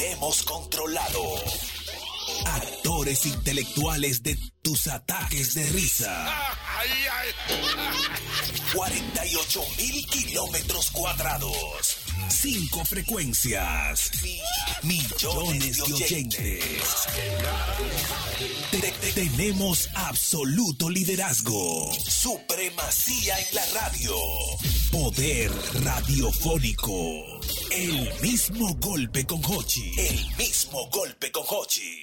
hemos controlado. Actores intelectuales de tus ataques de risa. 48.000 kilómetros cuadrados. Cinco frecuencias. Millones de oyentes. Te- te- tenemos absoluto liderazgo. Supremacía en la radio. Poder radiofónico. El mismo golpe con Hochi. El mismo golpe con Hochi.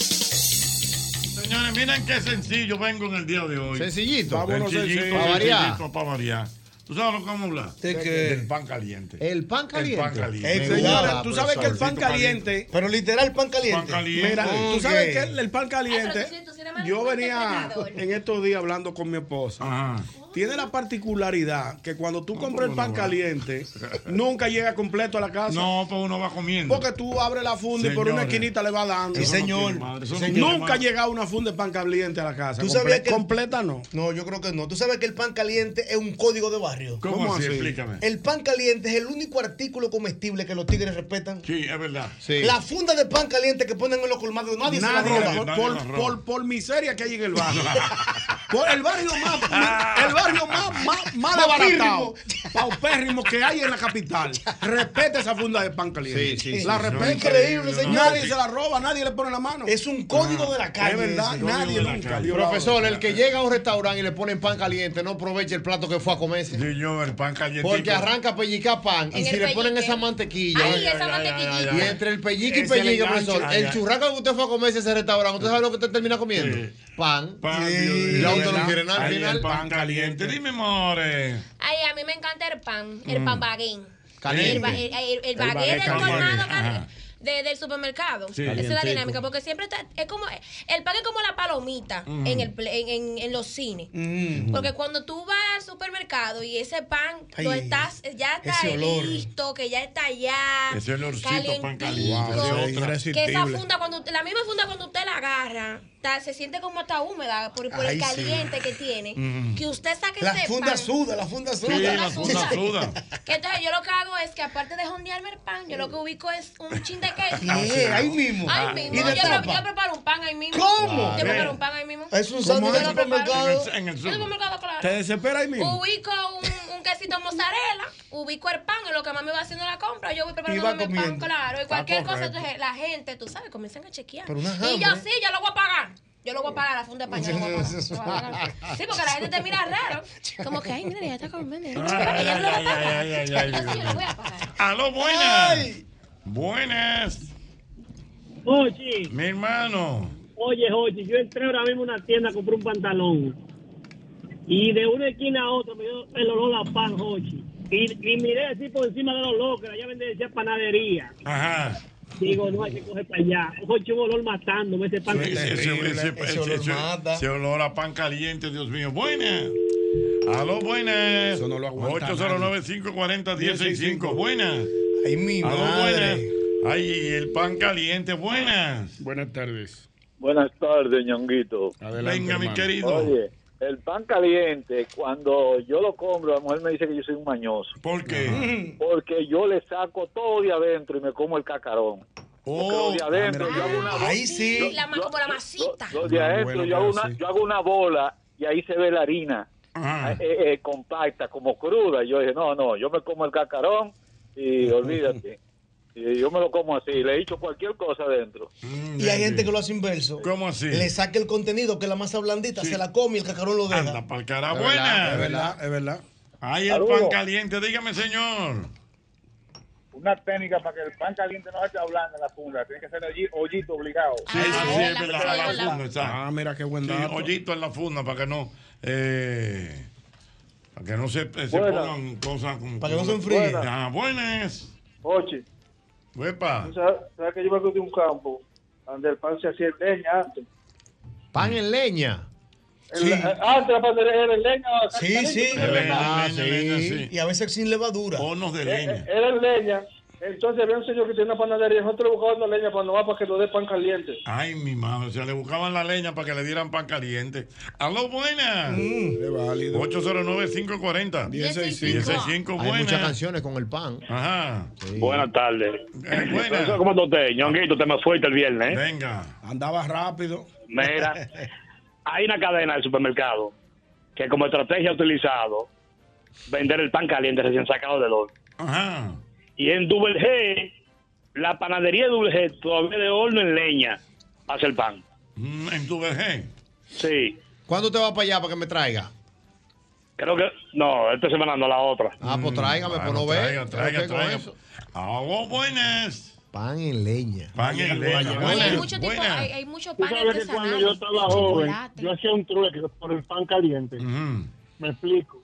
Señores, miren qué sencillo vengo en el día de hoy. Sencillito. Vámonos, sencillito, sencillo. Pa' variar. sencillito, pa' variar. ¿Tú sabes lo que vamos a hablar? ¿De qué? Del pan caliente. El pan caliente. El pan caliente. Eh, Me señora, gusta, tú sabes que el pan profesorcito caliente. Pero literal pan caliente. Pan caliente. Mira, tú Ok. sabes que el, el pan caliente. Ay, pero tú sí, tú sí eres más Yo fuerte venía entrenador. en estos días hablando con mi esposa. Tiene la particularidad que cuando tú compras el pan caliente, nunca llega completo a la casa. No, pues uno va comiendo. Porque tú abres la funda y por Señores. una esquinita le vas dando. Sí, Eso no señor. tiene madre, eso no tiene Nunca ha madre. llegado una funda de pan caliente a la casa. ¿Tú sabías Comple- que el- completa no. No, yo creo que no. Tú sabes que el pan caliente es un código de barrio. ¿Cómo ¿Cómo así? así? Explícame. El pan caliente es el único artículo comestible que los tigres respetan. Sí, es verdad. La funda de pan caliente que ponen en los colmados, nadie, se la Nadie, roba. por, por- por- por miseria que hay en el barrio. por el barrio más, el barrio más, más, más abaratado, paupérrimo que hay en la capital. Respeta esa funda de pan caliente. Sí, sí, la sí, respeta. no, increíble, señor. Nadie Sí. se la roba, nadie le pone la mano. Ah, Es un código de la calle. Es verdad, ese. nadie nunca. dio la Profesor, orden. el que llega a un restaurante y le ponen pan caliente, no aprovecha el plato que fue a comerse. Señor, el pan caliente. Porque arranca a pellicar pan y En si el le ponen pellique. esa mantequilla. Ay, esa mantequillita. Y entre el pellique y Ese le pellique, engancha. profesor, Ay, el ay. churraco que usted fue a comerse a ese restaurante, ¿usted sabe lo que usted termina comiendo? Pan. Pan, Y ya usted lo quiere nada al Ahí final. el pan caliente. Dime, more. Ay, a mí me encanta el pan, el pan baguén. Caliente. El, ba- el, el- el El bagué bagué del caliente. colmado cal- Ajá. de- del supermercado. Sí. Esa es la Calientico. dinámica, porque siempre está, es como, el pan es como la palomita Mm. en, el, pl- en, en- en los cines. Mm. Porque cuando tú vas al supermercado y ese pan lo Ay, estás, ya está ese olor. listo, que ya está allá. Ese olorcito a pan caliente. calientico, Ese es Que irresistible. esa funda, cuando usted- la misma funda cuando usted la agarra, está- se siente como está húmeda por, por Ay, el sí. caliente que tiene. Mm. Que usted saque La ese funda pan. suda, la funda suda. Sí, la funda suda. Que entonces yo lo que hago es que aparte de jondearme el pan, yo lo que ubico es un chin de queso. Ah, Sí, ahí mismo. Ah. Ahí mismo. Y Yo, de pre- tapa. yo preparo un pan ahí mismo. ¿Cómo? Yo preparo un pan ahí mismo. Es un Yo sándwich lo de preparo. supermercado. En el En el supermercado, claro. ¿Te desespera ahí mismo? Ubico un, un quesito mozzarella, ubico el pan y lo que más me va haciendo la compra, yo voy Y va preparando mi pan, comiendo. claro. Y Está cualquier cosa, correcto. entonces la gente, tú sabes, comienzan a chequear. Pero una y yo hambre. sí, yo lo voy a pagar. Yo lo voy a pagar la funda española. lo voy a pagar, lo voy a pagar. Sí, porque la gente te mira raro. Como que, ay, mira, ella está con Méndez. Pero yo no lo voy a pagar. Eso yo lo voy a pagar. Aló, buenas. Buenas. Oye. Mi hermano. Oye, oye, yo entré ahora mismo a una tienda, compré un pantalón. Y de una esquina a otra me dio el olor a pan, Hochi. Y, y miré así por encima de los locos, allá venden esa panadería. Ajá. Digo, no, hay que coger para allá. Hochi, un olor matándome ese pan. Ese- ese- ese- ese- ese olor a pan caliente, Dios mío. Buenas. Aló, buenas. Eso no lo aguanta 809-540-1065. Buenas. Ay, mi madre. buenas. Ay, el pan caliente. Buenas. Buenas tardes. Buenas tardes, ñonguito. Venga, mi hermano. querido. Oye, el pan caliente, cuando yo lo compro, la mujer me dice que yo soy un mañoso. ¿Por qué? Porque yo le saco todo de adentro y me como el cacarón. Oh, Porque lo de adentro, ah, yo hago una ahí sí. yo- La, ma- como la masita. lo de adentro, yo, hago una, yo hago una bola y ahí se ve la harina Ah. eh, eh, compacta, como cruda. Y yo dije, no, no, yo me como el cacarón y olvídate. Y yo me lo como así, le echo cualquier cosa adentro. Mm, Y hay gente que lo hace inverso. ¿Cómo así? Le saca el contenido, que la masa blandita se la come y el cacarón lo deja. Anda pa'l carajo. Buenas. Es verdad, es verdad. Ay, el Saludos. pan caliente. Dígame, señor. Una técnica para que el pan caliente no se te ablande en la funda. Tiene que ser allí hoyito obligado. Ah, sí, es verdad, sí, la es verdad. funda, exacto. Ah, mira qué buen dato. hoyito en la funda para que no. eh, para que no se, se Buena. pongan cosas como. Para que no se enfríe. Ah, buenas. Oye, Huepa. ¿tú sabes, sabes que yo vengo de un campo donde el pan se hacía en leña antes? Pan en leña. El- Antes la pan era en leña. Sí, sí, era en Ah, leña. sí. Y a veces sin levadura. Bonos de Eh, eh, Era en leña. Entonces había un señor que tenía una panadería. Nosotros le buscábamos leña para no va para que nos dé pan caliente. Ay, mi madre. O sea, le buscaban la leña para que le dieran pan caliente. ¡Aló, buenas! Mm. Es válido. 809-540. 1065. 1065, Hay muchas buenas. canciones con el pan. Ajá. Eh, Buenas tardes. buenas. Eso, ¿Cómo está usted? Ñonguito, te me fuerte el viernes. ¿eh? Venga. Andaba rápido. Mira, hay una cadena de supermercado que como estrategia ha utilizado vender el pan caliente recién sacado del horno. Ajá. Y en Double G, la panadería de Double G todavía de horno en leña hace el pan. Mm, ¿En Double G? Sí. ¿Cuándo te vas para allá para que me traiga? Creo que... No, esta semana no, la otra. Ah, pues tráigame, bueno, por no ver. traiga, traiga, Yo tengo traiga. eso. Aló, buenas. Pan en leña. Pan en leña. Oye, hay Buenas. mucho tipo, buenas. hay, hay mucho Tú pan sabes que cuando artesanal. yo estaba joven, Chocolate. yo hacía un trueque por el pan caliente. Me explico.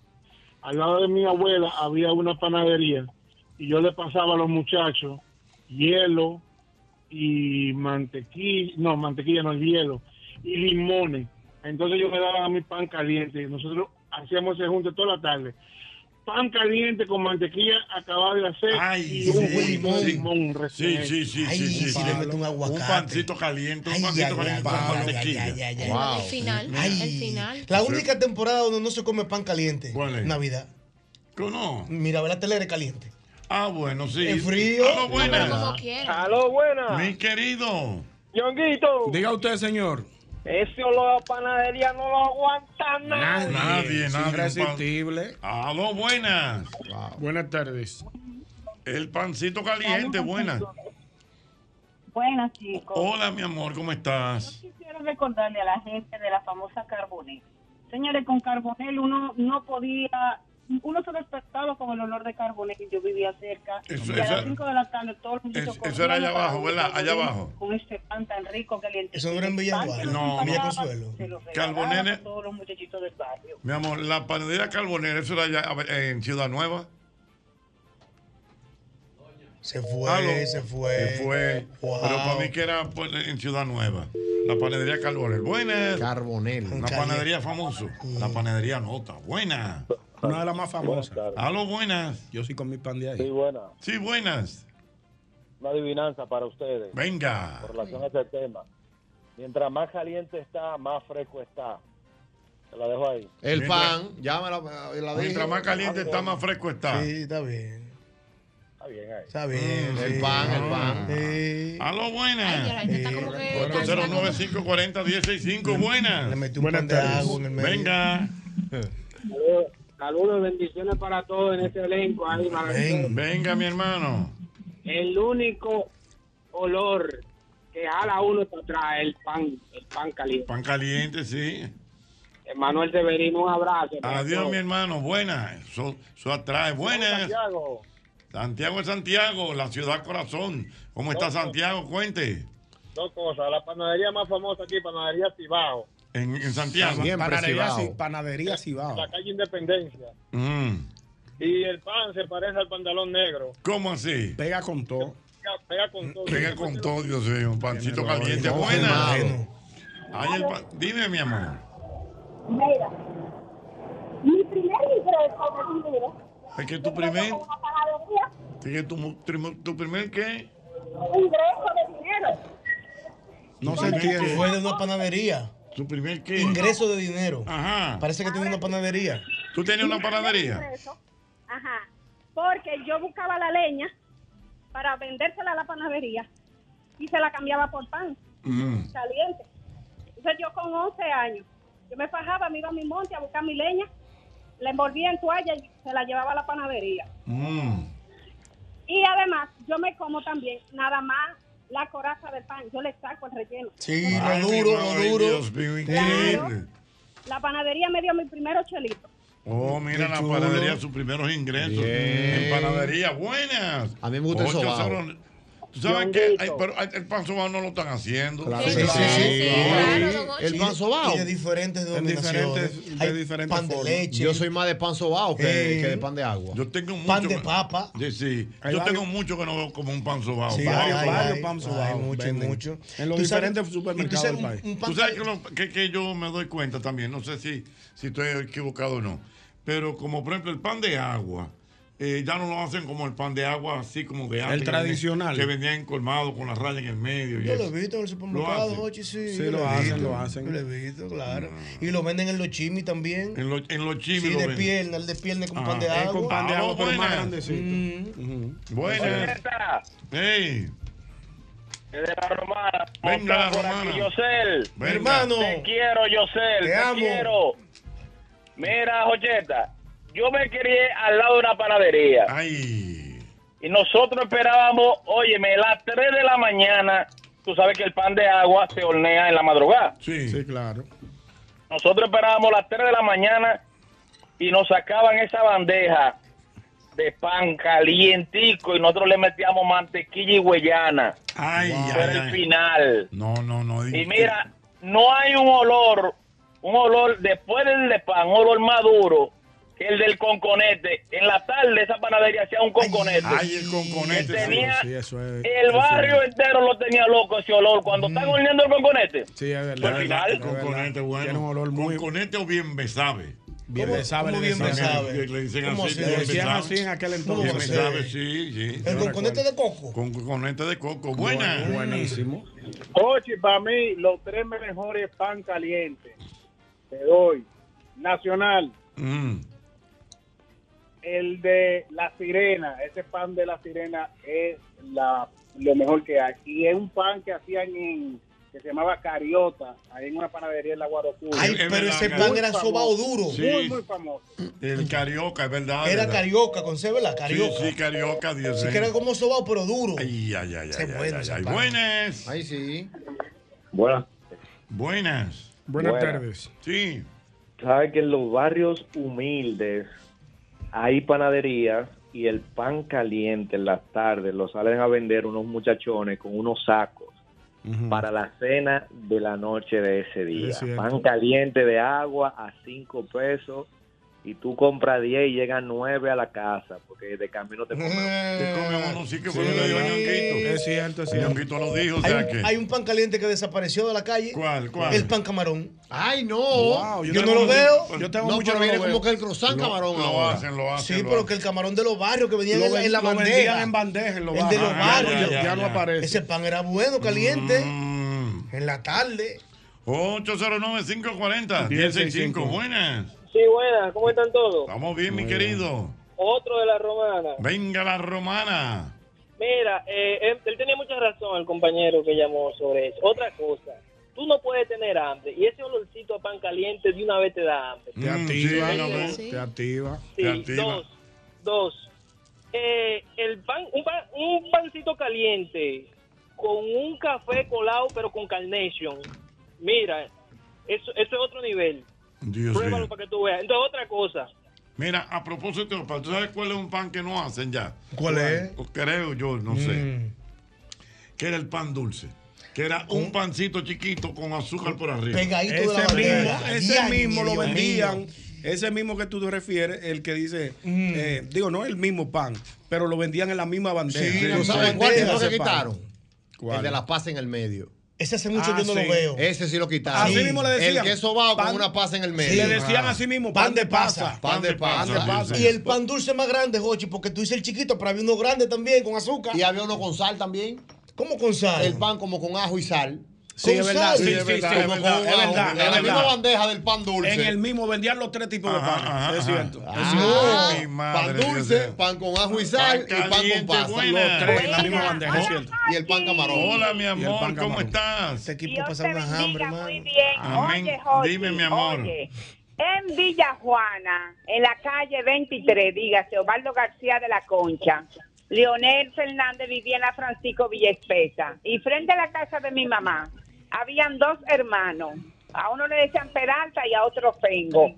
Al lado de mi abuela había una panadería y yo le pasaba a los muchachos hielo y mantequilla, no, mantequilla no, hielo y limones. Entonces yo me daba mi pan caliente y nosotros hacíamos ese junto toda la tarde. Pan caliente con mantequilla acabada de hacer y un juguito de limón Sí, recién sí, sí, sí, sí, sí. un pancito caliente, un pancito caliente con mantequilla. El final, el final. La única temporada donde no se come pan caliente. Navidad. ¿Cómo no? Mira, ver la tele era caliente. Ah, bueno, sí. Ah, Es frío. Aló, buenas. Oh, Aló, buenas. Mi querido. Ñonguito. Diga usted, señor. Ese olor a panadería no lo aguanta nada. Nadie, Es nadie. Irresistible. Aló, Ah, buenas. Buenas tardes. El pancito caliente, buenas. Buenas, chicos. Hola, mi amor, ¿cómo estás? Quiero recordarle a la gente de la famosa Carbonel. Señores, con Carbonel uno no podía, uno se despertaba con el olor de Carbonel y yo vivía cerca. Eso- y a las esa- 5 de la tarde todo el mundo es- corría eso era allá para abajo, ¿verdad? Allá Carbonel abajo. Con este pan tan rico, caliente. Eso no era en Villa Pan que Duarte, nos no, acompañaba, Villa Consuelo. se lo regalaba Carbonel a es- todos los muchachitos del barrio. Mi amor, la panadería carbonera, eso era allá a ver, en Ciudad Nueva. Se fue, se fue. Ah, Se fue. Pero para mí que era pues, en Ciudad Nueva. La panadería Carbonel. Buenas. Carbonel. La panadería famoso. Mm. La panadería nota. Buenas. Una de las más famosas. Aló, buenas. Yo sí con mi pan de ahí. Sí, buenas. Sí, buenas. Una adivinanza para ustedes. Venga. Con relación a este tema. Mientras más caliente está, más fresco está. Te la dejo ahí. El Mientras- pan, ya me la, la dije. Mientras más caliente está, más fresco está. Mm. Sí, está bien. Está bien ahí. Está bien. Ah, El pan, el pan. Aló, buenas. Como que- 809-540-1065. Buenas. Buenas tardes. agua en el medio. Venga. Saludos, saludos, bendiciones para todos en este ese elenco ahí, maravilloso. Venga, mi hermano. El único olor que jala uno para atrás el pan, el pan caliente. Pan caliente, sí. Emanuel Severino, un abrazo. Adiós, mi hermano. Buenas. Eso, eso atrae. Buenas. Santiago. Santiago es Santiago, la ciudad corazón. ¿Cómo está Loco. Santiago? Cuente. Dos cosas. La panadería más famosa aquí, Panadería Cibao. En, en Santiago. panadería, Ci- panadería Cibao. La calle Independencia. Mm, Y el pan se parece al pantalón negro. ¿Cómo así? Pega con todo. Pega, pega con todo. Pega con todo, Dios mío. Un pancito caliente. no, Buenas. hermano. Ay, el pa- Dime, mi amor. Mira, mi primer ingreso de dinero Es que tu primer. fue una panadería, es que tu, mu- trim- tu primer qué? ingreso de dinero. No se entiende. Fue de una panadería. ¿Tu primer qué? Ingreso de dinero. Ajá. Parece que tiene una panadería. ¿Tú tenías una panadería? Ingreso, Ajá, porque yo buscaba la leña para vendérsela a la panadería y se la cambiaba por pan Mm. caliente. Entonces yo con 11 años, yo me fajaba, me iba a mi monte a buscar mi leña, la envolvía en toalla y se la llevaba a la panadería. Mm. Y además, yo me como también nada más la coraza del pan, yo le saco el relleno. Sí, Ay, lo mi duro, madre, lo duro. Dios mío, increíble. La panadería me dio mi primer ochelito. Oh, mira Qué la chulo. panadería, sus primeros ingresos. En panadería, buenas. A mí me gusta el Ocho sobao. cero- ¿Tú sabes que pero hay- el pan sobao no lo están haciendo? Claro, Sí, sí, claro. sí, sí, claro, don Ocho. El pan sobao. Y de diferentes En denominaciones. diferentes- Hay de diferentes pan de formas. leche. Yo soy más de pan sobao que, Eh. que de pan de agua. Yo tengo mucho. Pan de que- papa. Sí, sí. Hay Yo varios- tengo mucho que no veo como un pan sobao. Sí, Varios, hay, varios. hay, pan hay sobao mucho, venden. mucho. En los Tú sabes- diferentes supermercados y tú del sabes, país. un- un pan Tú sabes que, lo- que- que yo me doy cuenta también, no sé si, si estoy equivocado o no, pero como por ejemplo el pan de agua, eh, ya no lo hacen como el pan de agua, así como de antes, que vendían- tradicional. Que vendían colmado con la raya en el medio. y Yo lo he eso. visto en el supermercado, hacen. Jochi, sí. Sí, yo lo he hacen, visto. lo hacen. Yo lo he visto, claro. Y lo venden en los chimis también. En, lo- en los chimis. Sí, lo de venden. pierna, el de pierna con Ah, pan de es agua. Mm. con pan de agua, pero más grandecito. Buenas. Hey. De la romana. Venga, la Está por aquí, romana. Yosel. Mi hermano. Te quiero, Yosel. Te Te, amo. quiero. Mira, Jocheta. Yo me crié al lado de una panadería. Y nosotros esperábamos, óyeme, las 3 de la mañana. Tú sabes que el pan de agua se hornea Ah, en la madrugada. Sí. claro. Nosotros esperábamos las 3 de la mañana y nos sacaban esa bandeja de pan calientico y nosotros le metíamos mantequilla y huellana. Ay, Pero ay, el ay. final. No, no, no. Y mira, no hay un olor, un olor después del de pan, un olor maduro que el del conconete. En la tarde esa panadería hacía un conconete. Ay, el conconete. Tenía sí, Mm. eso es. El barrio entero lo tenía loco ese olor. Cuando están horneando el conconete. Sí, es verdad. Pues al final- El conconete, bueno. Tiene un olor muy... Conconete o bien besabe. Bien ¿Cómo- besabe cómo le bien decían. besabe? Le dicen ¿Cómo así. así? bien Le decían besabe. así en aquel entonces. Bien besabe, sí, sí. El conconete de coco. Con conconete de coco. Buena. Buenísimo. Oye, para mí, los tres mejores pan caliente. Te doy. Nacional, Mm. el de la sirena. Ese pan de la sirena es la, lo mejor que hay. Y es un pan que hacían en que se llamaba Cariota, ahí en una panadería en la Guarocura. Ay, pero ese pan Muy era famoso, sobao duro. Muy, muy famoso. El carioca, es verdad. Era verdad. carioca, con C, ¿verdad? Carioca. Sí, sí, carioca, Dios Sí, mío. que era como sobao, pero duro. Ay, ay, ay, Ese ay, bueno, ay, ese ay, pan. Buenas. Ahí sí. Buenas. Buenas. Buenas Buenas. tardes. Sí. Sabes que en los barrios humildes hay panaderías y el pan caliente en las tardes lo salen a vender unos muchachones con unos sacos para la cena de la noche de ese día. Mm. Es cierto. pan caliente de agua a 5 pesos y tú compras 10 y llegas 9 a la casa porque de camino te comes. Eh. Te come uno, sí que fue lo que dio Ñonguito. Es cierto, es El cierto. Ñonguito lo dijo, o Hay sea un- que. Hay un pan caliente que desapareció de la calle. ¿Cuál, cuál? El pan camarón. Ay, no. Wow, yo yo no tengo lo mucho- veo. yo tengo no, mucho pero que no viene lo veo. como que el croissant Lo- camarón lo ahora. hacen, lo hacen, Sí, lo pero hacen. que el camarón de los barrios que venían Lo en la, en la ven- lo bandera. vendían en bandeja en los El de los barrios. Ah, ya, barrios. ya, ya no aparece. Ese pan era bueno, caliente. Mm. En la tarde. 809-540-165. Buenas. Sí, buenas, ¿cómo están todos? Estamos bien, mi querido. Otro de la romana. Venga la romana. Mira, eh, él, él tenía mucha razón, el compañero que llamó sobre eso. Otra cosa, tú no puedes tener hambre y ese olorcito a pan caliente de una vez te da hambre. Te activa, Mm, sí, lo sí. ves, Sí. te activa. Sí, dos, dos. Eh, el pan, un, pan- un pancito caliente con un café colado, pero con carnation. Mira, eso, eso es otro nivel. Dios Pruébalo mío. para que tú veas. Entonces, otra cosa. Mira, a propósito, ¿tú sabes cuál es un pan que no hacen ya? ¿Cuál es? Mm. O creo yo, no sé. Que era el pan dulce. Que era un pancito chiquito con azúcar por arriba. ese mismo, ese mismo lo vendían. Ese mismo que tú te refieres, el que dice, eh, digo, no el mismo pan, pero lo vendían en la misma bandera. Mm. Sí, ¿tú sabes cuál es lo que quitaron? El de la paz en el medio. Ese hace mucho que no lo veo. Ese sí lo quitaron. Ah, Así mismo le El decían, queso bao con pan- una pasa en el medio. Ah. Sí, le decían así mismo, pan de pasa. Pan de pasa. Y el pan dulce más grande, Jochi, porque tú dices el chiquito, pero había uno grande también con azúcar. Y había uno con sal también. ¿Cómo con sal? El pan como con ajo y sal. Sí, es verdad, sí, es verdad, es Como verdad, con es ajo. verdad, En es la misma verdad. bandeja del pan dulce. En el mismo vendían los tres tipos de pan. es cierto. es Ah, cierto. mi madre, pan dulce, Dios mío. pan con ajo y sal y pan con pasa. Los tres en la misma bandeja, es cierto. Y el pan camarón. Hola, mi Y el pan amor, ¿cómo camarón. estás? Este equipo pasa una hambre, Muy bien. Oye, Jorge, Dime, mi amor. oye, en Villa Juana, en la calle 23, dígase, Osvaldo García de la Concha. Leonel Fernández vivía en la Francisco Villespesa. Y frente a la casa de mi mamá, habían dos hermanos. A uno le decían Peralta y a otro Fengo.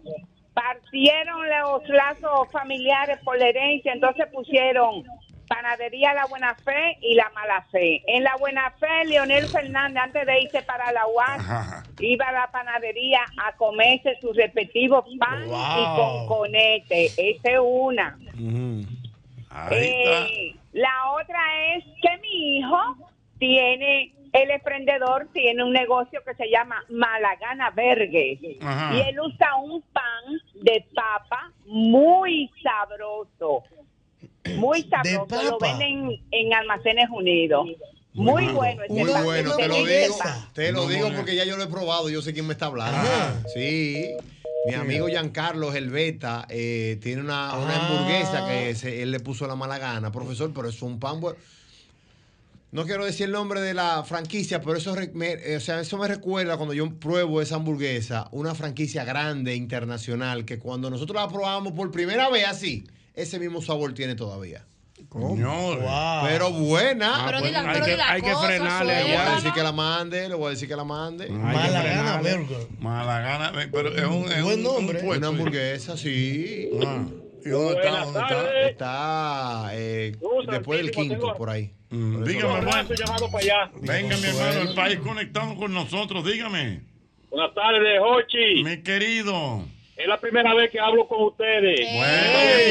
Partieron los lazos familiares por la herencia, entonces pusieron Panadería La Buena Fe y La Mala Fe. En La Buena Fe, Leonel Fernández, antes de irse para la UAS, iba a la panadería a comerse sus respectivos pan y con conete. Esa es una. Mm. Eh, la otra es que mi hijo tiene, el emprendedor tiene un negocio que se llama Malagana Vergues. Ajá. Y él usa un pan de papa muy sabroso. Muy sabroso. Lo papa? venden en Almacenes Unidos. Muy bueno este Muy pan. bueno, Tú te lo tenés que digo. pan. Te lo digo porque ya yo lo he probado, yo sé quién me está hablando. Sí. Mi amigo Giancarlo el Beta eh, tiene una, una hamburguesa que se- él le puso la mala gana, profesor, pero es un pan bueno. No quiero decir el nombre de la franquicia, pero eso re- me, eh, o sea, eso me recuerda cuando yo pruebo esa hamburguesa, una franquicia grande, internacional, que cuando nosotros la probamos por primera vez así, ese mismo sabor tiene todavía. Señor. Pero Ah, buena. Pero diga- pero diga cosas, Le voy a suéltala. decir que la mande, le voy a decir que la mande. Mala gana, Burger. Mala gana, eh, pero es un, es un- un puesto. Una hamburguesa, sí. ¿Y dónde está? está? ¿Dónde Está, eh, después del quinto, por ahí. Por eso- Mm, Dígame, hermano. allá. Venga, mi hermano, el país conectado con nosotros, dígame. Buenas tardes, Hochi. Mi querido. Es la primera vez que hablo con ustedes. Bueno, Ey,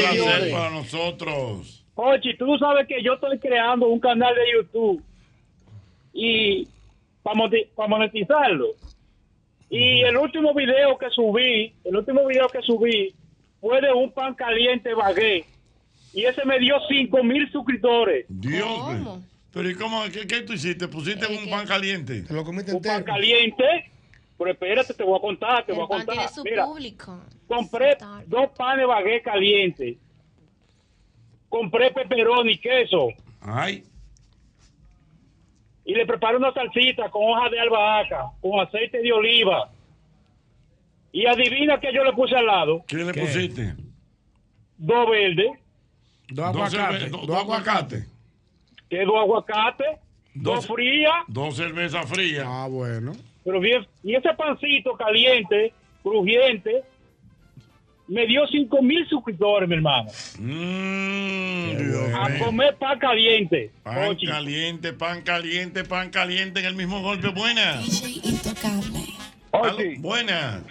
un placer señores. para nosotros. Ochi, tú sabes que yo estoy creando un canal de YouTube y para monetizarlo. Y el último video que subí, el último video que subí fue de un pan caliente bagué. Y ese me dio 5 mil suscriptores. Dios. mío. Pero ¿y cómo? ¿Qué, qué tú hiciste? ¿Pusiste un pan caliente? Te lo comiste un Pan caliente. Pero espérate, te voy a contar, te voy a pan contar. tiene su Mira, público. compré dos panes bagué calientes. Compré peperón y queso. Ay. Y le preparé una salsita con hojas de albahaca, con aceite de oliva. Y adivina que yo le puse al lado. ¿Qué le pusiste? Dos verdes. Dos aguacates. cerve- do- Dos aguacates. Que dos aguacates. Dos frías. Dos cervezas frías. Ah, bueno. Pero bien, y ese pancito caliente, crujiente, me dio cinco mil suscriptores, mi hermano. Dios A mío. comer pan caliente. Pan Ochi. caliente, pan caliente, pan caliente en el mismo golpe. Buenas. Aló, Buenas.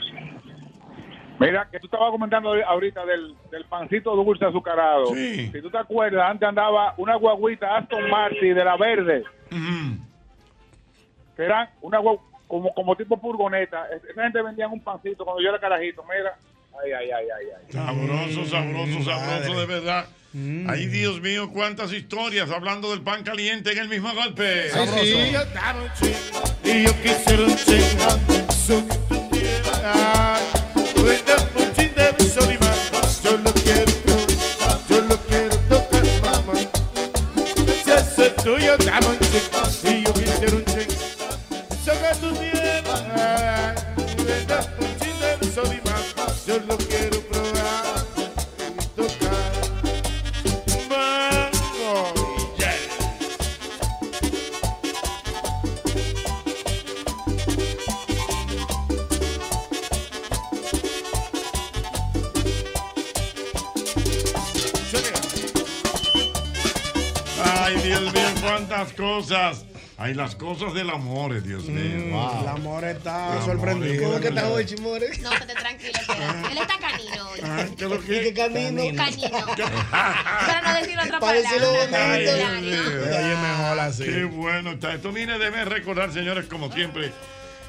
Mira, que tú estabas comentando ahorita del, del pancito dulce azucarado. Sí. Si tú te acuerdas, antes andaba una guaguita Aston Martin de la verde, que eran una guagua- como, como tipo furgoneta. Es- Esa gente vendía un pancito cuando yo era carajito, mira. Ay, ay, ay, ay, ay. Sabroso, sabroso, sabroso de verdad. Ay, Dios mío, cuántas historias hablando del pan caliente en el mismo golpe. Sabroso. Y yo quisiera un chingazo. Ah, una mochila de Solimán. Yo lo quiero tocar, yo lo quiero tocar, mamá. Si eso es tuyo, dame un chingazo. Y yo quisiera un chingazo que tú tienes. Ah, una mochila de Solimán. Yo lo quiero probar y tocar. Mango, yeah. Ay, Dios mío, cuántas cosas. Ay, las cosas del amor, eh, Dios mío. wow. Mm, El amor está sorprendido. ¿Cómo que está hoy, Chimore? No, estate tranquilo. espera. Él está canino hoy. ¿Qué camino? Canino. Para no decir otra palabra. Parece lo Ay, bonito. Dios mío. Oye, mejor así. Qué bueno está. Esto viene de mes recordar, señores, como siempre.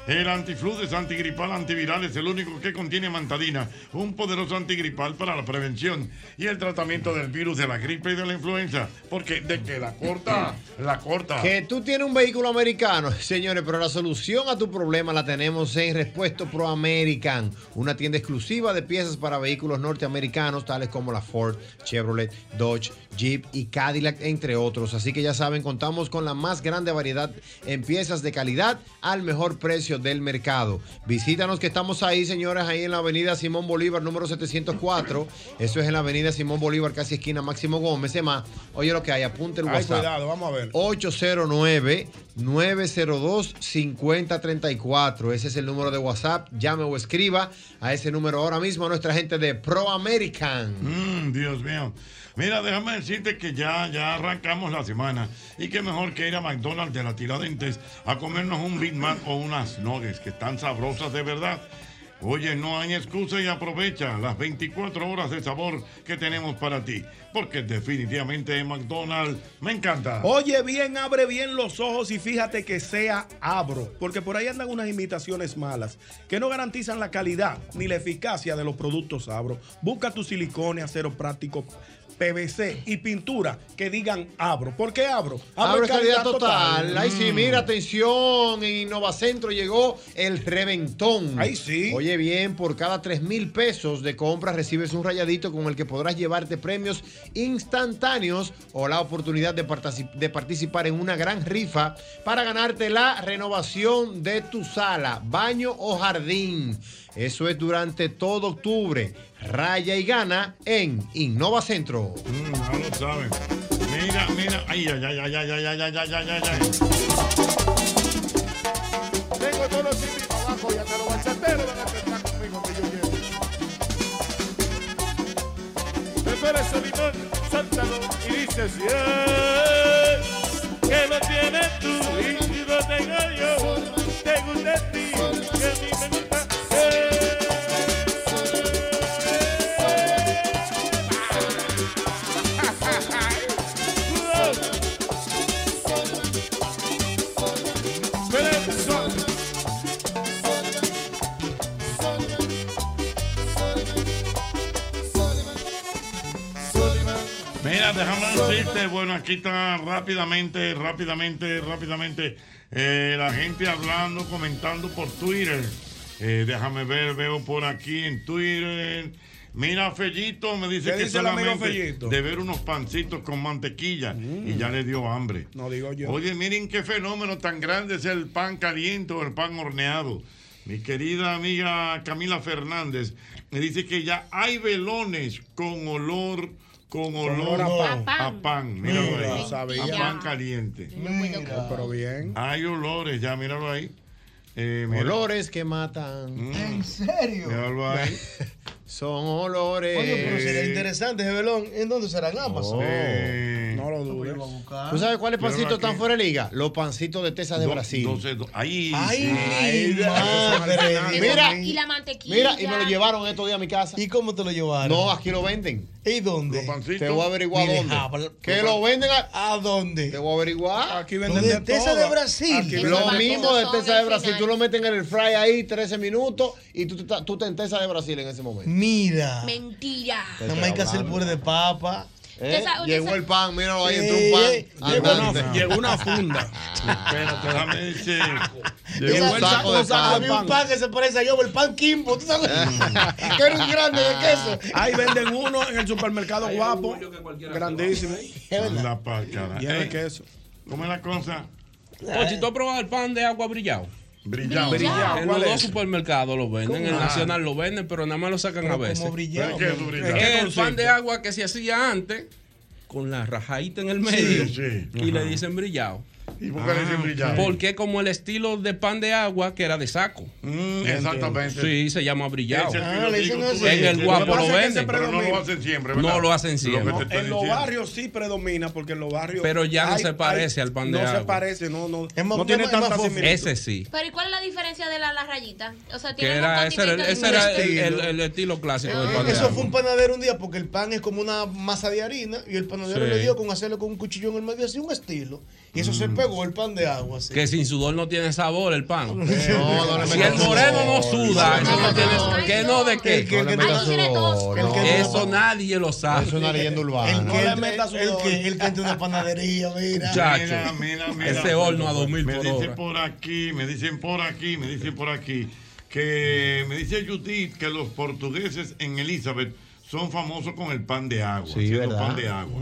El antifludes, antigripal, antiviral es el único que contiene mantadina, un poderoso antigripal para la prevención y el tratamiento del virus de la gripe y de la influenza. Porque de que la corta, la corta. Que tú tienes un vehículo americano, señores, pero la solución a tu problema la tenemos en Respuesto Pro American, una tienda exclusiva de piezas para vehículos norteamericanos, tales como la Ford, Chevrolet, Dodge, Jeep y Cadillac, entre otros. Así que ya saben, contamos con la más grande variedad en piezas de calidad al mejor precio del mercado. Visítanos que estamos ahí, señores, ahí en la avenida Simón Bolívar, número 704. Eso es en la avenida Simón Bolívar, casi esquina Máximo Gómez. Es más, oye lo que hay, apunte el Ay, WhatsApp. cuidado, vamos a ver. 809-902-5034. Ese es el número de WhatsApp. Llame o escriba a ese número ahora mismo a nuestra gente de Pro American. Mm, Dios mío. Mira, déjame decirte que ya, ya arrancamos la semana y que mejor que ir a McDonald's de la Tiradentes a comernos un Big Mac o unas nuggets que están sabrosas de verdad. Oye, no hay excusa y aprovecha las 24 horas de sabor que tenemos para ti, porque definitivamente McDonald's me encanta. Oye bien, abre bien los ojos y fíjate que sea abro, porque por ahí andan unas imitaciones malas que no garantizan la calidad ni la eficacia de los productos abro. Busca tu silicone, acero práctico, PVC y pintura que digan abro. ¿Por qué abro? Abro es calidad total. Ahí sí, Mm. mira, atención. En Innovacentro llegó el reventón. Ahí sí. Oye, bien, por cada 3 mil pesos de compra recibes un rayadito con el que podrás llevarte premios instantáneos o la oportunidad de, partici- de participar en una gran rifa para ganarte la renovación de tu sala, baño o jardín. Eso es durante todo octubre. Raya y gana en Innovacentro. no lo saben. Mira, mira. Ay, ay, ay, ay, ay, ay, ay, ay, ay, ay, ay, ay. Tengo todos los cipis para abajo y hasta los balsateros van a cantar conmigo que yo llevo. Prepara ese limón, sáltalo y dice así. "Eh, Que lo tienes tú y lo tengo yo. Te gusta a ti, que a mí me gusta. Eh, oh. Pero eso- Mira, déjame decirte, bueno, aquí está rápidamente, rápidamente, rápidamente eh, la gente hablando, comentando por Twitter. Eh, déjame ver, veo por aquí en Twitter. Mira, Fellito me dice ¿Qué que dice el amigo Fellito? de ver unos pancitos con mantequilla y ya le dio hambre. No digo yo. Oye, miren qué fenómeno tan grande es el pan caliente o el pan horneado. Mi querida amiga Camila Fernández me dice que ya hay velones con olor, con olor, olor a a pan. pan. míralo Mira, ahí. sabía. A pan caliente. Mira, pero bien. Hay olores, ya míralo ahí. Eh, mira. Olores que matan. ¿En serio? Míralo ahí. Son olores. Oye, pero sería interesante ese velón. ¿En dónde será? ¿En Amazon? No lo dudes. Oh. ¿Tú sabes cuáles Míralo pancitos aquí. están fuera de liga? Los pancitos de Tesa de Do- Brasil. doce- do- ahí. Ay, mi madre madre. Mira. Mira, Y la mantequilla. mira, y me lo llevaron estos días a mi casa. ¿Y cómo te lo llevaron? No, aquí lo venden. ¿Y dónde? Te voy a averiguar Mire, dónde. habla- que lo venden a... ¿A dónde? Te voy a averiguar. Aquí venden de Lo de Tesa todo. de Brasil. Aquí lo venden mismo todo. de Tesa de Son Brasil. Tú lo meten en el fry ahí 13 minutos y tú, te estás- tú te en Tesa de Brasil en ese momento. Mira. Mentira. Nada más hay que hacer puré de papa. ¿Eh? Tesa- Llegó el pan, míralo ahí, Sí, entró un eh, pan. llegó una- Andante. llegó una funda. Espérate, déjame decir. Llegó un saco de pan. Había un pan que se parece a yo, el pan Kimbo, ¿tú sabes? que era un grande de queso. Mm. Ahí venden uno en el supermercado guapo. Grandísimo. La pa- cara. Lleva Ey, queso. ¿Cómo es la cosa? Pochi, Pues, ¿tú has probado el pan de agua brillado? Eh. Brillado. Brillado, En ¿cuál los es? dos supermercados lo venden. En el ¿Cómo? Nacional lo venden, pero nada más lo sacan a veces. Ah. brillado? ¿Pero qué es eso, brillado? ¿En qué Es el pan consiste? de agua que se hacía antes con la rajadita en el medio Sí, sí. y le Ajá. Ah, dicen brillado. ¿Y por qué le dicen brillado? Porque como el estilo de pan de agua que era de saco. Mm, exactamente. Sí, se llama brillado. Ese estilo Ah, le dicen digo, tú así. en Lo el que guapo pasa lo es que se venden. Pero no lo hacen siempre, ¿verdad? No lo hacen siempre. Lo que te En los barrios sí predomina, porque en los barrios. Pero ya no hay- se parece hay- al pan de no No se agua. parece, no, no. no más- tiene es más tanta fofo. similitud. Ese sí. Pero ¿y cuál es la diferencia de la, la rayita? O sea, Que tiene era, un ese era, el- poquitito ese era el, el- diferente. el estilo Ah. clásico del pan de Eso agua. fue un panadero un día porque el pan es como una masa de harina y el panadero Sí. Mm. le dio con hacerlo con un cuchillo en el medio así un estilo y eso se pegó el pan de agua así. Que sin sudor no tiene sabor el pan. le si metas el moreno no sudor. suda, No, eso no no, tiene. no, ¿Que no de qué? El que- el que- Ay, no tiene tos. El que- Eso nadie lo sabe. Es una leyenda urbana. El que, el, que, el que entra en una panadería, mira. Muchacho, Mira, mira, mira. ese horno a 2000 Me por dicen hora. por aquí, me dicen por aquí, me dicen por aquí. Que me dice Judith que los portugueses en Elizabeth son famosos con el pan de agua. Sí, haciendo ¿verdad? Mm. pan de agua.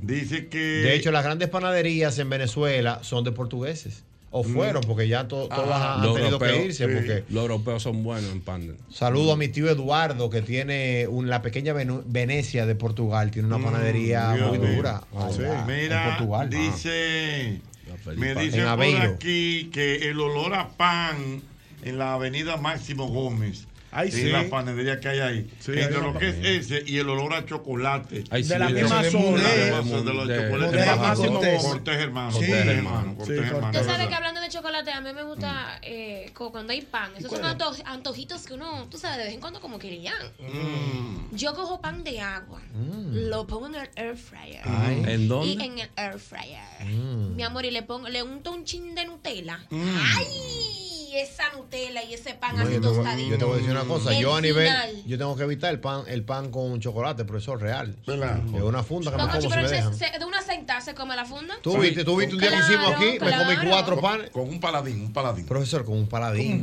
Dice que. De hecho, las grandes panaderías en Venezuela son de portugueses. O Mm. fueron, porque ya to- todas Ah, han los tenido que europeos, irse. sí. Porque Los europeos son buenos en pan. Saludo a mi tío Eduardo, que tiene un- la pequeña Venu- Venecia de Portugal. Tiene una panadería Mm, Dios muy mío. dura. Sí. Ahora, Mira, en Portugal. dice, me Felipa. dice En por Aveiro. aquí que el olor a pan en la avenida Máximo Gómez. Ay, en sí. la panadería que hay ahí. Sí, entre hay lo una que es ese y el olor a chocolate. Ay, De sí, la de- misma de- zona. De, de- los- de los de- chocolates. de- Más- Máximo Gómez. Cortés hermano. Sí. Cortés hermano. Cortés Sí, hermano. Usted sabe que hablando de chocolate, a mí me gusta eh, co- cuando hay pan. Esos son anto- antojitos que uno, tú sabes, de vez en cuando como querían. Mm. Yo cojo pan de agua, Mm. lo pongo en el air fryer. Ay. ¿En dónde? Y en el air fryer. Mm. Mi amor, y le pongo, le unto un chin de Nutella. Mm. ¡Ay! Esa Nutella y ese pan No, así yo, te voy, tostadito. yo te voy a decir una cosa. El Yo a nivel. final. Yo tengo que evitar el pan, el pan con chocolate, pero eso es real. Es una funda que me Loco, como si pero me se- dejan. se- de una sentada se come la funda. Tú viste, tú viste un día que hicimos Claro, aquí, me comí claro. cuatro panes. Con un paladín, un paladín. Profesor, con un paladín. Un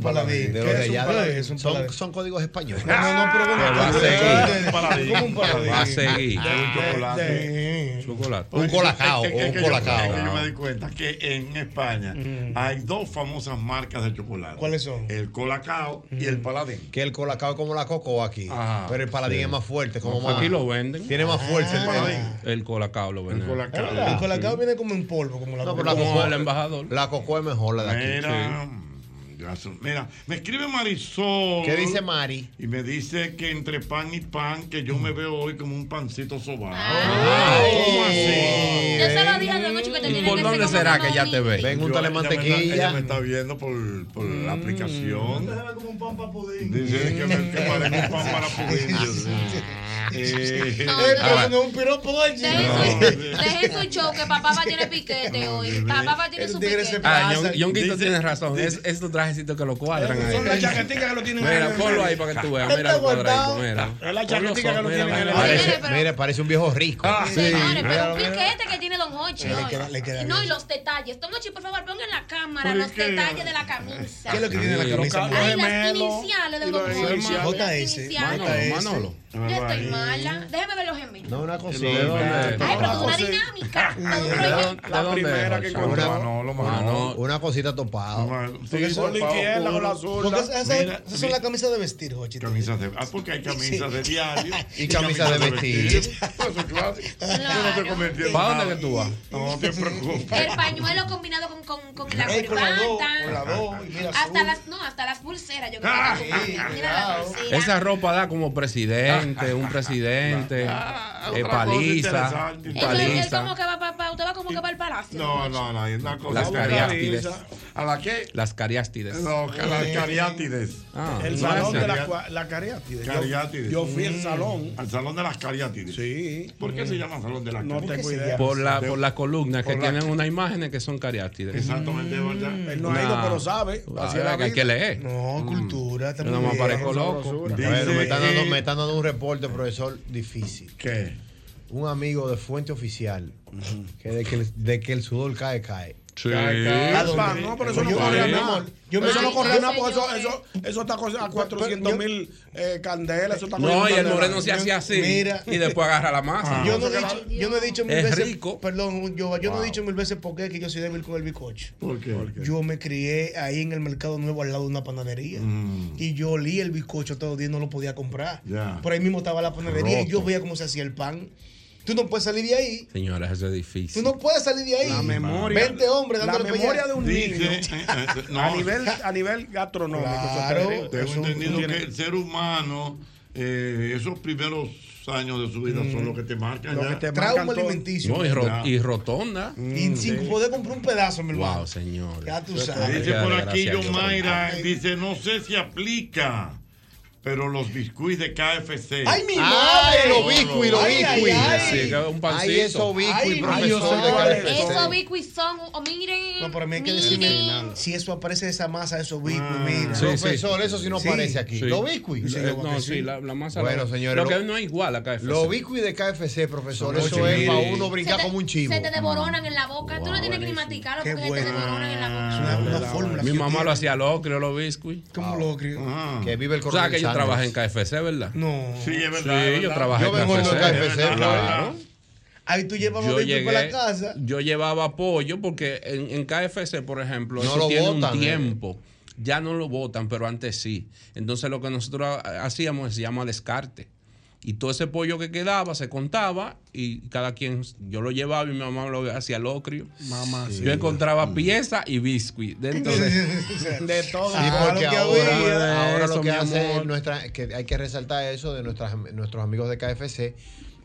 De paladín. ¿Qué los de es un allá. paladín? de- Es un Son, paladín. son códigos españoles. No, no, no, pero bueno, Te va a seguir. Un paladín. Como un paladín. Va a seguir. Un chocolate. Chocolate. Un colacao, Es que- es que un yo- colacao. es que yo me di cuenta que en España hay dos famosas marcas de chocolate. ¿Cuáles son? Mm. El colacao y el paladín. Que el colacao es como la coco aquí. Ajá, pero el paladín sí. es más fuerte. Como más, pues Aquí lo venden. Tiene más fuerza el Ah. paladín. El colacao lo venden. Es verdad, El colacao viene como en polvo, como la No, pero la Como coco, la- embajador. La coco es mejor, la de aquí. Mira, Sí. gracias. mira, me escribe Marisol. ¿Qué dice Mari? Y me dice que entre pan y pan, que yo me veo hoy como un pancito sobado. ¿Cómo así? Yo se lo dije a Don Ocho que te tiene que ser como una te ve? Ven, un úntale mantequilla. Ella me está viendo por, por la aplicación. Dice que me que parezco un pan para pudín. Dios mío. Eh, No, Eh, pero ah, eso no es un piropo, oye. Dejen su show que papá va tiene piquete hoy. Papá va tiene su piquete. Ah, Yon- Yonquito tiene razón. Es, estos trajecitos que lo cuadran ahí. Son las chaqueticas que lo tienen Mira, ahí. ponlo ahí para que tú veas. Mira Está el cuadradito, guardado. mira. Es la Ponlo chaquetica que son, lo mira, tienen en el mira. Parece, mira, parece un viejo rico. Señores, pero un Mira, mira. piquete que tiene Don Hochi. Le hoy. queda- le queda Y no, bien. y los detalles. Don Hochi, por favor, pongan la cámara Pero es los que- detalles de la camisa. ¿Qué es lo que tiene la camisa? Ay, las iniciales de Don Hochi. JS. JS. Manolo. Yo estoy mala. Déjeme ver los gemelos. No, una cosita. ¿De dónde? Ay, pero es una dinámica. La primera que encontró. Una cosita topada. Porque son- Porque esas- esas esas son las camisas de vestir, Jochi. Camisas de, ah, porque hay camisas de diario Y camisas de vestir. Pues, claro, Yo no te convertí en ¿Para nada. dónde que tú vas? No te preocupes. El pañuelo combinado con, con, con la Ey, con la dos, con la corbata. dos, y mira, Hasta azul. las, no, hasta las pulseras. Yo creo Ah, que las- sí, mira las cuidado. pulseras. Esa ropa da como presidente, un presidente, Ah, eh, otra cosa paliza, interesante. Entonces, él paliza. como que va para, usted va como que para el palacio. No, no, no, es una cosa. Las cariástides. ¿A la qué? Las cariástides. No, ca- las cariátides. Ah, El no salón es de así. las cua- la cariátides. Yo- Cariátides. Yo fui al Mm. salón. Al salón de las cariátides. Sí. ¿Por qué se llama salón de las No cariátides? tengo idea. Por la, por las columnas por que la- tienen unas imágenes que son cariástides. Exactamente, ¿verdad? Mm. Él no ha ido, pero sabe. Así es la que hay que vida. leer. No, cultura. Yo no me aparezco loco. A ver, me, están dando, me están dando un reporte, profesor, difícil. ¿Qué? Un amigo de fuente oficial, que de que, el- de que el sudor cae, cae. Sí. Al pan, no, pero eso no Yo- corre a Sí. nada. Yo me- Eso no Ay, corre a no, nada porque eso, señores. eso, eso está cosa- a 400 mil eh, candelas. Eso está No, y el moreno se hace así Mira. y después agarra la masa. Yo no, he dicho, yo no he dicho mil Es veces. rico. Perdón, yo, yo no Wow. he dicho mil veces por qué que yo soy débil con el bicocho. ¿Por qué? Yo me crié ahí en el mercado nuevo al lado de una panadería. Mm. Y yo olía el bizcocho todos los días, no lo podía comprar. Ya. Por ahí mismo estaba la panadería y yo Ah. Roto. veía cómo se hacía el pan. Tú no puedes salir de ahí. Señores, eso es difícil. Tú no puedes salir de ahí. La memoria. 20 hombres La dándole eh, memoria pelea. de un niño. no. A nivel, a nivel gastronómico. Claro, eso es- tengo eso entendido tiene- que el ser humano, eh, esos primeros años de su vida son los que te marcan. Lo ya. que te Trauma alimenticio. Mm, No, y, ro- y rotonda. Y sin poder comprar un pedazo, mi hermano. Wow, señor. Ya tú Ya. sabes. Dice por aquí Gracias a John Dios. Mayra, dice, no sé si aplica, pero los biscuits de KFC. ¡Ay, mi madre! los biscuits, los Ay, ay, biscuits. ay. Sí, un pancito. Ay, esos biscuits, Ay, profesor de Eso Eso Esos bicuis son, o miren. No, pero a mí hay que miren. decirme si eso aparece esa masa, eso bico, Ah. mira. Sí, sí. Sí, sí. Lo Sí, eh, Sí, yo creo no, que sí, sí. la, la masa. Bueno, la- señores, Lo que lo- no es igual a KFC. Los bicui de KFC, profesor, Son eso ocho es mil. para uno brincar Se te- como un chivo. Se te devoronan en la boca. Tú no tienes que ni masticarlo porque se te devoronan en la Ah, boca. Ah, Mi mamá lo hacía locrio, los biscuits. ¿Cómo locrio? Ah. Que vive el O sea, que yo coronel trabajé en Sanders. KFC, ¿verdad? No. Sí, es Sí, verdad. es yo verdad. trabajé en vengo de KFC. KFC, ¿verdad? claro. Ahí tú llevas los Yo bicos para la llegué, casa. yo llevaba pollo porque en, en KFC, por ejemplo, No eso lo tiene botan, un eh. tiempo. Ya no lo votan, pero antes sí. Entonces lo que nosotros ha- hacíamos se llama descarte. Y todo ese pollo que quedaba se contaba y cada quien, yo lo llevaba y mi mamá lo hacía locrio. Mamacita. Yo encontraba pieza y biscuit dentro de... De todo. Sí, Ah, porque lo que ahora, había. ahora Eso, lo que mi hace amor. nuestra, que hay que resaltar eso de nuestras, nuestros amigos de KFC,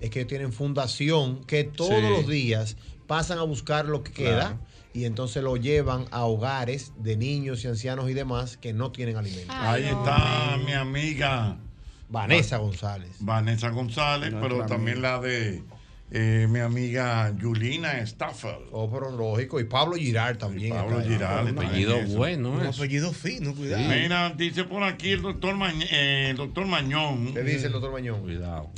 es que tienen fundación que todos Sí. los días pasan a buscar lo que queda Claro. y entonces lo llevan a hogares de niños y ancianos y demás que no tienen alimento. Ahí está mi amiga. Vanessa González. Vanessa González, Nuestra pero también la de eh, mi amiga Yulina Staffel. Oh, pero lógico. Y Pablo Girard también. Pablo está ahí. Girard. Un apellido bueno, Un eso. apellido fino, cuidado. Mira, dice por aquí el doctor, Mañ- eh, el doctor Mañón. ¿Qué dice el doctor Mañón? Cuidado.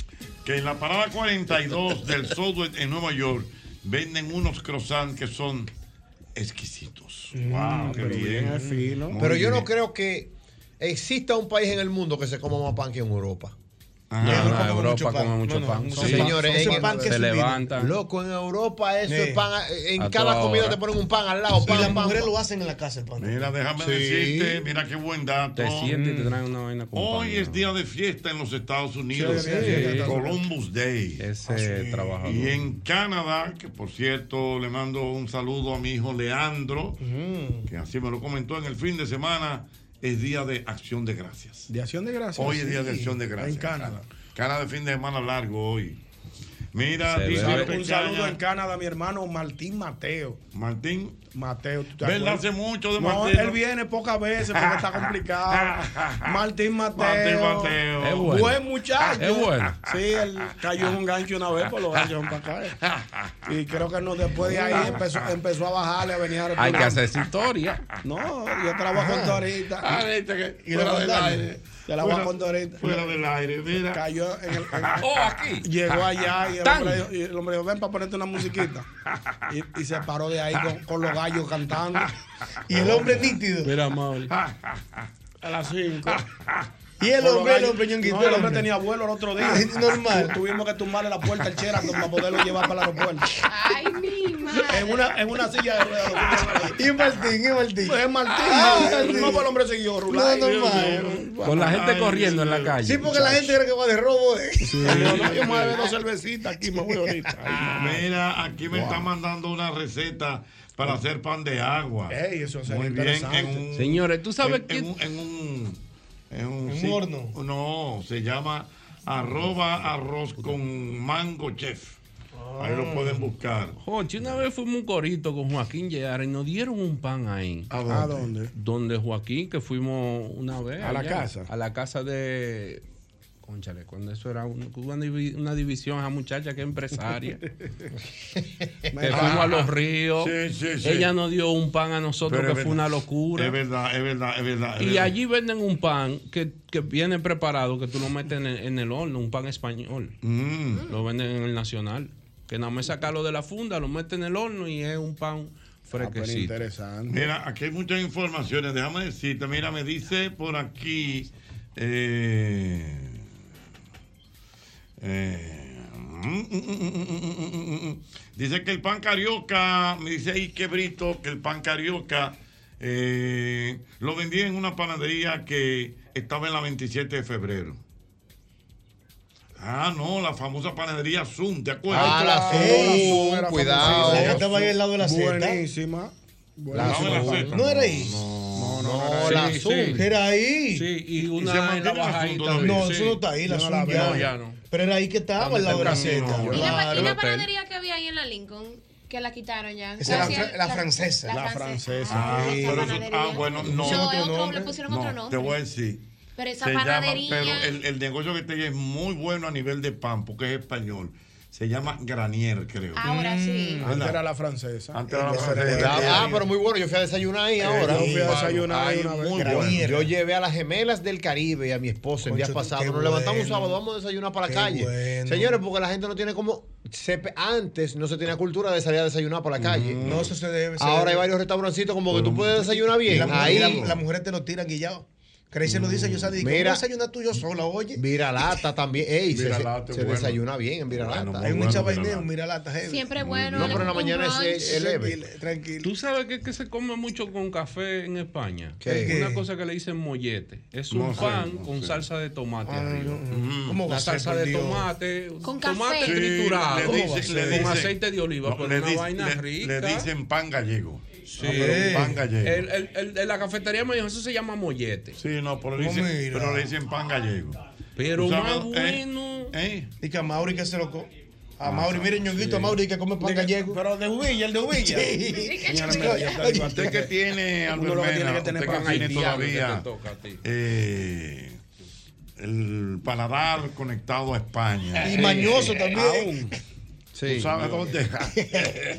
Que en la parada 42 del Southwest en Nueva York venden unos croissants que son exquisitos. Mm, wow, qué pero bien. bien, es fino. Muy Pero yo no bien. creo que exista un país en el mundo que se coma más pan que en Europa. Ah, Que no, come en Europa mucho come mucho pan. mucho Sí. Señores, Ese en- pan que Se es vino. levantan. Loco, en Europa eso Sí. es pan. eh, En A cada toda comida hora. te ponen un pan al lado. Y Pan, las pan, mujeres pan. lo hacen en la casa, el pan. Mira, déjame Sí. decirte, mira qué buen dato. Te sientes y te traen una vaina con Hoy pan, es día de fiesta en los Estados Unidos. Sí, sí. Columbus Day. Ese trabajador. Y en Canadá, que por cierto le mando un saludo a mi hijo Leandro, que así me lo comentó en el fin de semana, es día de acción de gracias. De acción de gracias. Hoy es día de Sí, acción de gracias. En Canadá. Cara de fin de semana largo hoy. Mira, Sí, dice un Pecaña, saludo en Canadá a mi hermano Martín Mateo. Martín Mateo, ¿tú te ¿Verdad? acuerdas? Hace mucho de No, Martín, ¿no? él viene pocas veces porque está complicado. Martín Mateo. Martín Mateo. Es bueno. Buen muchacho. Es bueno. Sí, él cayó en un gancho una vez, por lo ganchos para acá. Y creo que no, después de ahí empezó, empezó a bajarle, a venir a Hay que República. hacer esa historia. No, yo trabajo en Dorita. Ah, viste que Y le fuera voy del a aire. Te la voy a Fuera- contar ahorita. fuera del aire, mira. Cayó en el. en- Oh, aquí. Llegó allá y el, Tan. hombre dijo, y el hombre dijo, ven para ponerte una musiquita. Y, y se paró de ahí con, con los gallos cantando. Y el hombre nítido. Mira, Mauri. A las 5. Y el hombre, el hombre, ñonguito, No, el el hombre hombre. tenía vuelo el otro día. Es normal. Tu- Tuvimos que tumbarle la puerta al Sheraton para poderlo llevar para el aeropuerto. Ay, mi madre. En una, en una silla de ruedas. Y Martín, y Martín. Es Martín. Ah, no, Martín. no, pues el hombre siguió No, rulando. normal. Con la gente corriendo en la calle. Sí, porque la gente cree que va de robo. eh. No, no, yo me voy a beber dos cervecitas aquí, me voy ahorita. Mira, aquí me está mandando una receta para hacer pan de agua. Ey, eso sería Muy bien, interesante. en un, Señores, ¿tú sabes en, quién- en un, en un, en un, ¿En sí, un horno? No, se llama arroba arroz con mango chef. Ahí Ah. lo pueden buscar. Jochi, una vez fuimos a un corito con Joaquín Llegar y nos dieron un pan ahí. ¿A dónde? ¿A dónde? Donde Joaquín, que fuimos una vez. ¿A la casa? A la casa de. Conchale, cuando eso era un- una, divi- una división, esa muchacha que es empresaria. que fuimos a los ríos. Sí, sí, sí. Ella nos dio un pan a nosotros Pero es que fue verdad. una locura. Es verdad, es verdad, es verdad. es Y verdad. allí venden un pan que, que viene preparado, que tú lo metes en el, en el horno, un pan español. Mm. Lo venden en el Nacional. Que nada más sacarlo de la funda, lo meten en el horno y es un pan fresquecito. Ah, interesante. Mira, aquí hay muchas informaciones. Déjame decirte. Mira, me dice por aquí. eh, eh, mm, mm, mm, mm, mm, mm, mm. dice que el pan carioca. Me dice ahí que brito que el pan carioca eh, lo vendía en una panadería que estaba en la 27 de febrero. Ah, no, la famosa panadería Zoom, ¿te acuerdas? Ah, la Zoom, era famosísima. cuidado. La que estaba ahí al lado de la Zeta. Buenísima. La Zoom. No era ahí. No, no, la Sí, Zoom. sí. Era ahí. Sí, y una en la bajadita también. No, Sí. eso no está ahí, la No, Zoom ya. la veo, ya no. Pero era ahí que estaba, al lado de la También, Zeta. no. Y la, pa- y la Claro. panadería que había ahí en la Lincoln, que la quitaron ya. Esa era la Hacían fra- la francesa. La, La francesa. francesa. Ah, Sí. pero eso- Panadería. ah, bueno, no. No, es otro, le pusieron No, otro nombre. Te voy a decir. Pero esa Se llama- panadería. pero el, el negocio que tiene es muy bueno a nivel de pan, porque es español. Se llama Granier, creo. Ahora sí. Antes era la francesa. Mm. Antes era la Ah, ah, pero muy bueno. Yo fui a desayunar ahí Eh, ahora. yo fui a Bueno, desayunar ahí ay, una vez. muy Granier. bueno. Yo llevé a las gemelas del Caribe a mi esposa el día pasado. Nos levantamos un sábado, vamos a desayunar para la calle. Señores, porque la gente no tiene como. se- antes no se tenía cultura de salir a desayunar para la calle. Mm. No, eso se debe. se Ahora debe. hay varios restaurancitos como que tú puedes desayunar bien. Y la- ahí. y la- Las mujeres te lo tiran guillado. Craig se lo dice, yo salí. Mira. Mira, desayunas tú yo sola, oye. Viralata también. Ey, se- Viralata, se, se bueno. desayuna bien en Viralata. Hay un chabaineo, mira lata heavy. Siempre bueno. Mm, No, le pero en la un mañana es- brunch. es- es leve. Tranquilo. ¿Tú sabes qué que se come mucho con café en España? ¿Qué? Es Una ¿Qué? cosa que le dicen mollete. Es un No sé, pan no con sé. salsa de tomate Ah, arriba. no. ¿Cómo ¿Cómo va la a ser, salsa por de Dios? tomate. Con tomate café. triturado. Le dicen- le dicen- con aceite de oliva. no, pero le una dic- vaina le- rica. le dicen pan gallego. Sí. Ah, pero pan gallego. El- el- el de la cafetería me dijo, eso se llama mollete. Pues Sí, no, pero le dicen, mira. pero le dicen pan gallego. Pero ¿Tú más sabes, eh? Ah, bueno. Ah, Y que a Mauri que se lo come. A Mauri, miren, ñonguito, a Mauri que come pan gallego. Pero de Ubilla, el de Ubilla. Usted que tiene, Uno Albert lo que Mena, tiene que tener usted que pan tiene haitiano que te todavía toca a ti. eh, el paladar conectado a España. Y mañoso también. Aún. Sí. ¿Tú sabes dónde,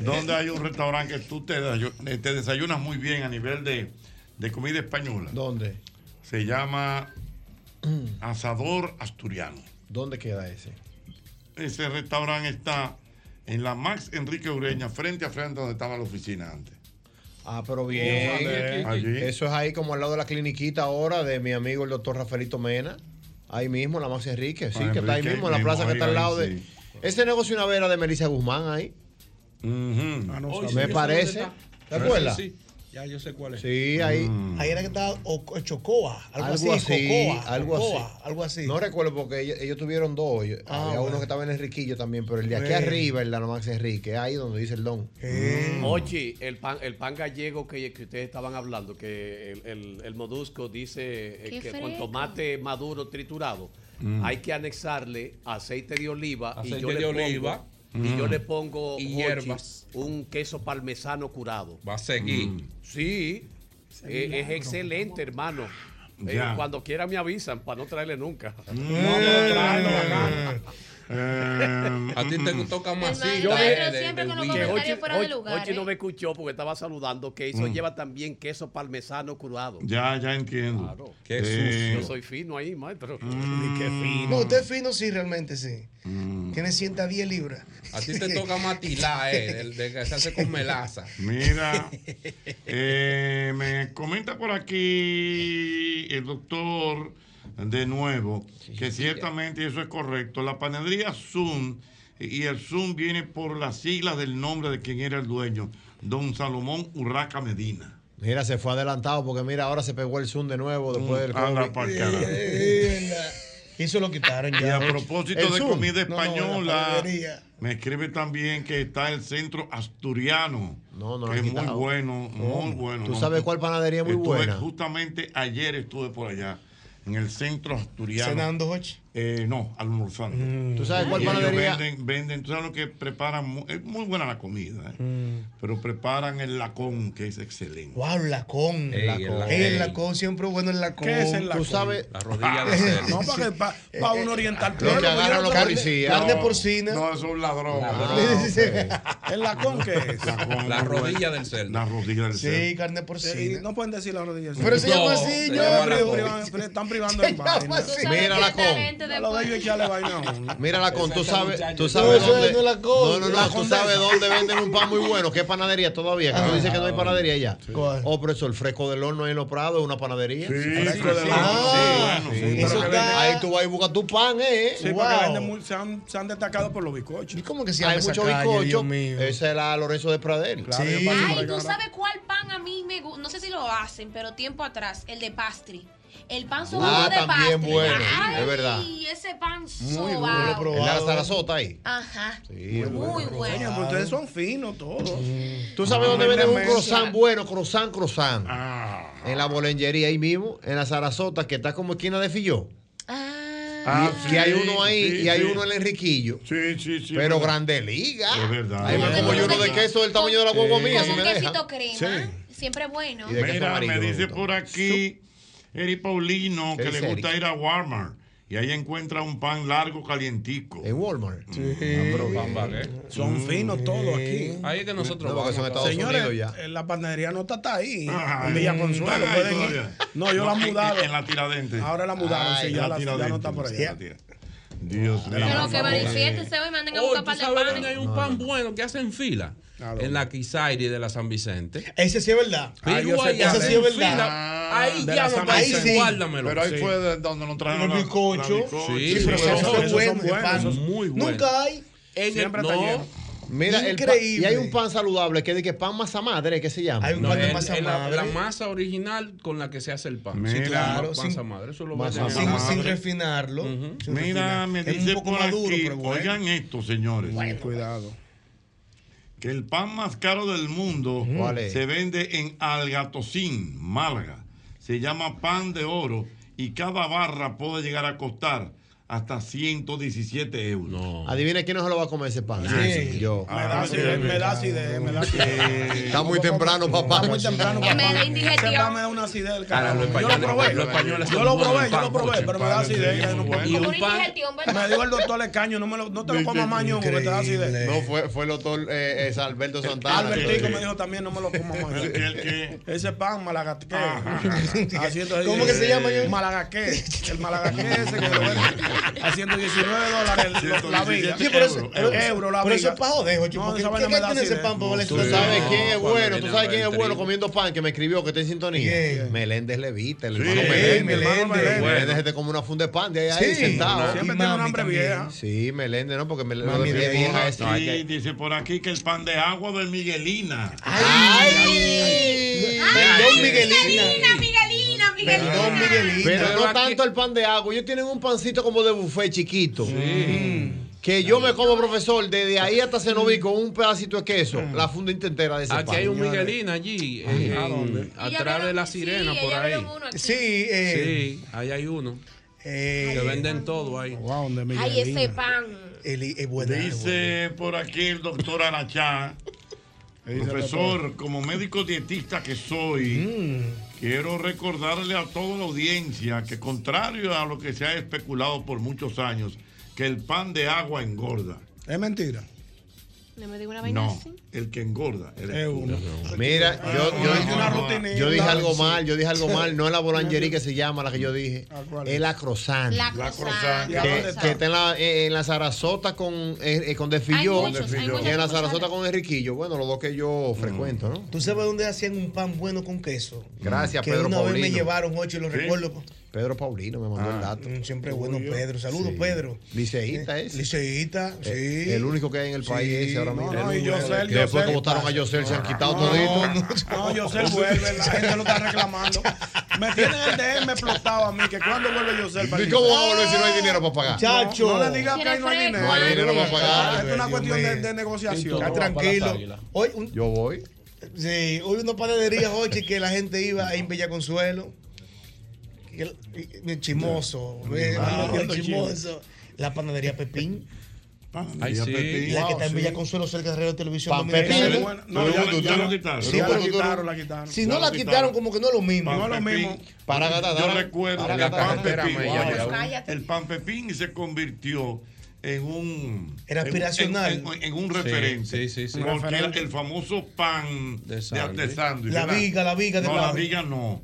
dónde hay un restaurante que tú te, dayo- eh, te desayunas muy bien a nivel de, de comida española? ¿Dónde? Se llama Asador Asturiano. ¿Dónde queda ese? Ese restaurante está en la Max Enrique Ureña, frente a frente donde estaba la oficina antes. Ah, pero bien. Ojalá. Allí. Eso es ahí como al lado de la cliniquita ahora de mi amigo el doctor Rafaelito Mena. Ahí mismo, en la Max Enrique, sí, Ah, que está ahí Enrique, mismo, en la mismo, plaza que está ahí, al lado ahí, de. Ese negocio una vez era de Melissa Guzmán ahí. Ah, Hoy sí, yo sé me dónde parece. está. ¿Te acuerdas? Sí, sí. Ya yo sé cuál es. Sí, ahí. Mm. Ahí era que estaba o- o Chocoa, algo, así, Cocoa, algo Cocoa, así. algo así. No recuerdo porque ellos, ellos tuvieron dos. Ellos- Ah, había bueno. uno que estaba en Enriquillo también, pero el de aquí Bueno. arriba, el de la Max Enrique, ahí donde dice el don. Mm. Oye, el pan, el pan gallego que, que ustedes estaban hablando, que el, el- el modusco dice eh, Qué que con fresco. tomate maduro triturado Mm. hay que anexarle aceite de oliva Aceite y yo de le pongo, oliva. y yo Mm. le pongo Y Jochi, hierbas. un queso parmesano curado. Mm. Va a seguir. Sí, eh, es milagro. excelente, hermano. Eh, Ya. cuando quiera me avisan para no traerle nunca. a ti Mm. Em, te toca más. ¿eh? Sí, sí, yo de- de- de- de- de de Wii. Wii. Ochi- fuera de Ochi- lugar, Ochi ¿eh? no me escuchó porque estaba saludando que eso Mm. lleva también queso parmesano curado. Ya, ya entiendo. Qué Mm. Eh, Yo soy fino ahí, maestro. No, usted es fino, sí, realmente sí. Tiene 110 libras. A ti te toca más tilá, eh, el de que se hace con melaza. Mira, eh, me comenta por aquí el doctor de nuevo que ciertamente eso es correcto. La panadería Zoom y el Zoom viene por las siglas del nombre de quien era el dueño, don Salomón Urraca Medina. Mira, se fue adelantado porque mira, ahora se pegó el Zoom de nuevo Mm. después del Anda COVID. pa'l carajo. Eso lo quitaron ya. Y a Ochi. propósito El de Zoom. comida No, no, la española, panadería. me escribe también que está el centro asturiano, no lo que han es muy quitado. bueno, muy No, bueno. ¿Tú ¿no? sabes cuál panadería es muy Estuve- buena? Justamente ayer estuve por allá, en el centro asturiano. Cenando, Jochi. Eh, no, almorzando. Mm. ¿Tú sabes cuál Y ellos panadería? Venden, venden, tú sabes lo que preparan, mu- es muy buena la comida, eh, pero preparan el lacón, que es excelente. Wow, lacón. Ey, el lacón. El Mm. lacón, siempre bueno el lacón. ¿Qué es el Tú lacón? Eh, sabes. La rodilla de cerdo. No, para que- pa- pa' uno orientar Lo pueblo, que porque yo agarran no los tengo- policías. Carne Carne por- porcina. No, eso es ladrón. ¿El lacón qué es? La rodilla del cerdo. La rodilla del cerdo. Sí, carne porcina. no pueden decir la rodilla. Pero se llama así, se yo- llama Pri- lacón. pri- pri- Están privando Se el llama vaina. así. Mira la lacón. No lo dejo echarle vaina a uno. Mira la con, tú Ese sabes, muchacho. tú sabes No, eso dónde, no es la con, no, no, la no, tú condesa. sabes dónde venden un pan muy bueno, qué panadería todavía, Ah, que tú dices que no hay panadería ya. ¿Cuál? Oh, pero eso, el fresco del horno en los prados es una panadería. Sí, Fresco sí, del sí, Horno. sí, Ah, bueno, sí, sí, pero eso que está- venden- Ahí tú vas y buscas tu pan, eh. Sí, Wow. porque venden muy- se, han, se han destacado por los bizcochos. ¿Cómo que se llama Hay esa mucho calle, bizcocho. Dios mío? Esa era Lorenzo de Pradel. Claro, Ay, tú sabes cuál pan a mí me gusta. No sé si lo hacen, pero tiempo atrás, el de pastry. El pan sobado Ah, de también pastel. bueno. Ay, Es verdad. ese pan Muy sobado. bueno. En la zarazota ahí. Ajá. Sí, es bueno. Muy bueno. Coño, pues ustedes son finos todos. ¿Tú sabes dónde venden un Tremendo. croissant bueno? Croissant, croissant. En la bolengería ahí mismo, en la Sarasota, que está como esquina de Filló. Ah, y, sí, que hay uno ahí sí, y hay sí. uno en el Enriquillo. Sí, sí, sí. Pero verdad. grande liga. Es verdad. Ahí me como yo uno de queso del tamaño de la guagua mía, si Un me quesito dejan. crema. Siempre bueno. Mira, me dice por aquí Eri Paulino que le dice gusta ir a Walmart y ahí encuentra un pan largo calientico. Mm. Ah, ¿En Walmart? Sí. Son Mm. finos todos aquí. Ahí es que nosotros Señores, vamos. Señores, eh, la panadería no está, está ahí. en Villa ay, Consuelo. ay, pueden ir. todavía. No, yo la en- mudaron. En la tiradente. Ahora la mudaron, sí, ya la- ya no está por allá. Dios mío. Pero que favor. manifiéstense hoy, manden a Hoy, buscar Oh, ¿tú pan de sabes dónde hay pan. un pan bueno que hacen fila? En la Quisairi de la San Vicente. Ese sí es verdad. Ah, Pero yo sé allá, cuál es. Ese sí es en verdad. fila, ahí De la llaman San para Vicente. decir, guárdamelo. Pero ahí fue de- donde nos Los trajeron la- la bizcochos. bizcocho. Sí, pero Pero esos son esos buenos, son buenos, pan esos- muy bueno. Nunca hay. En Siempre el, está lleno. no, Mira, el pan- Increíble. y hay un pan saludable que es de que pan masa madre, ¿qué se llama? No, el- el- la, la masa original con la que se hace el pan. Mira. masa Sin- madre. Eso lo masa venden. madre. Sin- sin refinarlo. sin Mira, refinar. me Es un dice poco por más duro, aquí, pero bueno. oigan esto, señores. cuidado. Que el pan más caro del mundo ¿Cuál es? se vende en Algatocín, Málaga. Se llama pan de oro y cada barra puede llegar a costar hasta 117 euros. Ah, Adivina quién no se lo va a comer ese pan. Sí. Yo. Me da acidez, me da acidez, me da acidez. Está muy temprano, papá. Está muy temprano. papá. Me da Ese indigestión. pan me da una acidez del Ahora, carajo. los Yo lo españoles- probé. los españoles Yo son lo buenos probé, en yo pan, lo probé, coche, pero me da pan, acidez. sí, que no bueno. puedo. Y un pan- Me dijo el doctor Lecaño, no, me lo, no te lo comas más, ñongo, que te da acidez. No, fue, fue el doctor eh, es Alberto Santana. Albertico me dijo también, no me lo comas más. Ese pan malagaque. Haciendo ahí- ¿Cómo que se llama, ñongo? Malagaque. El malagaque ese que lo venden a 119 dólares el- la viga. Sí, pero eso- pero- Euro la pero eso viga. es pa' joder, Jochi, No, porque esa ¿qué- vaina qué me da tiene ese acidez. pan pa' valer ¿Tú Sí. sabes quién es Cuando bueno? viene ¿Tú a sabes ver quién el es bueno trigo. comiendo pan que me escribió que está en sintonía? Meléndez Levita, el Sí, hermano Meléndez, Meléndez. Meléndez. Meléndez, Bueno. se te come una funda de pan de ahí, Sí. ahí sentado. Siempre Y tiene un mami hambre también. vieja. Sí, Meléndez, no, porque Meléndez Mami, lo de dice, vieja por es. aquí, dice por aquí que el pan de agua de Miguelina. ¡Ay! Perdón, Miguelina. Miguelina, Miguelina, Miguelina. Perdón, Miguelina. Pero no tanto el pan de agua. Ellos tienen un pancito como de buffet chiquito. Mm. Que yo me como, profesor, desde ahí hasta Cenobico, un pedacito de queso, la funda entera de ese Aquí pan. hay un Miguelina allí, en- ¿a dónde? en- Ella atrás de abrió- la sí, sirena, ella por abrió ahí. uno aquí. Sí, eh. sí, ahí hay uno. que venden todo ahí. Ay, ese pan. Dice por aquí el doctor Arachá, profesor, como médico dietista que soy, Mm. quiero recordarle a toda la audiencia que contrario a lo que se ha especulado por muchos años, que el pan de agua engorda. Es mentira. No me digo una vaina No, así. el que engorda eres tú. Ah, Mira, yo, yo- yo dije algo mal, yo dije algo mal. No es la bolangería que se llama la que yo dije. Es la croissant. La La croissant. croissant. Que, que está en la, eh, en la Sarasota con, eh, eh, con Desfilló. Hay muchos, Y hay muchas en la croissants. Sarasota con Enriquillo. Bueno, los dos que Mm. yo frecuento, ¿no? ¿Tú sabes dónde hacían un pan bueno con queso? Gracias, que Pedro una vez me Paulino. llevaron, ocho, y lo ¿Sí? recuerdo. Pedro Paulino me mandó el dato. Mm, Siempre bueno, Pedro. Saludos, Sí. Pedro. Eh, Liceísta es. Liceísta, sí. El único que hay en el país ese ahora mismo. no, y Yosel, Que después Yosel. que votaron a Yosel, se han quitado No, todito. No, Yosel vuelve, la gente lo está reclamando. Me tienen el DM explotado a mí, que cuando vuelve Yosel para ¿Y cómo va a volver si no hay dinero para pagar? Chacho. No, le digas que ahí no hay dinero. No hay dinero para pagar. Es una cuestión de, de negociación. Está Ah, tranquilo. Hoy, un- Yo voy. sí, hoy una panadería, Jochi, que la gente iba ahí en Bella Consuelo. Y el- y- y Chimoso. eh, Ah, el chimo. chimoso. La panadería Pepín. Ay, sí. Pepín. La que está Wow, en sí. Villa Consuelo cerca de Radio Televisión Pan Dominicana. Pepín. Bueno, no, Pero ya- bueno, ya ya lo lo quitaron. Sí, quitaron. pero La tú- quitaron, la quitaron. Si Ya no lo la quitaron. quitaron, como que no es lo mismo. Pan Pepín. Para gatar, Yo dale. recuerdo Para que el gatar, pan espérame, Pepín, ya, wow, ya. eso- Cállate. el pan Pepín se convirtió en un Era en- aspiracional. en, en- en un Sí, referente. sí, sí, sí. Porque Un referente. el famoso pan de, de sándwich. La ¿verdad? viga, la viga de No, la pan. viga no.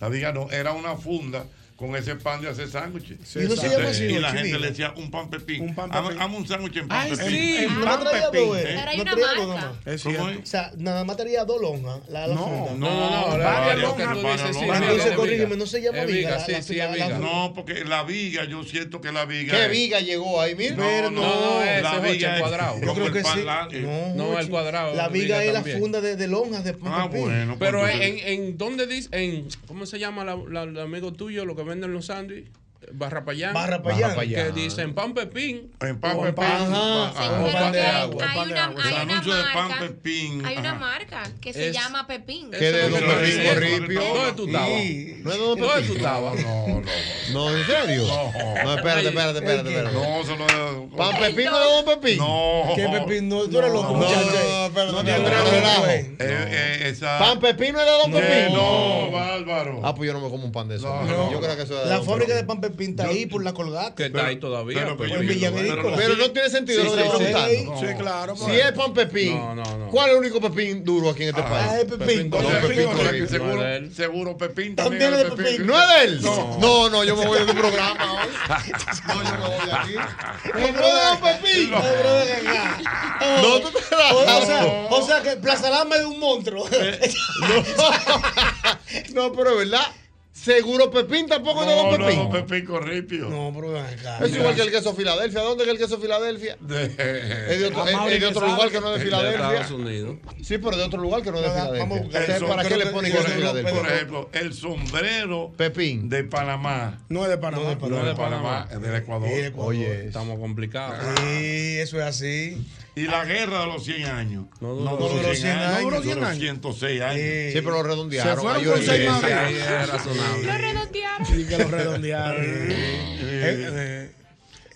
La viga no. Era una funda con ese pan de hacer sándwiches. Sí, ¿Y no se llama así, Y la Chimil? gente le decía un pan pepín. Un pan Hazme- pepín. hazme un sándwich en pan Ay, pepín. sí, En ah, pan no traía pepín, dos, ¿eh? Pero hay una marca. Es ¿Cómo es? O sea, nada más tenía dos lonjas. La, la No, fruta. no, no, no, Varias varias lonjas, lonjas, tú varias dices, sí, lonjas. sí, Entonces, corrígeme, no se llama viga. la- la- la- la- la- No, porque la viga, yo siento que la viga. ¿Qué es- viga llegó ahí? Mira. No, no, ese la es ocho, viga el es cuadrado. Yo como creo el que pan sí. largo. No, al cuadrado. La viga es la también. funda de, de lonjas de pan Ah, pepín. Pero en, en, en dónde dice, en cómo se llama la, la- el amigo tuyo, lo que venden los sándwiches, Barrapayán. Barrapayán. Que dicen pan pepín. En pan O pepín. pan- Ajá. o O pan de agua. Hay una, O sea, hay una anuncio de pan marca. pepín. Hay una Ajá. marca que se Es- llama Pepín. Que de Don Francisco Ripio. ¿Dónde tú estabas? Sí. ¿No es donde tú- ¿Dónde tú estabas? No, no. No, ¿en serio? No, espérate, espérate, espérate. espérate. No, eso no es. ¿Pan Pepín no era Don Pepín? No. ¿Qué pepín? No, tú eres loco, No, muchacho. no, espérate, No, espérate, no, no, no, relajo. Eh, eh, esa- ¿Pan Pepín no era Don No, Pepín? no, bárbaro. Ah, pues yo no me como un pan de eso. no. Yo creo que eso era de La Don fábrica de pan pepín está ahí por la colgata. Que está ahí todavía. pero- pues. pero- Pero no tiene sentido Sí, lo que sí, estoy sí. preguntando. Sí, claro, Si pues. es pan pepín, No, no, no. ¿cuál es el único pepín duro aquí en este país? Ah, es Pepín. Don Entonces, Pepín Pepín, Correa. seguro- No es de él. Seguro Pepín también. también es de Pepín. ¿No es de él? No, no, yo me voy de tu programa hoy. El brother de Pepín. No. El brother de acá. No, tú te la- O- o sea- O sea que Plaza Lama es un monstruo. No, pero es verdad. Seguro Pepín tampoco es de Don Pepín. No, Pepín Corripio. No, bro, acá. Es igual que el queso Filadelfia. ¿Dónde es el queso Filadelfia? Es de otro, es- es de otro lugar que no es de Filadelfia. Estados Unidos. Sí, pero de otro lugar que no es de Vamos a Filadelfia. buscar Entonces, eso. ¿Para qué Creo le que- ponen por queso ejemplo, Filadelfia? Por ejemplo, el sombrero Pepín. de Panamá. No es de Panamá. No es de Panamá, es del Ecuador. Sí, de Ecuador. Oye, estamos complicados. Sí, eso es así. Y la guerra de los 100 años. No duró, no duró 100 años. duró No duró 106 años. Sí, pero lo redondearon. Se fueron Ahí con oye, seis sí, más. ahí es razonable. Lo redondearon. Sí, que lo redondearon. Eh,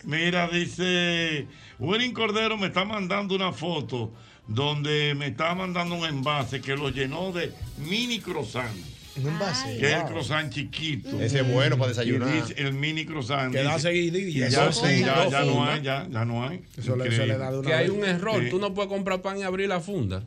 Mira, dice Willing Cordero me está mandando una foto donde me está mandando un envase que lo llenó de mini croissant. Un envase. Que es el Wow. croissant chiquito. Ese es bueno para desayunar. Y dice, el mini croissant. Que da dice, seguidilla. y Eso Ya, es sí, ya, funda. ya no Funda. hay, ya, ya no hay. Eso le- eso le da de una Que hay vez. un error. Sí. Tú no puedes comprar pan y abrir la funda.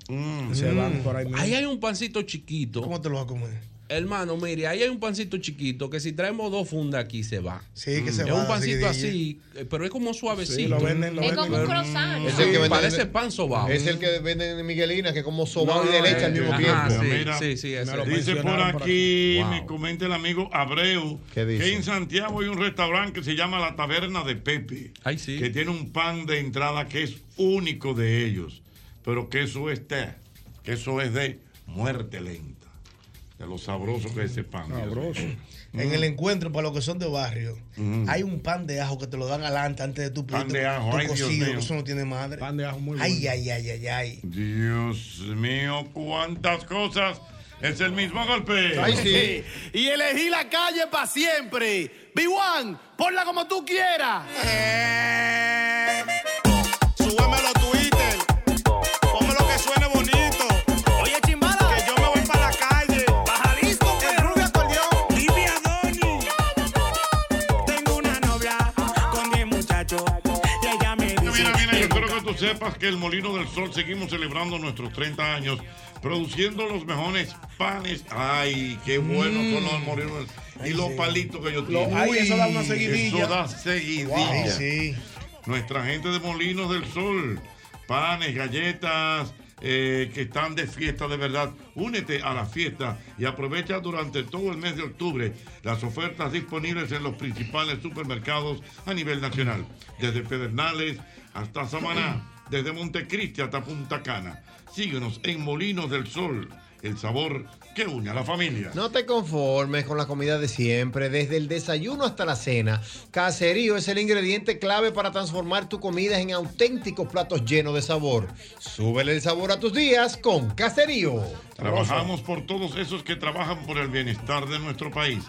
Se van Mm. por ahí mismo. Ahí hay un pancito chiquito. ¿Cómo te lo vas a comer? Hermano, mire, ahí hay un pancito chiquito que si traemos dos fundas aquí se va. Sí, que se Es va, un pancito así que así, eh, pero es como suavecito. Sí, lo venden, lo Es venden. como un croissant. Es el que venden- Parece pan sobao. Es el que venden en Miguelina, que como sobao No, y de leche al mismo ajá, tiempo. sí, Mira, sí, sí, ese. me lo Dice por mencionaron por aquí, aquí. me comenta el amigo Abreu, ¿Qué dice? que en Santiago hay un restaurante que se llama La Taberna de Pepe, que tiene un pan de entrada que es único de ellos, pero que eso está, que eso es de muerte lenta, de lo sabroso que es ese pan. Sabroso. En Mm. el encuentro, para los que son de barrio, hay un pan de ajo que te lo dan adelante antes de tu Pan pedirte de ajo, tu ay, Dios cocido, mío. que eso no tiene madre. Pan de ajo muy Ay, ay, ay, ay, ay. Dios mío, cuántas cosas. Es el mismo golpe. y elegí la calle para siempre. B1, ponla como tú quieras. Súbeme los Eh. Twitter. Ponme lo que suene bonito. Oye, chimbala. Que yo me voy para la calle. Bajalisco, el rubio acordeón. Dime Adonis. Tengo una novia con mi muchacho. Y ella me dice. Mira, mira, yo creo que tú sepas que el Molino del Sol seguimos celebrando nuestros 30 años, produciendo los mejores panes. Ay, qué buenos son los Molino del Sol. Y los palitos que yo tengo. ay, eso da una seguidilla. Eso da seguidilla. Wow. Sí. Nuestra gente de Molinos del Sol, panes, galletas. eh, que están de fiesta de verdad. Únete a la fiesta y aprovecha durante todo el mes de octubre las ofertas disponibles en los principales supermercados a nivel nacional, desde Pedernales hasta Samaná, desde Montecristi hasta Punta Cana. Síguenos en Molinos del Sol, el sabor que une a la familia. No te conformes con la comida de siempre, desde el desayuno hasta la cena. Caserío es el ingrediente clave para transformar tu comida en auténticos platos llenos de sabor. Súbele el sabor a tus días con Caserío. Trabajamos por todos esos que trabajan por el bienestar de nuestro país.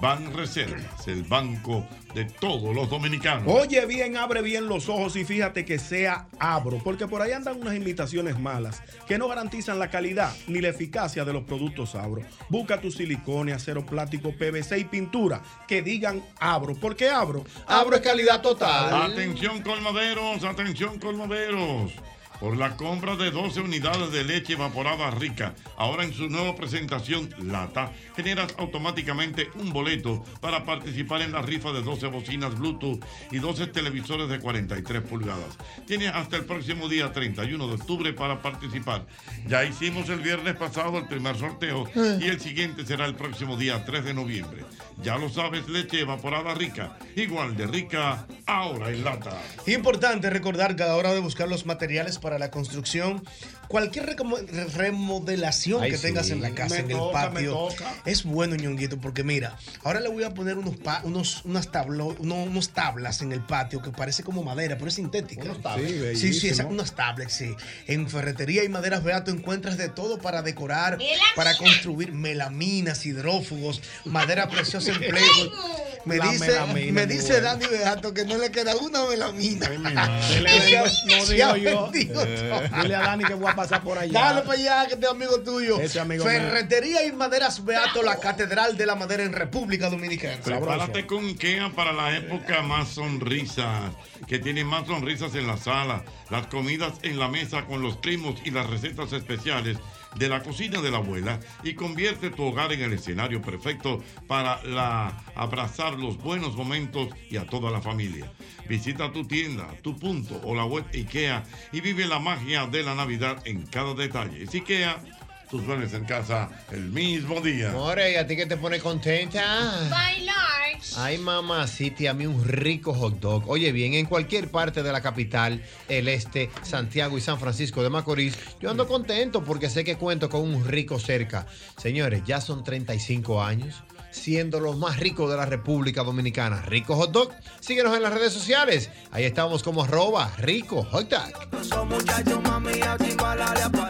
Ban Reservas, el banco de todos los dominicanos. Oye bien, abre bien los ojos y fíjate que sea Abro, porque por ahí andan unas imitaciones malas que no garantizan la calidad ni la eficacia de los productos Abro. Busca tu silicone, acero plástico, PVC y pintura que digan Abro, porque Abro, Abro es calidad total. Atención colmaderos, atención colmaderos. por la compra de 12 unidades de leche evaporada rica. Ahora en su nueva presentación Lata, generas automáticamente un boleto para participar en la rifa de 12 bocinas Bluetooth y 12 televisores de 43 pulgadas. Tienes hasta el próximo día 31 de octubre para participar. Ya hicimos el viernes pasado el primer sorteo y el siguiente será el próximo día 3 de noviembre. Ya lo sabes, leche evaporada rica, igual de rica ahora en lata. Importante recordar que a la hora de buscar los materiales para la construcción, cualquier recomo- re- remodelación Ay, que sí. tengas en la casa, Me en el toca, me patio, toca. es bueno, ñonguito, porque mira, ahora le voy a poner unos, pa- unos, unas, tablo- uno- unos tablas en el patio que parece como madera, pero es sintética. tablets. Sí, Sí, sí, bellísimo. esa- unas tablets, sí. En ferretería y maderas Beato encuentras de todo para decorar, para construir melaminas, hidrófugos, madera preciosa en Playboy. Me La dice, melamina me es muy dice buena. Dani Beato que no le queda una melamina. Yo le Se digo- ha- no se digo ha yo. vendido Eh. todo. Dile a Dani que voy a pasar por allá. Dale para allá, que este amigo tuyo. Ese amigo mío. Ferretería y Maderas Beato, la Catedral de la Madera en República Dominicana. Prepárate con IKEA para la época más sonrisas, que tiene más sonrisas en la sala, las comidas en la mesa con los primos y las recetas especiales de la cocina de la abuela y convierte tu hogar en el escenario perfecto para la- abrazar los buenos momentos y a toda la familia. Visita tu tienda, tu punto o la web IKEA y vive la magia de la Navidad en cada detalle. Es IKEA, tus sueños en casa el mismo día. More, ¿y a ti que te pone contenta? Bailar. Ay, mamacita, a mí un rico hot dog. Oye, bien, en cualquier parte de la capital, el este, Santiago y San Francisco de Macorís, yo ando contento porque sé que cuento con un rico cerca. Señores, ya son 35 años siendo los más ricos de la República Dominicana. Rico hot dog, síguenos en las redes sociales. Ahí estamos como arroba rico hot dog.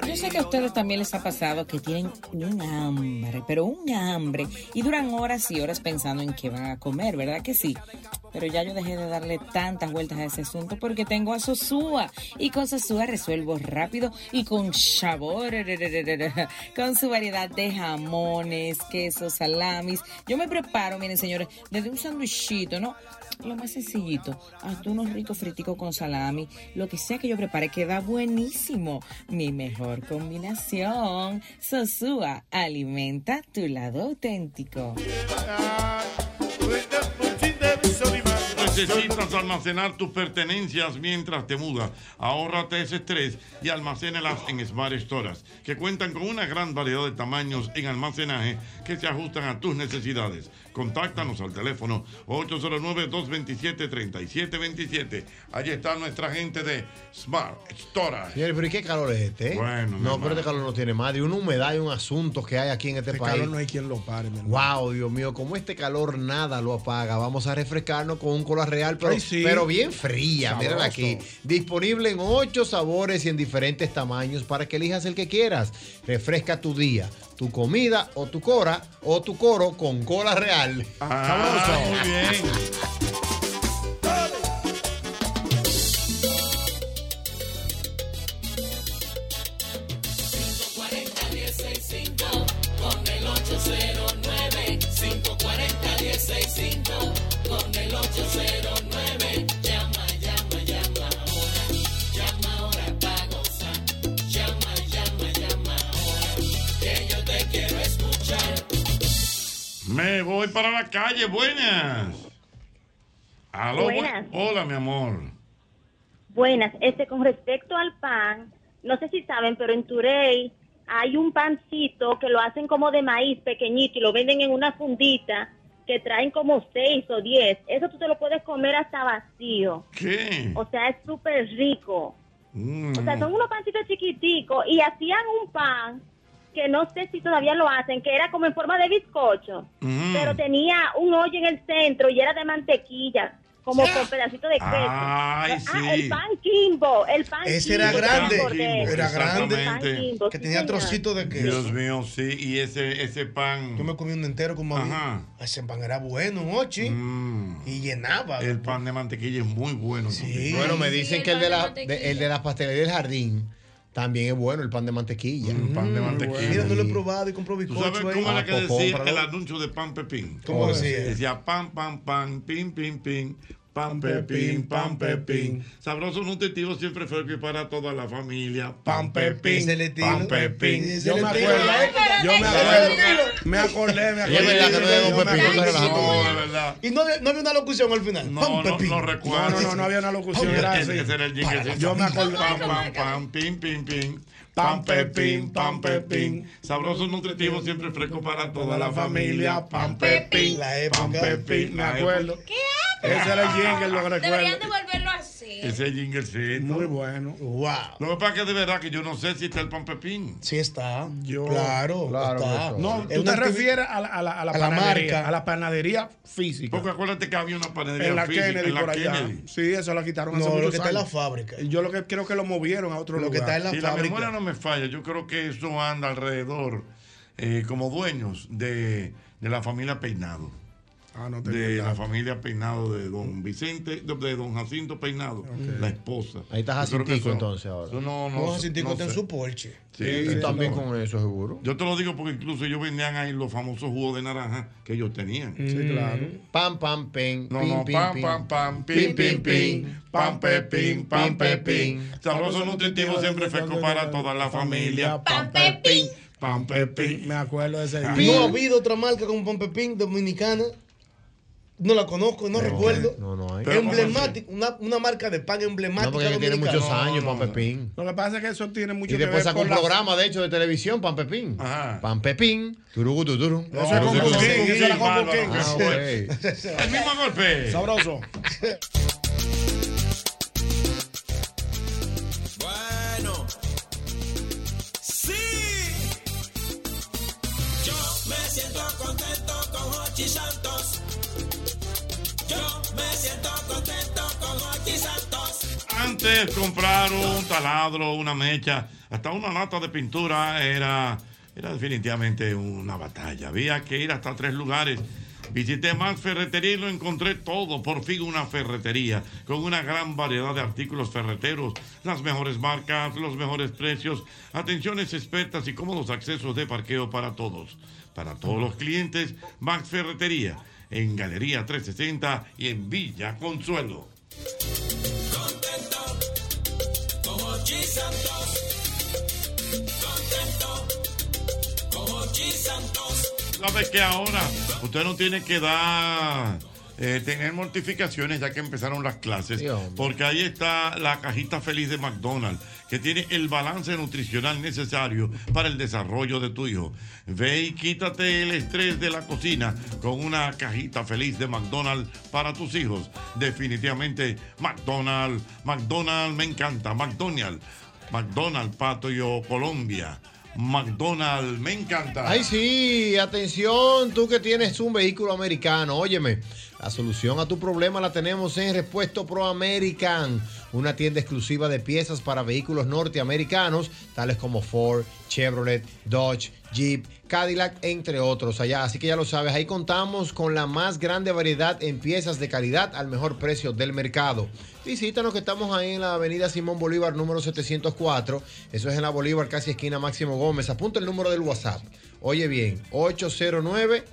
Yo sé que a ustedes también les ha pasado que tienen un hambre, pero un hambre, y duran horas y horas pensando en qué van a comer, ¿verdad que sí? Pero ya yo dejé de darle tantas vueltas a ese asunto porque tengo a Sosúa. Y con Sosúa resuelvo rápido y con sabor. Con su variedad de jamones, quesos, salamis. Yo me preparo, miren señores, desde un sanduichito, ¿no? Lo más sencillito, hasta unos ricos friticos con salami, lo que sea que yo prepare queda buenísimo. Mi mejor combinación. Sosúa, alimenta tu lado auténtico. Necesitas almacenar tus pertenencias mientras te mudas. Ahórrate ese estrés y almacénalas en Smart Storage, que cuentan con una gran variedad de tamaños en almacenaje que se ajustan a tus necesidades. Contáctanos al teléfono 809-227-3727. Allí está nuestra gente de Smart Storage. Señores, pero ¿y qué calor es este? eh? Bueno, mi no, hermano. pero este calor no tiene madre. Una humedad y un asunto que hay aquí en este, Este país. calor no hay quien lo pare, mi hermano. Wow, Dios mío, como este calor nada lo apaga. Vamos a refrescarnos con un cola real, pero, Ay, sí. pero bien fría. Sabroso. Miren aquí. Disponible en ocho sabores y en diferentes tamaños para que elijas el que quieras. Refresca tu día, tu comida o tu cora o tu coro con cola real. Sabroso. Ah, muy bien. Con el 809 540 165 Con el 809 Llama, llama, llama ahora Llama ahora para gozar Llama, llama, llama ahora Que yo te quiero escuchar Me voy para la calle, buenas. Aló, bu- Buenas. Hola, mi amor. Buenas, este con respecto al pan, no sé si saben, pero en Turey hay un pancito que lo hacen como de maíz pequeñito y lo venden en una fundita que traen como seis o diez. Eso tú te lo puedes comer hasta vacío. ¿Qué? O sea, es súper rico. Mm. O sea, son unos pancitos chiquiticos y hacían un pan que no sé si todavía lo hacen, que era como en forma de bizcocho, Mm. pero tenía un hoyo en el centro y era de mantequilla, como con pedacito de queso. Ay, Este, Ah, el sí. pan Kimbo, el pan Ese era Kimbo, ya grande, me acordé. era grande, Exactamente. Pan Kimbo, que sí, tenía señor. trocitos de queso. Dios mío, sí, y ese, ese pan. Yo me comí uno entero como a mí. Ese pan era bueno, Ochi. Y llenaba. El pan de mantequilla es muy bueno. también. Bueno, me dicen que el de, la, de- el de las pastelerías del jardín también es bueno, el pan de mantequilla. Mm, pan de mantequilla. Mira, no lo he probado y compro ¿Tú sabes bizcocho ahí. cómo era que Ah, pues, decía cómpralo. el anuncio de pan pepín? ¿Cómo decía? Decía pan, pan, pan, pin, pin, pin, Pan pepín, pan pepín. Sabroso nutritivo siempre fue que para toda la familia. Pan pepín, pan pepín. Yo me acuerdo, yo me acuerdo, me acordé, me acordé. Es verdad que no es Yo me Pepín, acordé. no te relajes. No, es verdad. Y no había, no había una locución al final. No, no, no recuerdo. No, no, no había una locución, Ese- era así. ese era el jingle, sí. Yo me acordé. Pam, pam, pam, pim, pim, pim. Pan pepín, pan pepín. Sabroso nutritivo siempre fresco para toda la familia. Pan pepín, pan pepín. Me acuerdo. Ese era el jingle, lo Deberían recuerdo. de volverlo a hacer. Ese jinglecito. Muy bueno. Wow. Lo que pasa es que de verdad que yo no sé si está el pan pepín. Sí está. Yo, Claro, Claro que está. está. No, Es tú una te activi- refieres a la, a la, a la a la panadería, marca. a la panadería física. Porque acuérdate que había una panadería en la física, Kennedy en la por allá. Kennedy. Sí, eso la quitaron hace No, lo muchos que está en años. la fábrica. Yo lo que creo que lo movieron a otro lugar. si la memoria no me falla, yo creo que eso anda alrededor eh, como dueños de, de la familia Peinado. Ah, no tengo el De la dato. familia Peinado de don Vicente, de, de don Jacinto Peinado, la esposa. Ahí está Yo creo que Jacintico eso- entonces ahora. eso No, no. No, sé, Jacintico no está en sé. su porche. Sí, Y sí, también no. con eso, seguro. Yo te lo digo porque incluso ellos vendían ahí los famosos jugos de naranja que ellos tenían. Mm. Pam, pam, pen. No, pim, no, pim, pam, pim. pam, pam, pim, pim, pim, pam, pepín, pam, pepín. Sabroso nutritivo siempre fresco para toda la familia. Pam, pepín, pam, pepín. Me acuerdo de ese. Ah, No ha habido otra marca como Pan Pepín dominicana. No la conozco, no, recuerdo. No, no hay. Emblemática, una, una marca de pan emblemática. No, porque que tiene dominicana. muchos años, Pan Pepín. Lo que pasa es que eso tiene mucho Y que ver después sacó con un la- programa, de hecho, de televisión, Pan Pepín. Ah. Pan Pepín. Turugu, turum. Eso es con Burquín, eso era con Burquín. Ah, güey. El mismo golpe. Sabroso. Bueno. Sí. Yo me siento contento con Hochi Santos. Yo me siento contento con Hochi Santos. Antes comprar un taladro, una mecha, hasta una lata de pintura era, era definitivamente una batalla. Había que ir hasta tres lugares. Visité más ferretería y lo encontré todo. Por fin una ferretería con una gran variedad de artículos ferreteros, las mejores marcas, los mejores precios, atenciones expertas y cómodos accesos de parqueo para todos. Para todos los clientes, Max Ferretería en Galería 360 y en Villa Consuelo. Contento con Hochi Santos. Contento con Hochi Santos. Sabe que ahora usted no tiene que dar, eh, tener mortificaciones ya que empezaron las clases, porque ahí está la cajita feliz de McDonald's, que tiene el balance nutricional necesario para el desarrollo de tu hijo. Ve y quítate el estrés de la cocina con una cajita feliz de McDonald's para tus hijos. Definitivamente, McDonald's, McDonald's me encanta, McDonald's, McDonald's Patio Colombia. McDonald's, me encanta. Ay, sí, atención, tú que tienes un vehículo americano, óyeme, la solución a tu problema la tenemos en Repuesto Pro American, una tienda exclusiva de piezas para vehículos norteamericanos, tales como Ford, Chevrolet, Dodge, Jeep, Cadillac, entre otros allá. Así que ya lo sabes, ahí contamos con la más grande variedad en piezas de calidad al mejor precio del mercado. Visítanos que estamos ahí en la avenida Simón Bolívar número 704. Eso es en la Bolívar, casi esquina Máximo Gómez. Apunta el número del WhatsApp. Oye bien, 809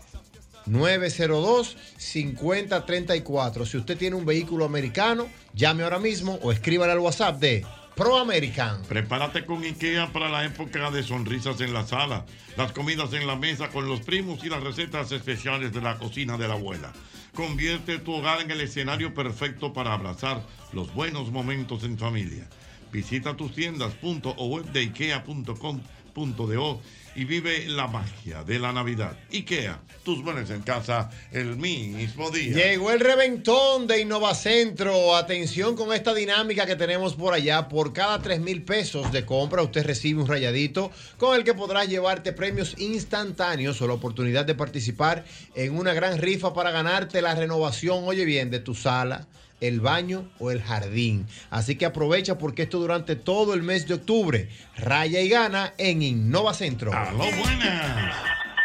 902-5034. Si usted tiene un vehículo americano, llame ahora mismo o escríbale al WhatsApp de Pro American. Prepárate con IKEA para la época de sonrisas en la sala, las comidas en la mesa con los primos y las recetas especiales de la cocina de la abuela. Convierte tu hogar en el escenario perfecto para abrazar los buenos momentos en familia. Visita tus tiendas punto o web de ikea.com.do y vive la magia de la Navidad. IKEA, tus buenos en casa el mismo día. Llegó el reventón de Innovacentro. Atención con esta dinámica que tenemos por allá. Por cada 3 mil pesos de compra, usted recibe un rayadito con el que podrás llevarte premios instantáneos o la oportunidad de participar en una gran rifa para ganarte la renovación, oye bien, de tu sala el baño o el jardín. Así que aprovecha porque esto durante todo el mes de octubre. Raya y gana en Innovacentro. buenas!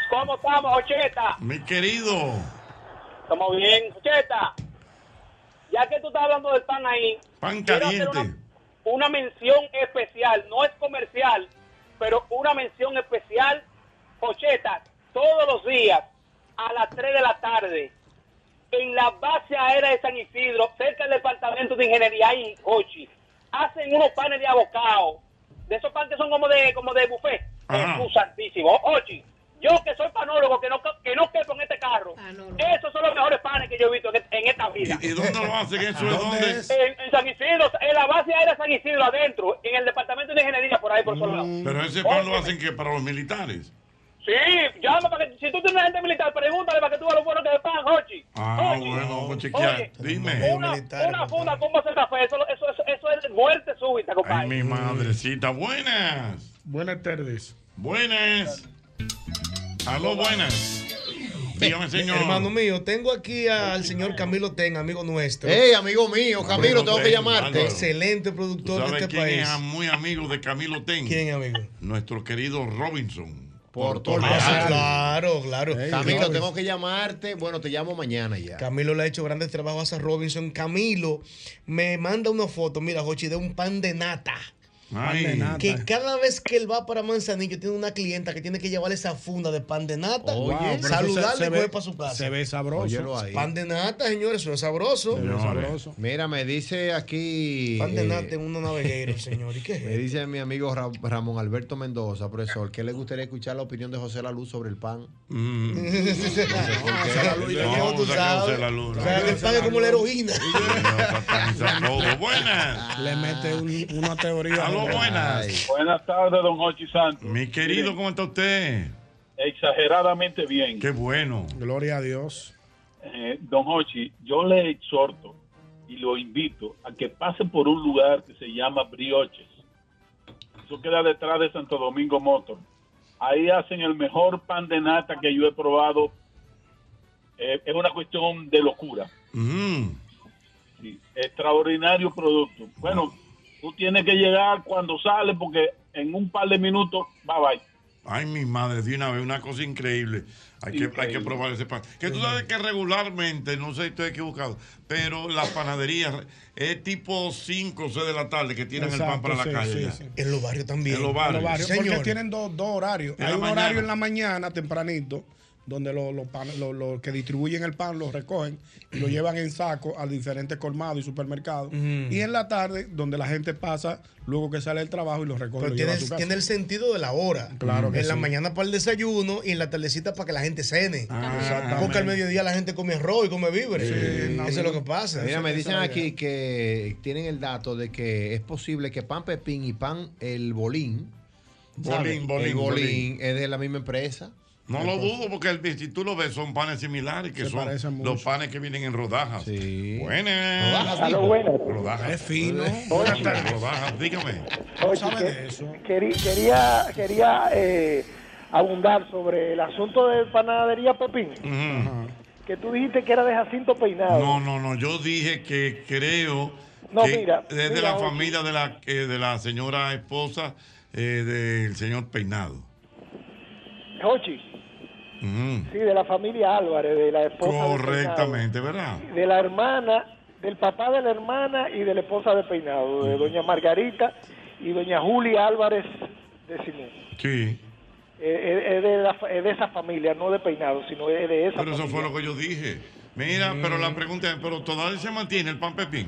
¿Cómo estamos, Ocheta? Mi querido. Estamos bien. Ocheta, ya que tú estás hablando del pan ahí, Pan quiero hacer caliente. una mención especial, no es comercial, pero una mención especial, Ocheta, todos los días a las 3 de la tarde en la base aérea de San Isidro, cerca del departamento de ingeniería y Hochi, hacen unos panes de abocado. De esos panes que son como de como de buffet. Ajá. Jesús santísimo. Ochi, yo que soy panólogo, que no, que no quepo en este carro, esos son los mejores panes que yo he visto en, en esta vida. ¿Y dónde lo hacen eso? ¿Es dónde? En, en San Isidro, en la base aérea San Isidro, adentro, en el departamento de ingeniería, por ahí, por todos lados. Mm. Pero ese pan lo hacen que para los militares. Sí, llama para que, si tú tienes gente militar, pregúntale para que tú veas lo bueno que es el pan, Ochi. Ah, bueno, vamos a chequear. Dime. Una, una funda con hacer café, eso, eso, eso, eso es muerte súbita, compadre. Ay, mi madrecita. Buenas. Buenas tardes. Buenas. Aló, buenas. Dígame, señor. Hermano mío, tengo aquí al señor Camilo Ten, amigo nuestro. Ey, amigo mío, Camilo, tengo que llamarte. Excelente productor de ¿Sabes este quién país. es muy amigo de Camilo Ten? ¿Quién, amigo? Nuestro querido Robinson. Por Ah, claro, claro. Camilo, Robinson. tengo que llamarte. Bueno, te llamo mañana ya. Camilo le ha hecho grandes trabajos a Robinson. Camilo me manda una foto, mira, Jochi, de un pan de nata. Ay. Pan de nata. Que cada vez que él va para Manzanillo tiene una clienta que tiene que llevarle esa funda de pan de nata, Oye, pero eso se- se saludarle y ve- coger para su casa. se ve sabroso. Óyelo ahí. Pan de nata, señores, eso es sabroso. Mira, me dice aquí. Pan de nata en uno uno naveguero, señor. ¿Y qué es Me dice mi amigo Ra- Ramón Alberto Mendoza, profesor, que le gustaría escuchar la opinión de José Laluz sobre el pan. Mm. José Laluz, ya llegó, tú sabes. O sea, el pan es como la heroína. Buenas. Le mete un- una teoría. Aló, buenas. Buenas tardes, don Hochi Santos. Mi querido, ¿cómo está usted? Exageradamente bien. Qué bueno. Gloria a Dios. Eh, don Hochi, yo le exhorto y lo invito a que pase por un lugar que se llama Brioches. Eso queda detrás de Santo Domingo Motor. Ahí hacen el mejor pan de nata que yo he probado. Eh, es una cuestión de locura. Sí, extraordinario producto. Bueno, tú tienes que llegar cuando sale porque en un par de minutos, bye bye. Ay, mi madre, de una vez, una cosa increíble. Hay, Que, hay que probar ese pan. Que tú sabes que regularmente, no sé si estoy equivocado, pero las panaderías es tipo 5 o 6 de la tarde que tienen el pan Exacto, para la sí, calle. sí, ya. sí. En los barrios también. En los barrios. Porque Señor. tienen dos, dos horarios. En Hay la un mañana. horario en la mañana, tempranito, donde los los pan- los- los que distribuyen el pan lo recogen y lo llevan en saco a diferentes colmados y supermercados. Mm. Y en la tarde, donde la gente pasa luego que sale del trabajo y lo recoge. Pero y lo lleva tiene, a su casa. tiene el sentido de la hora. Claro que En la sí. mañana para el desayuno y en la tardecita para que la gente cene. Exactamente. Porque al mediodía la gente come arroz y come víveres. Eso es lo que pasa. Mira, Eso- me dicen esa- aquí que tienen el dato de que es posible que pan pepín y pan el bolín. ¿sabe? Bolín, bolín, El bolín. bolín es de la misma empresa. No lo dudo porque el- si tú lo ves son panes similares que Se parecen son mucho. los panes que vienen en rodajas. Buenas. Rodajas, Aló, dijo. buenas. Rodajas. Es fino. Buenas tardes. Rodajas, dígame. Oye, que- queri- quería quería eh, abundar sobre el asunto de panadería Pepín, que tú dijiste que era de Jacinto Peinado. No, no, no. Yo dije que creo No, que mira, es de mira, la Ochi. familia de la eh, de la señora esposa eh, del señor Peinado. Jochi, Ujú. sí, de la familia Álvarez, de la esposa. de Mm. Correctamente, ¿verdad? Peinado, de la hermana, del papá de la hermana y de la esposa de Peinado, de doña Margarita y doña Julia Álvarez de Simón. Sí. Eh, eh, Es de, la fa- es de esa familia, no de Peinado, sino es de esa Pero familia. eso fue lo que yo dije. Mira, pero Mm. la pregunta es, ¿pero todavía se mantiene el pan pepín?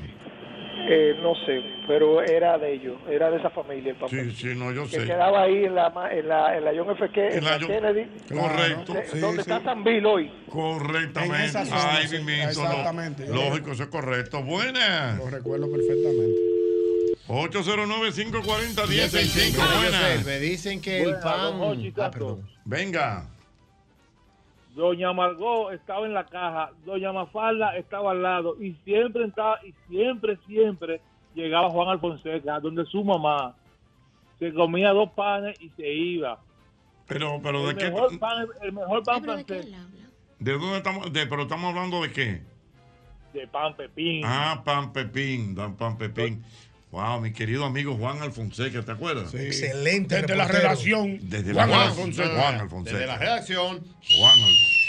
Eh, no sé, pero era de ellos, era de esa familia el papá. Sí, sí, no, yo que sé. quedaba ahí en la, ma- en la, en la John F. Kennedy, En la John- Kennedy, Correcto. de- Sí, donde sí. está San Bill hoy. Correctamente. En esa zona, Ay, sí. Pimiento, no. Exactamente. Lógico, eso es correcto. Buenas. Lo recuerdo perfectamente. 809-540-1065. Buenas. Me dicen que el Buenas, pan. don Hochi Ah, Santos. perdón. Venga. Doña Margot estaba en la caja, Doña Mafalda estaba al lado y siempre estaba, y siempre, siempre llegaba Juan Alfonseca, donde su mamá se comía dos panes y se iba. Pero, pero ¿de El qué? mejor pan, el mejor pan francés ¿De dónde estamos? De, pero estamos hablando de qué? de pan pepín. Ah, pan pepín, dan pan pepín. Wow, mi querido amigo Juan Alfonseca, ¿te acuerdas? Excelente Desde la reportero. redacción, Desde Juan la, Juan Alfonseca. Juan Alfonseca. Desde la redacción. Juan Alfonseca.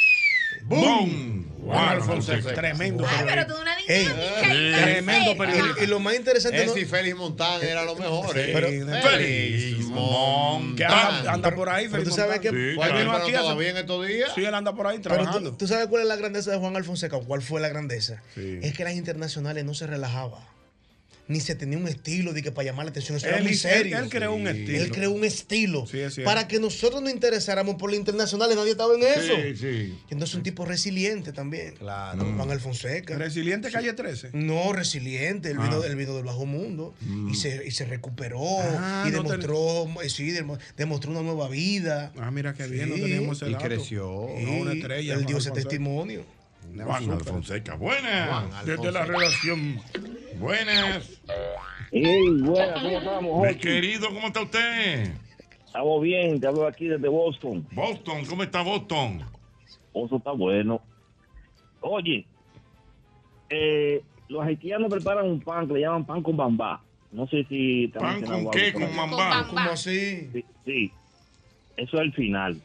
¡Boom! Juan Alfonso Fonseca. Tremendo. Ay, pero tú una Ey, eh, Tremendo Y, y lo más interesante. Ese no- y Félix Montán era lo mejor. Sí, ¿eh? pero- Félix Montán. Que anda, anda por ahí, Pero tú Felipe sabes Montano. que- Él Juan vino Alfonso aquí hace- todavía en estos días. Sí, él anda por ahí Pero tú- trabajando. tú, sabes cuál es la grandeza de Juan Alfonseca, o cuál fue la grandeza. Es que las internacionales no se relajaba. Ni se tenía un estilo de que para llamar la atención. Eso era Él- muy él- serio. él creó un Sí. estilo. Él creó un estilo. es cierto. para que nosotros nos interesáramos por las internacionales. Nadie estaba en eso. Sí, sí. Entonces, un tipo resiliente también. Claro. Juan Alfonseca. ¿Resiliente calle 13? No, resiliente. Él, Ah. vino, él vino del bajo mundo Mm. y, se, y se recuperó Ah, y no te- demostró, eh, sí, demo- demostró una nueva vida. Ah, mira qué bien, no teníamos ese Y dato. creció. No, una estrella, Él Juan dio ese Alfonseca. testimonio. Juan Alfonseca. Buenas. Juan Desde la Alfonseca. relación. Buenas. buenas, ¿cómo estamos, Mi Jochi? querido, ¿cómo está usted? Estamos bien, te hablo aquí desde Boston. Boston, ¿cómo está Boston? Boston está bueno. Oye, eh, los haitianos preparan un pan que le llaman pan con bambá. No sé si... te han ¿Pan mencionado con algo qué? por ¿Con ahí. mambá? ¿Cómo así? Sí, sí. eso es el final.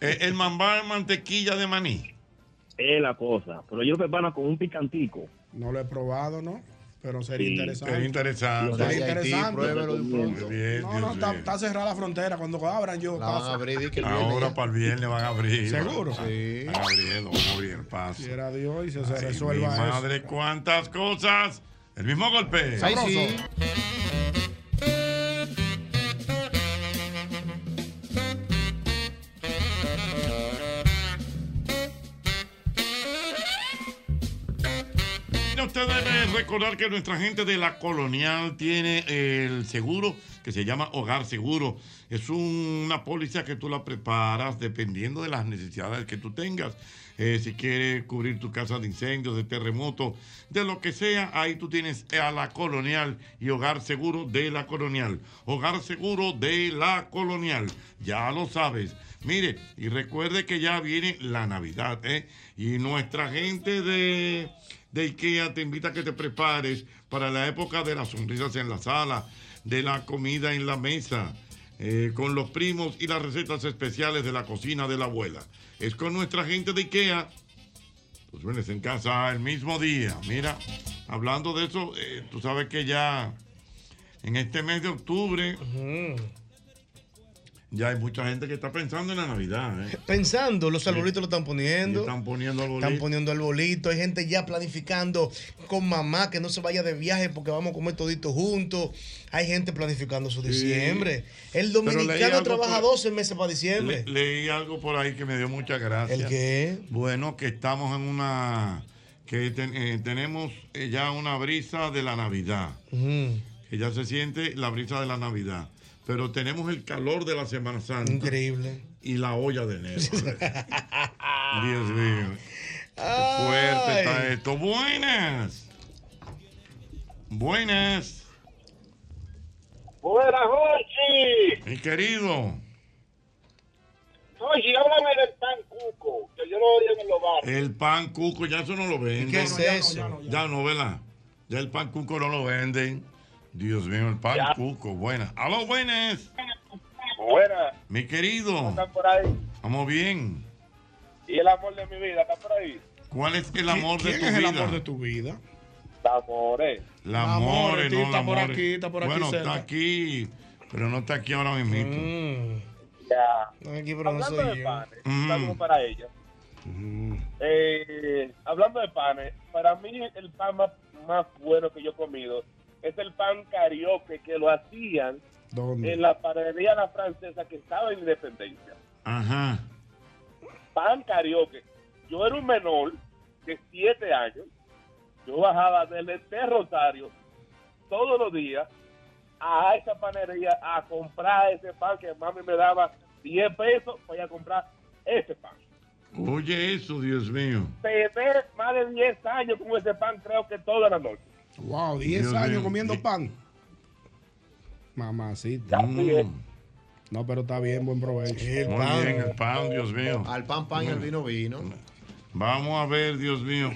Eh, el mambá es mantequilla de maní. Es la cosa. Pero ellos lo preparan con un picantico. No lo he probado, ¿no? Pero sería Sí, interesante. sería interesante. Sería Vaya a Haití, interesante. pruébelo de pronto. Bien, No, no, Dios está, mío. está cerrada la frontera. Cuando abran, yo paso. Ahora para el viernes van a abrir. ¿Seguro? Sí. Van a abrir, lo van a abrir el paso. Quiera Dios y se, se Ay, mi resuelva eso. madre, cuántas cosas. El mismo golpe. Sabroso. Ay, Mira, Usted debe recordar que nuestra gente de la colonial tiene el seguro que se llama Hogar Seguro. Es un- una póliza que tú la preparas dependiendo de las necesidades que tú tengas. Eh, si quieres cubrir tu casa de incendios, de terremotos, de lo que sea, ahí tú tienes a la colonial y Hogar Seguro de la colonial. Hogar Seguro de la colonial. Ya lo sabes. Mire, y recuerde que ya viene la Navidad, ¿eh? Y nuestra gente de, de IKEA te invita a que te prepares para la época de las sonrisas en la sala, de la comida en la mesa, eh, con los primos y las recetas especiales de la cocina de la abuela. Es con nuestra gente de IKEA. Los vienes en casa el mismo día. Mira, hablando de eso, eh, tú sabes que ya en este mes de octubre ya hay mucha gente que está pensando en la Navidad. ¿eh? Pensando, los arbolitos lo están poniendo. Están poniendo algo Están poniendo arbolitos. Hay gente ya planificando con mamá que no se vaya de viaje porque vamos a comer toditos juntos. Hay gente planificando su diciembre. El Pero leí dominicano algo trabaja por- 12 meses para diciembre. Le- leí algo por ahí que me dio mucha gracia. ¿El qué? Bueno, que estamos en una. que ten- eh, tenemos eh, ya una brisa de la Navidad. Ujú. Que ya se siente la brisa de la Navidad. Pero tenemos el calor de la Semana Santa. Increíble. Y la olla de enero. Dios mío. Qué fuerte está Ay. esto. Buenas. Buenas. Buenas, Jorge. Mi querido. Jorge, háblame del pan cuco, que yo lo odio en los barrios. El pan cuco, ya eso no lo venden. ¿Qué es Ya no, ya no, Ya eso? no, ya no, ¿verdad? Ya el pan cuco no lo venden. Dios mío, el pan cuco. Buena. A los buenas. Buenas, Mi querido. están por ahí. Vamos bien. Y el amor de mi vida, está por ahí. ¿Cuál es el amor de ¿Quién tu es el vida? amor de tu vida? Está por ahí. La amor, Amore, no, está la por amor. aquí, está por aquí Bueno, está cerca. aquí, pero no está aquí ahora mismo. Ya. Aquí, hablando de panes, Mm-hmm. Mm. saludo para ella. Mm. Eh, hablando de panes, para mí el pan más, más bueno que yo he comido es el pan carioque que lo hacían ¿Dónde? en la panadería La Francesa que estaba en Independencia. Ajá. pan karaoke. Yo era un menor de 7 años. Yo bajaba del este Rosario todos los días a Ah, esa panería a comprar ese pan que mami me daba 10 pesos para ir a comprar ese pan. Oye eso, Dios mío. Tener más de 10 años con ese pan creo que toda la noche. Wow, 10 Dios años mío. comiendo pan. Mamacita. No, pero está bien, buen provecho. Muy bien, el pan, Dios mío. Al pan, pan y al vino, vino. Vamos a ver, Dios mío.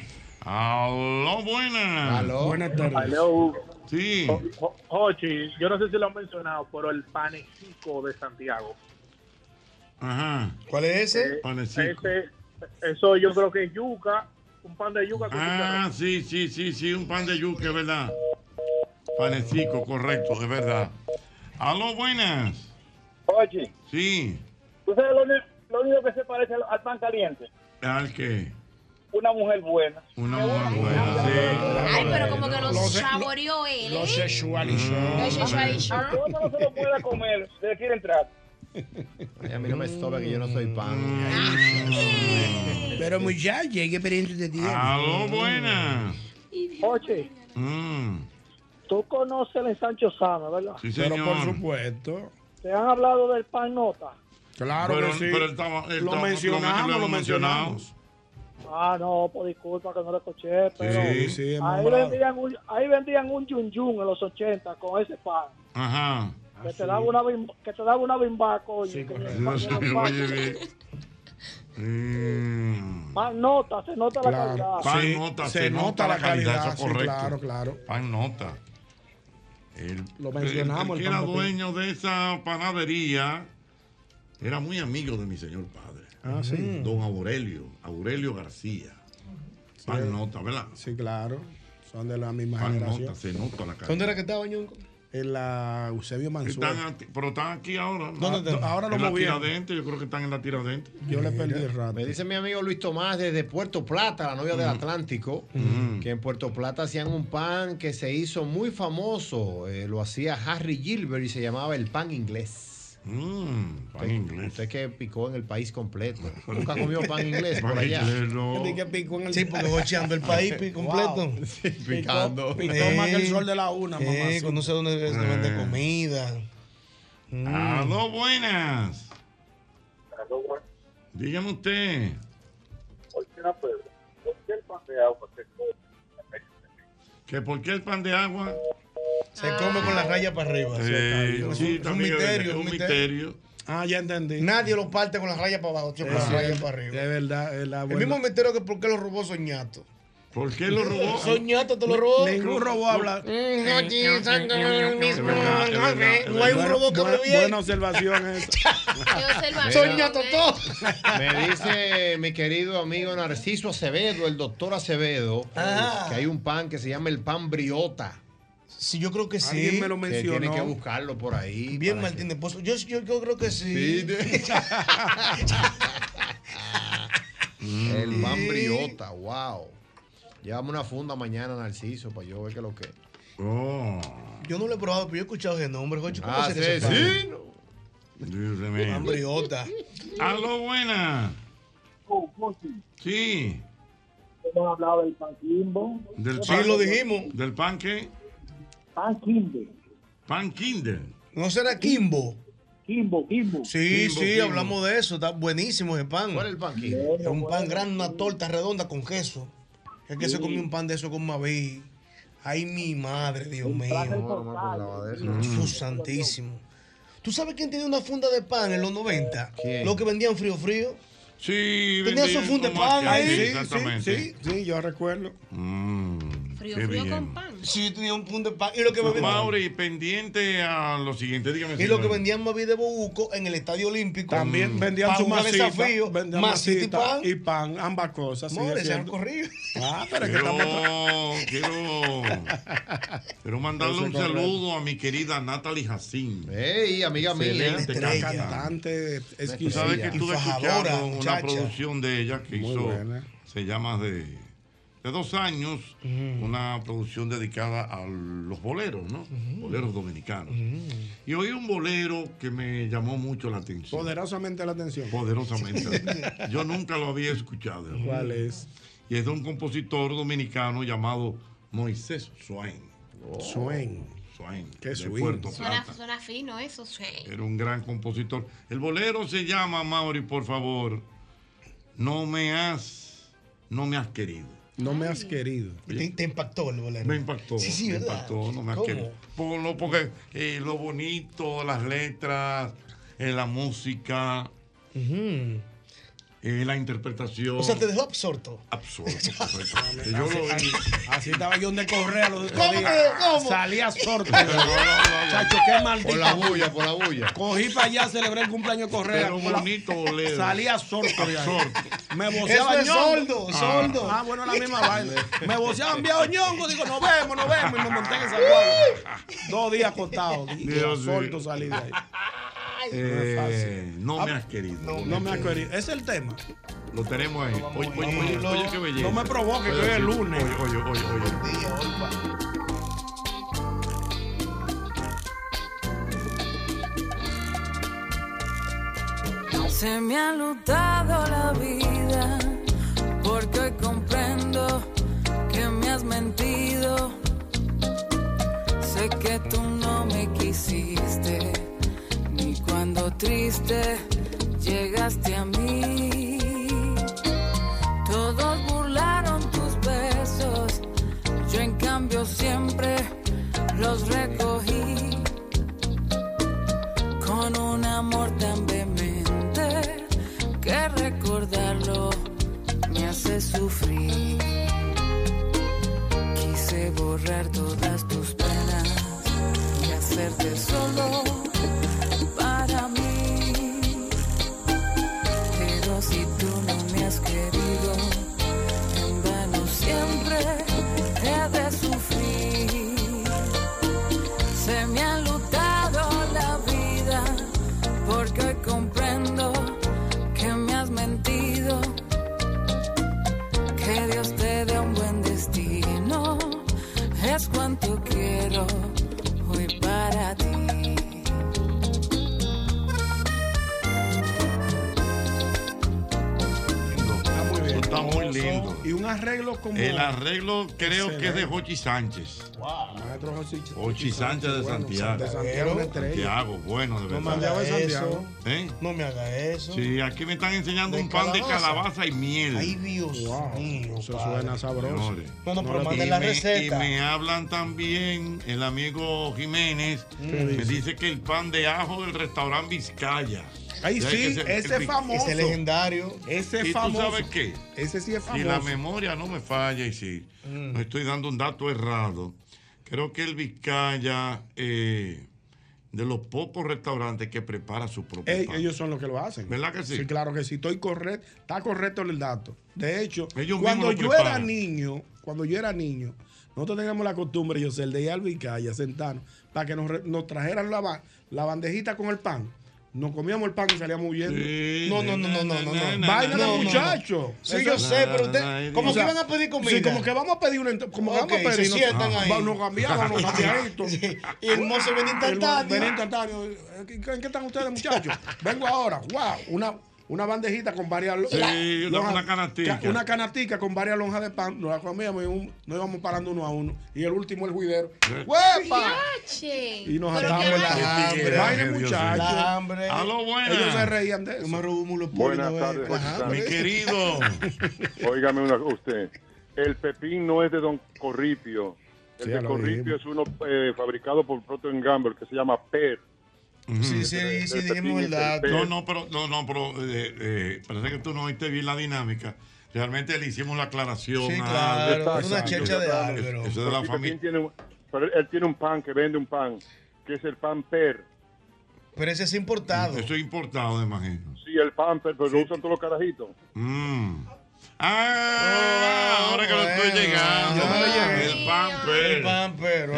Aló, buenas. Aló. Buenas tardes. Sí. Ochi, yo no sé si lo han mencionado, pero el panecico de Santiago. Ajá. ¿Cuál es ese? Panecico. Ese, Eso yo creo que es yuca, un pan de yuca. con Ah, sí, sí, sí, sí, un pan de yuca, es verdad. Panecico, correcto, de verdad. Aló, buenas. Oye. Sí, ¿Tú sabes lo, uni- lo único que se parece al, al pan caliente? al que. Una mujer buena. Una muy buena, sí. Ay, pero como que lo saboreó él. ¿eh? Lo sexualizó. Mm. A todo no se lo pueda comer, le quiere entrar. Ay, a mí no me sobra que yo no soy pan. Pero muchacho, qué experiencia usted tiene. Aló, buena. Oye, Mm, tú conoces el ensancho sana, ¿verdad? sí, Pero señor. por supuesto. Te han hablado del pan nota. Claro pero, que sí. Pero estaba, Lo mencionamos, lo mencionamos. Ah, no, pues disculpa que no lo escuché, pero Sí, sí, hemos ahí, hablado. vendían un, ahí vendían un yun yun en los 80 con ese pan. Ajá. Que te, daba una bim- que te daba una bimbaco, oye. que te daba Dios una mío, bimbaco. oye, bien. Mm, Más nota, se nota la calidad. Pan nota, se, nota la calidad, eso es sí, correcto. claro, claro. Pan nota. El, Lo mencionamos, el el que era pan de dueño de esa panadería era muy amigo de mi señor padre. Ah, sí. Don Aurelio, Aurelio García. Pan nota, ¿verdad? Sí, claro. Son de la misma Pan generación. nota, se nota la calidad. ¿Dónde era que estaba, Ñonco? En la Eusebio Mansueto. Están anti- pero están aquí ahora. ¿Dónde están? Ahora lo en la movieron. Tiradentes, yo creo que están en la tiradentes. Yo le perdí el rato. Mm. Me dice mi amigo Luis Tomás desde Puerto Plata, la novia del Atlántico, que en Puerto Plata hacían un pan que se hizo muy famoso. Eh, lo hacía Harry Gilbert y se llamaba el pan inglés. pan inglés. Usted que picó en el país completo. Nunca comió pan inglés por Pan allá. inglés, no. que picó en el- Sí, porque bocheando el país pi- completo. Wow. Sí, picando. Picó, más que el sol de la una, Eh, mamá. que no sé dónde se Eh. vende comida. Mm. Ah, no, buenas. Dígame usted. pues, Cualquier pan de agua se come. ¿Que por qué el pan de agua? Se come con la raya para arriba. Eh, Sí, está bien. sí, Es un- es un también es misterio. es un un misterio. misterio. Ah, ya entendí. Nadie lo parte con la raya para abajo, sino con la raya para arriba. De verdad, es la El mismo misterio que por qué lo robó Soñato. ¿Por qué lo robó? Soñato te lo robó. Ni- ningún robo habla. Mm, no, sí, santo, el mismo. verdad, es No sé, verdad, no hay un es robo que verdad. hable bien. Buena observación esa. Soñato todo. Me dice mi querido amigo Narciso Acevedo, el doctor Acevedo, Ah. que hay un pan que se llama el pan briota. Sí, yo creo que sí. Alguien me lo mencionó. tiene que buscarlo por ahí. Bien, Martín de Pozo. Yo, yo, yo creo que sí. Sí, de- Mm. El pan briota, wow. Llevamos una funda mañana, Narciso, para yo ver qué es lo que es. Oh. Yo no lo he probado, pero yo he escuchado ese nombre. Jochi. ¿Cómo Ah, se sí, sí. Dios mío. Hambriota. Aló, buenas. Sí. Hemos hablado del pan quimbo. Del Sí, lo dijimos. ¿Del pan qué? Pan quimbo. Pan Kinder. ¿No será Kimbo? Kimbo, Kimbo. Sí, Kimbo, sí, Kimbo. hablamos de eso. Está buenísimo ese pan. ¿Cuál es el pan Kimbo? Es un pan grande, una torta redonda con queso. Es que se Sí. comió un pan de eso con Mavi. Ay, mi madre, Dios mío. Jesús santísimo. ¿Tú sabes quién tenía una funda de pan en los 90? ¿Quién? Los que vendían frío frío. Sí, Tenía su vendían funda de como pan aquí, ahí. sí, Sí, sí, exactamente. sí, sí, yo recuerdo. Frío, qué frío bien. con pan. Sí, tenía un punto de pan. Y lo que vendían, Mauri, pendiente a lo siguiente, dígame. y lo que señor. vendían Mavi de Bobuco en el Estadio Olímpico. También Mm. vendían Pa' su jugar masita, desafío, vendían masita y masita pan. y pan, ambas cosas. sí, More, es se han cierto. corrido. Ah, pero es que Quiero, estamos tra- quiero, quiero mandarle Eso es un correcto. saludo a mi querida Natalie Jacín. Ey, amiga mía. Excelente Una cantante. cantante Tú exquisita. sabes que estuve escuchando una producción de ella que Muy hizo, buena. se llama de, de dos años, una producción dedicada a los boleros, ¿no? Boleros dominicanos. Y oí un bolero que me llamó mucho la atención. Poderosamente la atención. Poderosamente. Yo nunca lo había escuchado. ¿Cuál es? Y es de un compositor dominicano llamado Moisés Swain. Swain. Swain. Qué de swing. Puerto Suena, Plata. suena fino eso, sí. Era un gran compositor. El bolero se llama, Mauri, por favor. No me has, no me has querido. No me has querido. Te, te impactó el bolero. Me impactó. Sí, sí, me ¿verdad? impactó, no me has ¿Cómo? querido. Ponlo porque eh, lo bonito, las letras, eh, la música. Ujú. eh, la interpretación. O sea, te dejó absorto. Absorto. completamente. Yo lo vi. Así estaba yo de correa los otros ¿Cómo días. que- cómo? Salía sorto. No, no, no, no. Chacho, qué maldito. Por la bulla, por la bulla. Cogí para allá a celebrar el cumpleaños de correa. Pero Con la- bonito bolero. Salía sorto de ahí. Absorto. Me voceaba Eso es ñongo. soldo, soldo. Ah, bueno, la misma vaina. Me voceaban viejo ñongo. Digo, nos vemos, nos vemos. Y me monté en esa guagua. Dos días acostado. Dios mío. Sorto salí de ahí. Eh, no me has querido. No, no me acuerdo. Ese es el tema. Lo tenemos ahí. Oye, oye, oye, oye, qué belleza. No me provoque, que Oye, hoy es sí. lunes. Oye, oye, oye, oye. Se me ha lutado la vida porque hoy comprendo que me has mentido. Sé que tú no me quisiste ni cuando triste llegaste a mí. Todos burlaron tus besos, yo en cambio siempre los recogí con un amor tan vehemente que recordarlo me hace sufrir. Quise borrar todas tus penas y hacerte solo para mí. Pero si tú no me has querido, en vano siempre he de sufrir. Se me ha lutado la vida porque hoy comprendo que me has mentido. Que Dios te dé un buen destino es cuanto quiero hoy para ti. Está muy bien. Está muy lindo. Y un arreglo como. El arreglo creo que es de Excelente. Jochi Sánchez. Maestro José Ch- Ochi Sánchez de bueno, Santiago. de Santiago, una estrella. Santiago, bueno, de No verdad. me haga ¿Eh? eso. ¿Eh? No me haga eso. Sí, aquí me están enseñando ¿De un pan de calabaza? calabaza y miel. Ay, Dios mío. Eso padre. suena sabroso. Señores. No, no, pero Y manden la me- receta. Y me hablan también el amigo Jiménez. ¿Qué Me dice? dice que el pan de ajo del restaurante Vizcaya. Ahí Ya sí, que se- ese el- famoso. Ese legendario. Ese ¿Y tú famoso. sabes qué? Ese sí es Si la famoso. Mm. memoria no me falla y si no estoy dando un dato errado, creo que el Vizcaya eh, de los pocos restaurantes que prepara su propio Ey, pan. ellos son los que lo hacen. ¿Verdad que sí? Sí, claro que sí. Estoy correcto. Está correcto el dato. De hecho, Ellos cuando mismos lo yo era preparan. niño, cuando yo era niño, nosotros teníamos la costumbre, yo sé, el de ir al Vizcaya, sentarnos, para que nos, re- nos trajeran la, ba- la bandejita con el pan. Nos comíamos el pan y salíamos huyendo. No, no, no, no, no, no, no. No, Vaina de no, no. muchachos. Sí, yo sé, pero usted, como O sea, que van a pedir comida. Sí, como que vamos a pedir una. ent- Como Ok, que vamos a pedir. se nos- sientan ah, ahí. Nos cambiamos, nos cambiamos. Y el mozo viene instantáneo. Ven instantáneo. ¿En qué en qué están ustedes, muchachos? Vengo ahora. ¡Wow! Una, una bandejita con varias. lo- Sí, una- lonjas- una canastica. ca- Una canastica con varias lonjas de pan. Nos la comíamos y un- nos íbamos parando uno a uno. Y el último, el juidero. ¡Huepa! Y nos atamos la hambre. Vaina, muchachos. La hambre. A lo bueno. Ellos se reían de eso. Buenas tardes, Jorge Santos. querido. Óigame una, usted. El pepín no es de Don Corripio. El Sí, ya de lo Corripio es uno eh, fabricado por Procter Gamble que se llama PER. Mm. Sí, sí, sí, dijimos el dato. No, no, pero, no, no, pero eh, eh, parece que tú no oíste bien la dinámica. Realmente le hicimos la aclaración. Sí, a- claro, Exacto. es una checha de Eso Álvaro. es de la Sí, familia. Pepín tiene un- pero él tiene un pan que vende un pan, que es el pan PER. Pero ese es importado. Eso es importado, me imagino. Sí, el pan PER, pero lo usan todos los carajitos. Mm. Ah, Oh, ahora que lo estoy llegando. El pamper. El pamper.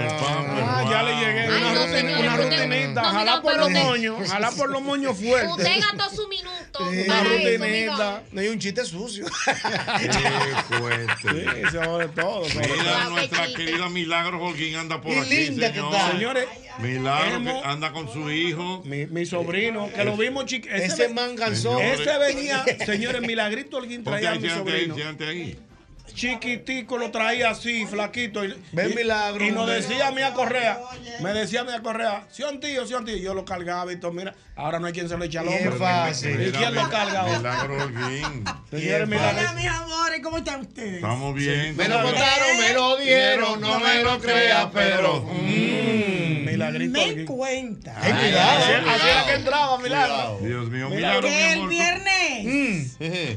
Ah, ya le llegué. Una, Ay, rutin- señores, una no te- rutinita. no, Ojalá no, por pero los te- moños. Ojalá por los moños fuertes. Usted gastó su minuto. Sí. para eso, rutinita. amigo. No hay un chiste sucio. Qué fuerte. Sí, sobre todo. sobre Mira, todo. nuestra querida Milagros Holguín anda por Y aquí, linda que señor. está. Señores, Milagros que hemos- anda con su hijo. Mi, sobrino, que lo vimos chiqui- Ese ve- man cansó. Ese venía, señores, Milagrito alguien Ponte traía a ahí, mi siéntate ahí, sobrino. siéntate ahí. Chiquitico lo traía así, flaquito. Y, Ven, y- Milagro, Y nos ven. decía a mí a Correa, me decía a mí a Correa, sí, un tío, sí, un tío. Yo lo cargaba y todo, mira, ahora no hay quien se lo echa al Y es hombro. fácil. ¿Y quién lo carga ahora? Milagros Holguín. Señores, Milagro. Hola, mis amores, ¿cómo están ustedes? Estamos bien. eh. Me lo contaron, me lo Eh, dijeron, no me lo creas, pero, Milagrito. Me cuenta. Ay, cuidado, Así era cuidado. que entraba, Milagro. Dios mío, Mira, Milagros, mi que el amor. viernes Luis,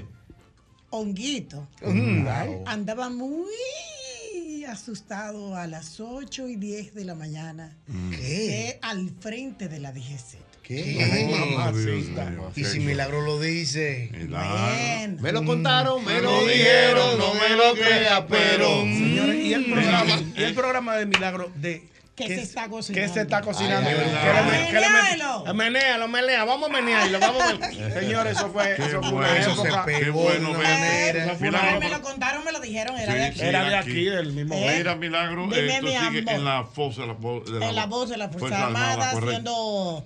Honguito, Mm, claro. andaba muy asustado a las 8 y 10 de la mañana Mm. eh, al frente de la DGC. ¿Qué? Mamacita. Y si Milagro lo dice. Bueno. Me lo contaron, me lo Mm. dijeron, no me lo creas, pero. Mm. Eh. Señores, y el programa, y el programa de Milagro de Que se está cocinando. ¿Qué se está cocinando? Ay, Que ay, le me- ay. que le me- Menéalo. Menéalo, menea, vamos a menearlo, vamos a menearlo. Señores, eso fue, eso fue una bueno, época. qué bueno, Una Bea. era. Fue una Me lo contaron, me lo dijeron, era de aquí. Era de aquí, del mismo ¿Eh? Mira, Milagro, Dime, esto mi sigue amor. en la fosa de la, po- de en Eh, la voz de la Pues, Fuerza, Armada, correcto. siendo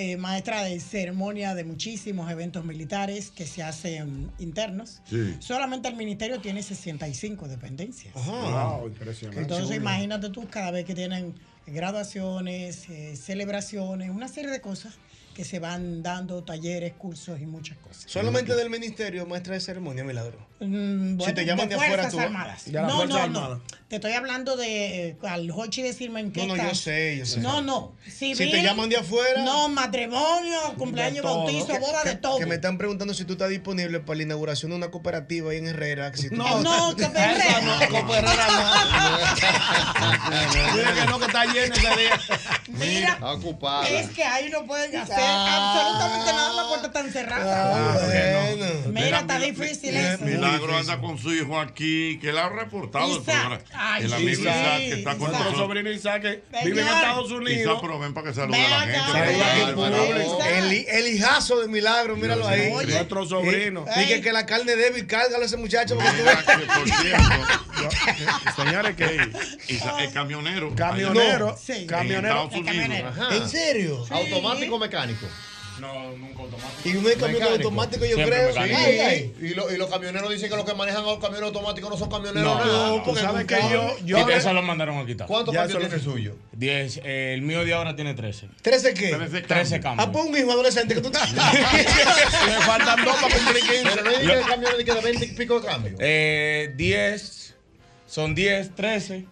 eh, maestra de ceremonia de muchísimos eventos militares que se hacen internos. Sí. Solamente el ministerio tiene 65 dependencias. Wow, impresionante. Entonces imagínate tú cada vez que tienen graduaciones, eh, celebraciones, una serie de cosas que se van dando, talleres, cursos y muchas cosas. Solamente del ministerio, maestra de ceremonia, milagro. Mm, bueno, si te llaman de, afuera, Fuerzas tú. vas. Armadas. no, no, no. Te estoy hablando de eh, al Hochi decirme en qué No, no, yo estás. sé, yo sé. No, no. Si Civil, te llaman de afuera. No, matrimonio, cumpleaños, bautizo, boda, de todo. Que me están preguntando si tú estás disponible para la inauguración de una cooperativa ahí en Herrera. que si tú- No, no, que me Esa no, Copa Herrera no. Dile que no, que está lleno ese día. Mira, está ocupada. Es que ahí no pueden hacer absolutamente nada, la puerta está encerrada. Ah, bueno. Mira, está difícil eso. Milagro anda con su hijo aquí, que la ha reportado el Isaac. programa. Ay, el amigo sí, Isaac que está con Nuestro nosotros. sobrino Isaac que vive en Estados Unidos. Isaac, pero ven para que salude a la gente. El, el hijazo de milagro, Dios míralo ahí. mío, Oye. nuestro sobrino. Dije que la carne débil, cárgalo a ese muchacho. porque tú- Señores, que Isaac es camionero. Camionero, Allá. sí. En camionero. Estados Unidos. Ajá. ¿En serio? Sí. ¿Automático o mecánico? No, nunca automático. Y un mecánico Mecánico. automático, yo Siempre creo. mecánico. Ay, ay. Y, lo- y los camioneros dicen que los que manejan los camiones automáticos no son camioneros. No, nada. no, porque sabes nunca- que yo. yo Y de esa lo mandaron a quitar. ¿Cuántos Ya patios eso lo- tiene el suyo? 10. eh, el mío de ahora tiene 13. ¿13 qué? 13 cambios. Ah, pues un hijo adolescente que tú estás. Le faltan dos para cumplir 15. Pero no dije que el camión le queda 20 y pico de cambio. Eh, 10. Son 10, 13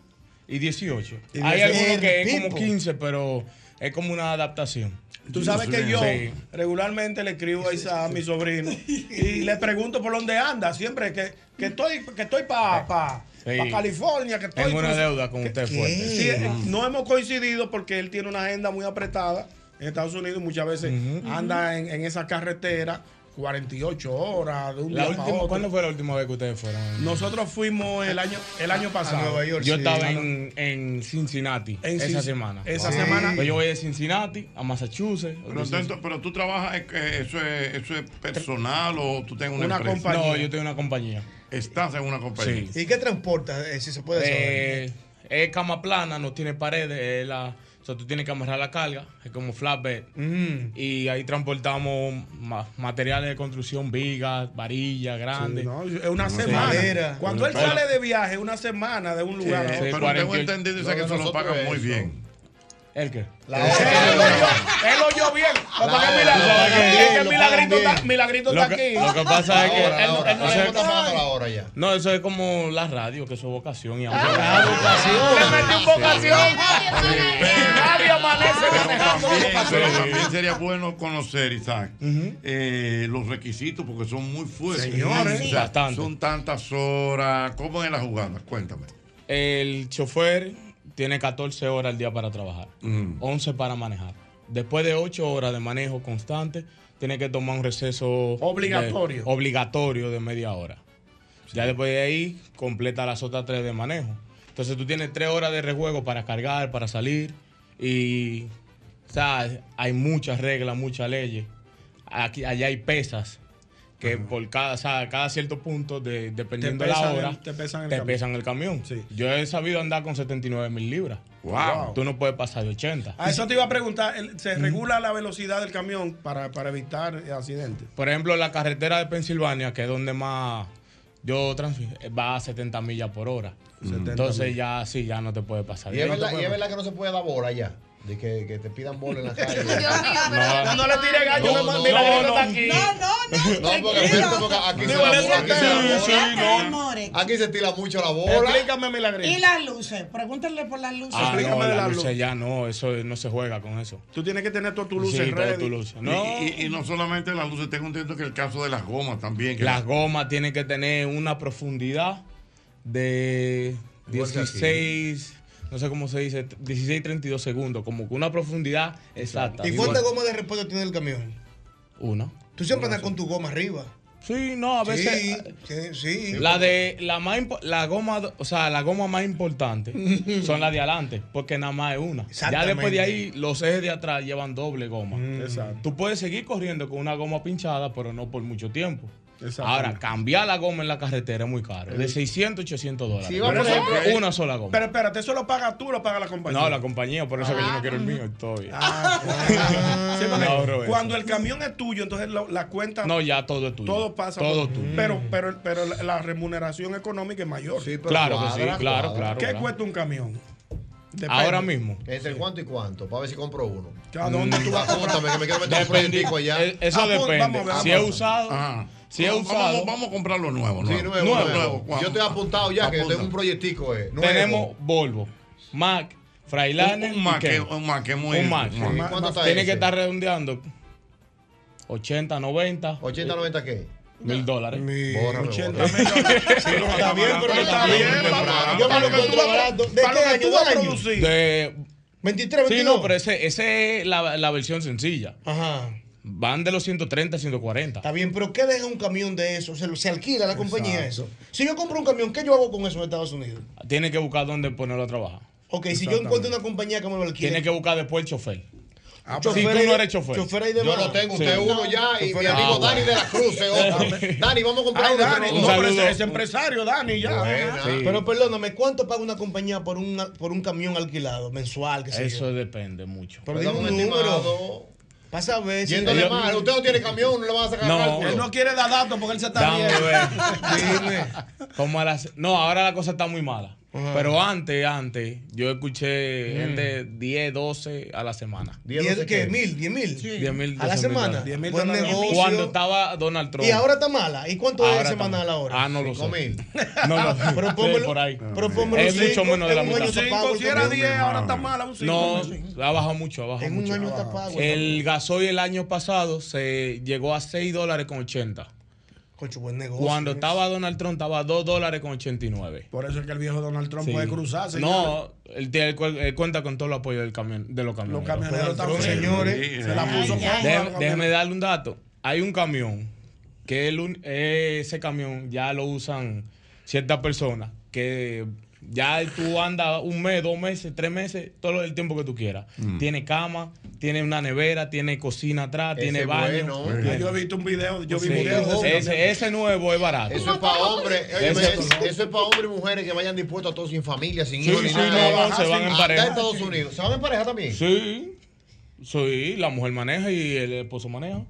y 18. Y Hay 18. algunos que es Tipo. como 15, pero es como una adaptación. Tú sabes que yo Sí. regularmente le escribo a Isaac, a mi sobrino, y le pregunto por dónde anda. Siempre que, que estoy, que estoy para Sí. California, que estoy. Tengo una cruz- deuda con usted fuerte. Sí, eh, no hemos coincidido porque él tiene una agenda muy apretada en Estados Unidos. Muchas veces anda en, en esa carretera 48 horas de un La día para última- otro. ¿Cuándo fue la última vez que ustedes fueron? Nosotros fuimos el año, el Ah, año pasado. Yo Sí. Ah, estaba en, en Cincinnati En esa Cin- semana. esa Sí. semana. Pues yo voy de Cincinnati a Massachusetts. Pero, entonces, pero tú trabajas, eh, eh, eso es, eso es personal o tú tienes una, Una empresa? compañía. No, yo tengo una compañía. Estás en una compañía. ¿Y qué transporta? eh, si se puede saber. Eh, es cama plana, no tiene paredes. es la, o sea, tú tienes que amarrar la carga. Es como flatbed. Mm. Y ahí transportamos ma- materiales de construcción, vigas, varillas grandes. Sí, no, es una semana. Cuando él sale de viaje, una semana de un lugar a otro. Pero tengo entendido o sea, que eso lo pagan muy bien. ¿El qué? E. Él oyó bien. Papá, La que hora, milagro- lo pagan es que bien, lo pagan milagrito, bien. está, milagrito Lo está que- aquí. lo que pasa es que Ahora, él no- ahora. él no Ahora le mismo gusta- pagando la hora ya. Ah, No, eso es como la radio, que eso es vocación. Y Le metí un vocación. Nadie amanece manejando. También, pero también sería bueno conocer, Isaac, eh, los requisitos porque son muy fuertes. Señores. O sea, Bastante. son tantas horas. ¿Cómo es la jugada? Cuéntame. El chofer tiene 14 horas al día para trabajar, Mm. Oh. 11 para manejar. Después de 8 horas de manejo constante, tiene que tomar un receso Obligatorio. de- obligatorio de media hora. Ya después de ahí, completa las otras 3 de manejo. Entonces tú tienes 3 horas de rejuego para cargar, para salir. Y o sea, hay muchas reglas, muchas leyes. Aquí, allá hay pesas que por cada, o sea, cada cierto punto, de, dependiendo de la pesan hora, el- te pesan el te camión. pesan el camión. Yo he sabido andar con 79 mil libras. Wow. Tú no puedes pasar de 80. A eso te iba a preguntar, ¿el- ¿se regula la velocidad del camión para, para evitar eh, accidentes? Por ejemplo, la carretera de Pensilvania, que es donde más yo transfi- va a 70 Mm. millas por hora. Entonces ya sí, ya no te puede pasar. Y de es ahí. verdad, y es verdad que no se puede dar bola ya. De que, que te pidan bola en la calle. No, no le tire gallo, no, no, mira, no, Grito no. está aquí. No, porque, Tranquilo. porque aquí, se Digo, la- en ese aquí se tema, la sí, bola. no. Aquí se tira mucho la bola. Explícame, Y las luces, pregúntenle por las luces. Ah, no, de la la luz. luces ya no, eso no se juega con eso. Tú tienes que tener todas tus Sí, luces todas ready. tus luces. No. Y, y- y no solamente las luces, tengo entendido que el caso de las gomas también. que Las gomas tienen que tener una profundidad de Igual que aquí. 16, no sé cómo se dice, 16, 32 segundos, como que una profundidad exacta. ¿Y cuántas gomas de repuesto tiene el camión? Una. Tú siempre andas con tu goma arriba. Sí, no, a veces- Sí, sí, sí. La de la más impo- la goma, o sea, la goma más importante son las de adelante, porque nada más es una. Ya Exactamente. después de ahí, los ejes de atrás llevan doble goma. Exacto. Tú puedes seguir corriendo con una goma pinchada, pero no por mucho tiempo. Ahora, cambiar la goma en la carretera es muy caro. De 600, 800 dólares. Sí, va, Pero por eso ejemplo, es una sola goma. Pero espérate, ¿eso lo pagas tú o lo paga la compañía? No, la compañía, por eso que yo no Ah. quiero el mío todavía. Sí, porque Me ahorro eso. Ah, cuando el camión es tuyo, entonces la, la cuenta. No, ya todo es tuyo. Todo pasa. Todo por- Mm. tuyo. Pero, pero, pero la, la remuneración económica es mayor. pero Claro que sí, cuadra, claro, cuadra. claro, ¿Qué claro. cuesta un camión? Depende. Eh, ¿Entre cuánto y cuánto? Para ver si compro uno. Mm. ¿A dónde tú vas a comprar? Apúntame, que me quiero meter un Depende- proyectico allá. Ah, pues, eh, eso Apú- depende. Si es apúntame. usado, Ajá. si es Vamos- usado- Vamos, vamos a comprar lo nuevo, Sí, nuevo. nuevo, nuevo. Yo estoy apuntado ya, que yo tengo un proyectico. Eh, nuevo. Tenemos Volvo, Mac, Freilaner. Un- un Mac, y Keo. eh, un Mac, es muy- Un Mac. un Mac. ¿Y cuánto está Tiene ese? que estar redondeando 80, 90. ¿80, 90 qué? Mil dólares. Bórrame, 80 bórrame. mil dólares. Sí, no, Está bien, pero está bien, barato. Yo me Para lo lo que tú encuentro vas- barato. ¿de Para qué lo que año, tú de vas a año? producir. De 23, Sí, no, pero esa ese es la, la versión sencilla. Ajá. Van de los 130 a 140. Está bien, pero ¿qué deja un camión de eso? Se, lo- se alquila a la compañía eso. Si yo compro un camión, ¿qué yo hago con eso en Estados Unidos? Tiene que buscar dónde ponerlo a trabajar. Ok, si yo encuentro una compañía que me lo alquile. Tiene que buscar después el chofer. Ah, pero- si tú chofer hay no de- eres chofer. chofer hay de Yo lo tengo, usted uno ya y mi Chofer- amigo Ah, Dani bueno. de la Cruz es otro. Dani, vamos a comprar Ay, uno. Dani, otro. no, pero eh, ese- ese empresario, Dani, ya. Ajá. Sí. Pero perdóname, ¿cuánto paga una compañía por, una, por un camión alquilado mensual? qué sé Eso yo? depende mucho. Pero dime un número. Pasa a ver si- Yéndole Ellos- mal, usted no tiene camión, no le van a sacar No. cálculo. Él no quiere dar datos porque él se Dame a ver. Como a las- No, ahora la cosa está muy mala. Ajá. Pero antes, antes, yo escuché Mm. gente 10, 12 a la semana. ¿Diez qué? ¿Mil? ¿Diez mil? Diez mil, ¿A la doce mil semana? dólares. Buen negocio. Cuando estaba Donald Trump. Y ahora está mala. ¿Y cuánto es Ahora está semanal mala. ahora? Ah, no lo sé. Cinco mil. No, no. Pero Sí, pónmelo- por ahí. pero pónmelo es cinco, mucho menos de en la un mitad. año se paga el Si era camión. 10, ahora está mala, un 5. No, ha bajado mucho, ha bajado En un mucho. año está pago. El gasoil el año pasado se llegó a 6 dólares con 80. Concho, buen Oh, negocio. Cuando estaba Donald Trump estaba a 2 dólares con 89. eh. Por eso es que el viejo Donald Trump Sí. puede cruzarse. No, él, tiene- él cu- él cuenta con todo el apoyo del camión, de los camioneros. Los camioneros también. Señores, se la puso Ay, ay. cómoda los Déjeme- camioneros. Déjeme darle un dato. Hay un camión que el un- ese camión ya lo usan ciertas personas que ya tú andas un mes, dos meses, tres meses, todo lo- el tiempo que tú quieras. Tiene cama, tiene una nevera, tiene cocina atrás, tiene Ese baño. bueno. Ah, yo he visto un video, yo vi Sí, videos de ese ese, ese nuevo es barato. Eso es para hombres, oye, Ese- eso, eso es para hombres y mujeres que vayan dispuestos a todo sin familia, sin Sí, hijos, ni sí, nada. no, no, se van en Ah, pareja. está Estados Unidos. ¿Se van en pareja también? Sí. Sí, la mujer maneja y el esposo maneja.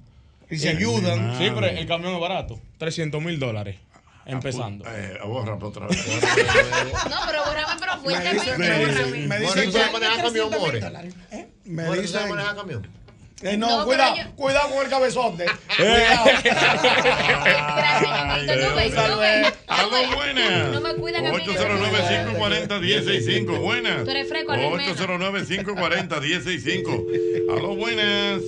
Y se ayudan. Sí, pero el camión es barato. 300 mil dólares. Empezando. Ah, Eh, bórralo otra vez. No, pero bórrame, pero fuerte. pues, dice- me dice- me dice que- Me Bueno, ¿tú dicen- sabes manejar camión? Eh, no, No, pero cuidado, yo- cuidado con el cabezote. Cuidado. Aló, buenas. No me cuidan a mí. 809-540-165. Buenas. Tú eres fresco, Oh, Almena. 809-540-165. Aló, buenas.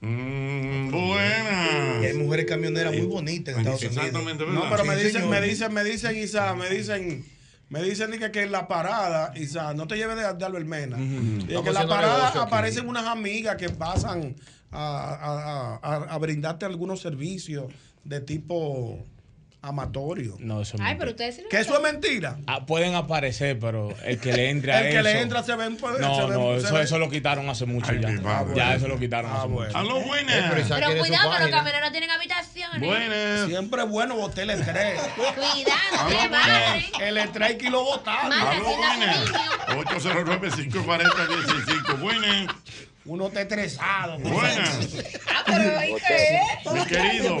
Mm, buenas. Y hay mujeres camioneras muy bonitas en Estados Unidos. Exactamente, ¿verdad? No, pero Sí, me dicen, señor. me dicen, me dicen, Isa, me dicen, me dicen de que, que en la parada, Isa, no te lleves de, de Albert Mena. De Estamos pues que en la haciendo parada negocio aquí. aparecen unas amigas que pasan a, a- a- a- a brindarte algunos servicios de tipo amatorio. No, eso es Ay, mentira. pero ustedes sí lo Que eso es mentira. Ah, pueden aparecer, pero el que le entre a El que eso- le entra se ven pues, se No, ven- no, se Ah, eso, ven- eso lo quitaron hace mucho ya. Ya eso lo quitaron hace mucho. Eh, Aló, buenas. Pero cuidado, que los camioneros tienen habitaciones. Siempre es bueno botar el estrés. Cuidado, que buenas. barren. El estrés y lo botaron. Manda, Aló, buenas. 809-540-165. Buenas. Uno está estresado. Buenas. Ah, pero ¿y Mi querido.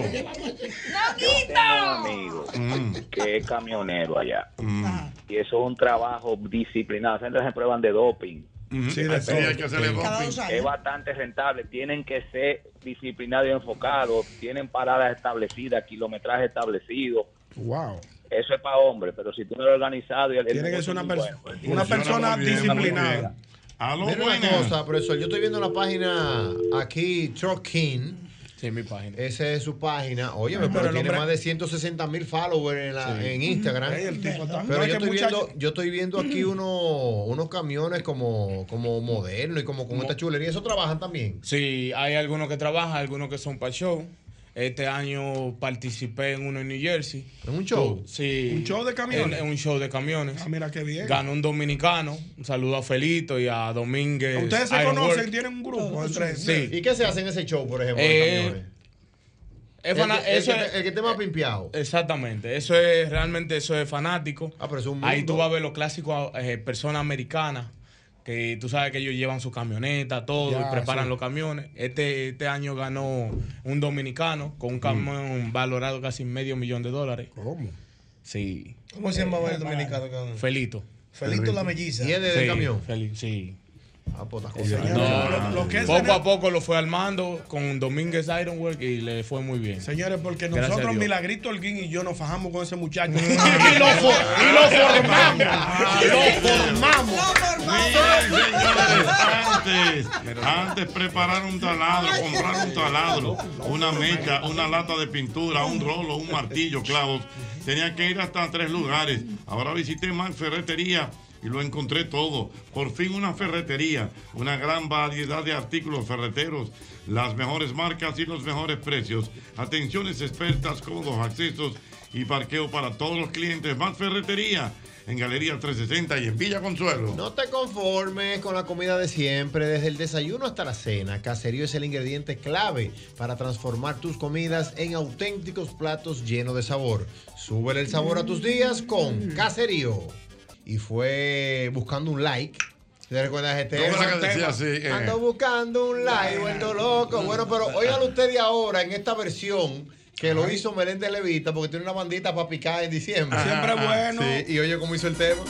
qué? amigo que es camionero allá. Y eso es un trabajo disciplinado. Siempre se prueban de doping. Sí, de Así todo. hay que hacerle Sí. dumping. años. Es bastante rentable. Tienen que ser disciplinados y enfocados. Tienen paradas establecidas, kilometraje establecido. Wow. Eso es para hombres, pero si tú no lo has organizado... y el- el Tiene que negocio ser una, es perso- muy bueno, pues, una funciona persona muy bien, muy disciplinada. bien. A lo Mira buena. una cosa, profesor. Yo estoy viendo la página aquí, Truck King. Sí, mi página. Esa es su página. Oye, pero, Pero el tiene hombre- más de 160 mil followers en, la- Sí. en Instagram. Ey, el tipo Pero está- No, yo es que estoy, viendo, muchacho- yo estoy viendo aquí uno- unos camiones como, como modernos y como con esta chulería. ¿Eso trabajan también? Sí, hay algunos que trabajan, algunos que son para show. Este año participé en uno en New Jersey. ¿En un show? Sí. ¿Un show de camiones? En, en un show de camiones. Ah, mira qué bien. Ganó un dominicano. Un saludo a Felito y a Domínguez. Ustedes se Iron conocen, Work. tienen un grupo entre Sí. ¿Y qué se hace en ese show, por ejemplo? Eh, de camiones? Es El fana- que- el eso que es- eh, te- el que te más pimpeado. Ah, Exactamente, eso es realmente eso es fanático. Ahí mundo. tú vas a ver los clásicos eh, personas americanas que tú sabes que ellos llevan su camioneta, todo, Ya, y preparan sí. los camiones. Este este año ganó un dominicano con Mm. un camión valorado casi medio millón de dólares. ¿Cómo? Sí. ¿Cómo se Eh, llamaba el dominicano? que- Felito. Felito la melliza. Sí, Sí, Feli- sí. cosas. No, Señores, no, lo- no. lo que es poco tener- a poco lo fue armando con Domínguez Ironwork y le fue muy bien. Señores, porque Gracias a nosotros, Dios. Milagrito Holguín y yo nos fajamos con ese muchacho. y, lo fo- y lo formamos. lo formamos. Antes, antes preparar un taladro, comprar un taladro, una mecha, una lata de pintura, un rolo, un martillo, clavos. Tenía que ir hasta tres lugares. Ahora visité Max Ferretería y lo encontré todo. Por fin una ferretería, una gran variedad de artículos ferreteros, las mejores marcas y los mejores precios. Atenciones expertas, cómodos accesos y parqueo para todos los clientes. Max Ferretería en Galería 360 y en Villa Consuelo. No te conformes con la comida de siempre, desde el desayuno hasta la cena. Caserío es el ingrediente clave para transformar tus comidas en auténticos platos llenos de sabor. Súbele el sabor a tus días con Mm. Caserío. Y fue buscando un like. ¿Te recuerdas este? ¿Cómo era que tema? decía así, eh? Ando buscando un like, vuelto loco. Bueno, pero óigalo usted de ahora en esta versión que lo hizo Meléndez Levita porque tiene una bandita para picar en diciembre. Siempre bueno. Sí, y oye cómo hizo el tema.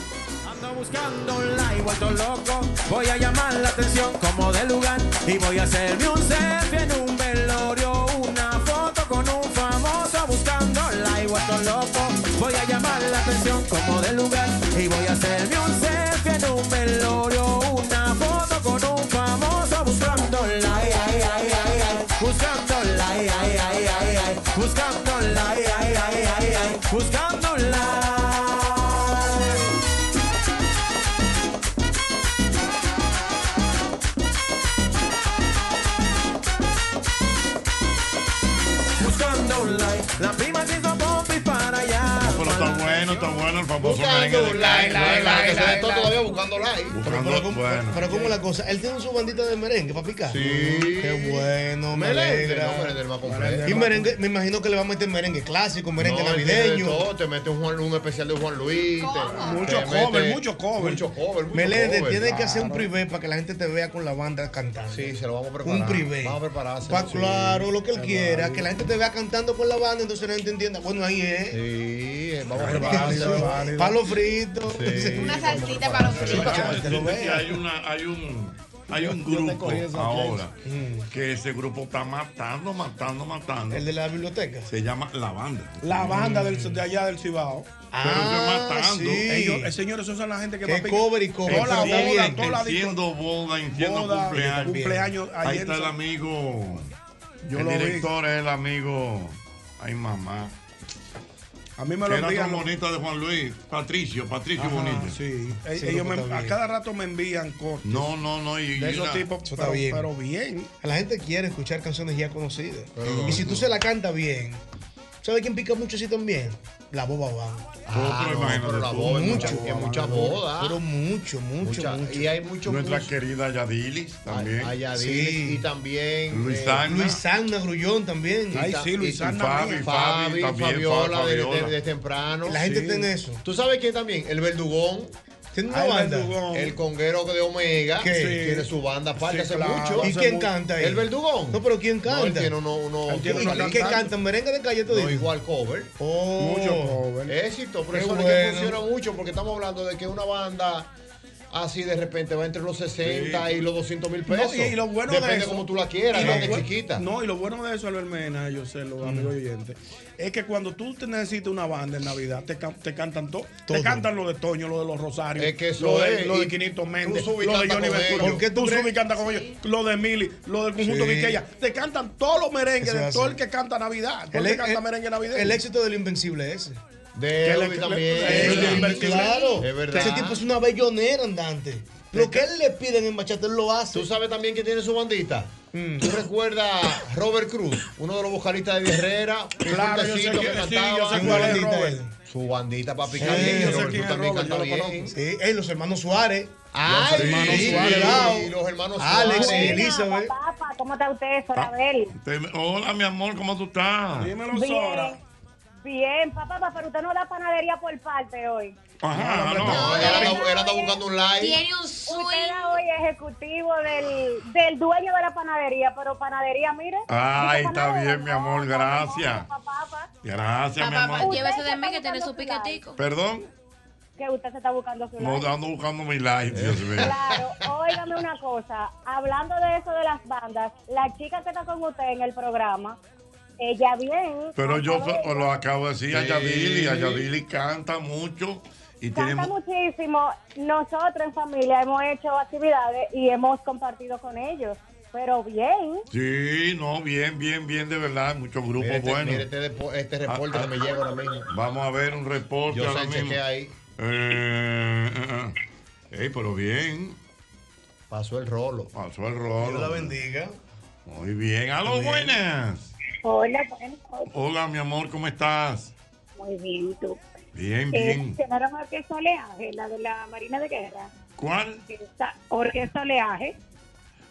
Ando buscando un like, vuelto loco. Voy a llamar la atención como de lugar. Y voy a hacerme un selfie en un velorio. Una foto con un famoso buscando like, vuelto loco. Voy a llamar la atención como de lugar. Y voy a hacerme un selfie en un velorio. Una foto con un famoso buscando like, ay, ay, ay, ay. Buscando like, ay, ay, ay, ay. Buscando like, ay, ay, ay, ay. Buscando like. Buscando un like, la prima se hizo pompi para allá. Pero está bueno, está bueno el famoso Buscando merengue de un calle. like, like, Bueno, like, que se ve like, todo like. todavía buscando like. Buscando, bueno. Pero como la cosa, él tiene su bandita de merengue para picar. Sí. Qué bueno, me Meléndez, alegra. no, Meléndez va a comprar. Y merengue, me imagino que le va a meter merengue clásico, merengue No, él tiene de navideño. todo, te mete un, Juan, un especial de Juan Luis. te- Mucho te cover, mete- mucho cover. Mucho cover, mucho Meléndez, cover. tienes que hacer un Claro. privé para que la gente te vea con la banda cantando. Sí, se lo vamos a preparar. Un privé. Vamos a prepararse. Pa- sí. claro, lo que él Claro. quiera, que la gente te vea cantando con la banda, entonces la gente entienda. Bueno, ahí es. Sí, eh, vamos a prepararse. Palo frito. Una salsita para los fritos. que hay una, hay un, hay un grupo ahora que ese grupo está matando, matando, matando. Mm. El de la biblioteca. Se llama La Banda. La banda del, de allá del Cibao. Ah, Pero se matando. sí. Ellos, eh, señores, esos son la gente que Que más pica. cobre y cobre. Toda la boda, Encienden, toda la disco- enciendo boda, enciendo Boda, cumpleaños. cumpleaños, Ahí ayer está el son- amigo. Yo el lo vi. director es el amigo. Ay, mamá. A mí me Que lo era envían tan los- bonita de Juan Luis. Patricio, Patricio Ajá, Bonita. Sí. Eh, ellos me- a cada rato me envían cortes. No, no, no. Y, De y esos una- tipos, Eso está pero- bien. pero bien. La gente quiere escuchar canciones ya conocidas. Pero- y si tú se la cantas bien, ¿sabes quién pica mucho así también? La boba va. Ah, no, pero la boda, mucho, mucho, mucha boda. Pero mucho, mucho, Mucha- mucho. y hay mucho Nuestra músico. querida Yadilis también. Ay, Yadilis y también eh, Luis Sagna. Sagna Grullón también. Y ta- y Fabi, Fabi, también, Fabiola, Fa- de- este de, Fabiola. de temprano. La gente tiene eso. ¿Tú sabes quién también? El Verdugón. Tiene una Ah, el banda. Verdugón. El conguero de Omega. ¿Qué? Sí. Sí. Tiene su banda aparte Sí, hace claro. mucho. ¿Y Hace quién mu- canta ahí? El Verdugón. No, pero ¿quién canta? él tiene uno, uno Él tiene uno vocalista. ¿Qué cantan? ¿Merengue de calle todo? No, igual cover. Oh. Éxito, Qué profesor, que bueno. funciona mucho porque estamos hablando de que una banda así de repente va entre los 60 Sí. y los 200 mil No, pesos. y, y lo bueno Depende de eso. como tú la quieras, y lo grande, bue- chiquita. No, y lo bueno de eso, Albert Mena, yo sé, los amigos oyentes, es que cuando tú te necesitas una banda en Navidad, te, ca- te cantan todo. Te cantan lo de Toño, lo de los Rosarios. Es que eso lo de, es, lo de y Quinito Méndez, tú subes y lo de cantas Johnny con Ventura. ellos. ¿Por qué tú tú crees? subes y cantas con ellos? Lo de Mili, lo del conjunto Sí. Viqueya. Te cantan todos los merengues, Eso es de todo así. el que canta Navidad. Todo El, e- el, que el- canta merengue navideño. el éxito del Invencible ese. De Eudy también. el Eudy, Invencible. claro. Claro. Es verdad. Ese tipo es una bellonera andante. Lo que él le piden en bachata, él lo hace. ¿Tú sabes también quién tiene su bandita? ¿Tú recuerdas a Robert Cruz, uno de los vocalistas de Eddie Herrera? Un Claro, yo sé fuertecito quién- que sí, cantaba. yo sé Su cuál es, bandita, Robert. Su bandita para Sí, picar bien. yo sé Robert Cruz quién es también Robert, canta yo lo bien. Sí, eh, los hermanos Suárez. Ay, los hermanos sí, Suárez. y los hermanos Alex y Suárez. ¿eh? Elizabeth. Papá, ¿cómo está usted, Sorabel? Te- Hola, mi amor, ¿cómo tú estás? Dímelo, Bien. Sora. Bien, papá, papá, pero usted no da panadería por parte hoy. Ajá, no. Ah, Él anda buscando un like. un Usted era hoy ejecutivo del, del dueño de la panadería, pero panadería, mire. Ay, está bien, mi amor, gracias. Gracias, mi Papá, amor. llévese de mí que tiene su piquetico. Perdón, Que usted se está buscando su no lado. ando buscando mi Eh. like, Dios mío. Claro, óigame una cosa. Hablando de eso de las bandas, la chica que está con usted en el programa, ella bien. Pero yo cantadora, so- lo acabo de decir a Sí. Yadili, a Yadili canta mucho y tiene Canta mu- muchísimo. Nosotros en familia hemos hecho actividades y hemos compartido con ellos. Pero bien, Sí, no, bien, bien, bien, de verdad, muchos grupos Mírate, buenos. mírate depo- este reporte Ah, que me ah. llega ahora mismo. Vamos a ver un reporte Yo ahora sé, mismo. chequea ahí. Eh, eh, eh. Ey, pero bien. Pasó el rolo. Pasó el rolo. Dios la bendiga. Muy bien. Aló, Amén. buenas. hola, buenas noches. Hola, mi amor, ¿cómo estás? Muy bien, ¿y tú. Bien, Eh, bien. Genaro Márquez Oleaje, la de la Marina de Guerra. ¿Cuál? Esa Orquesta Oleaje.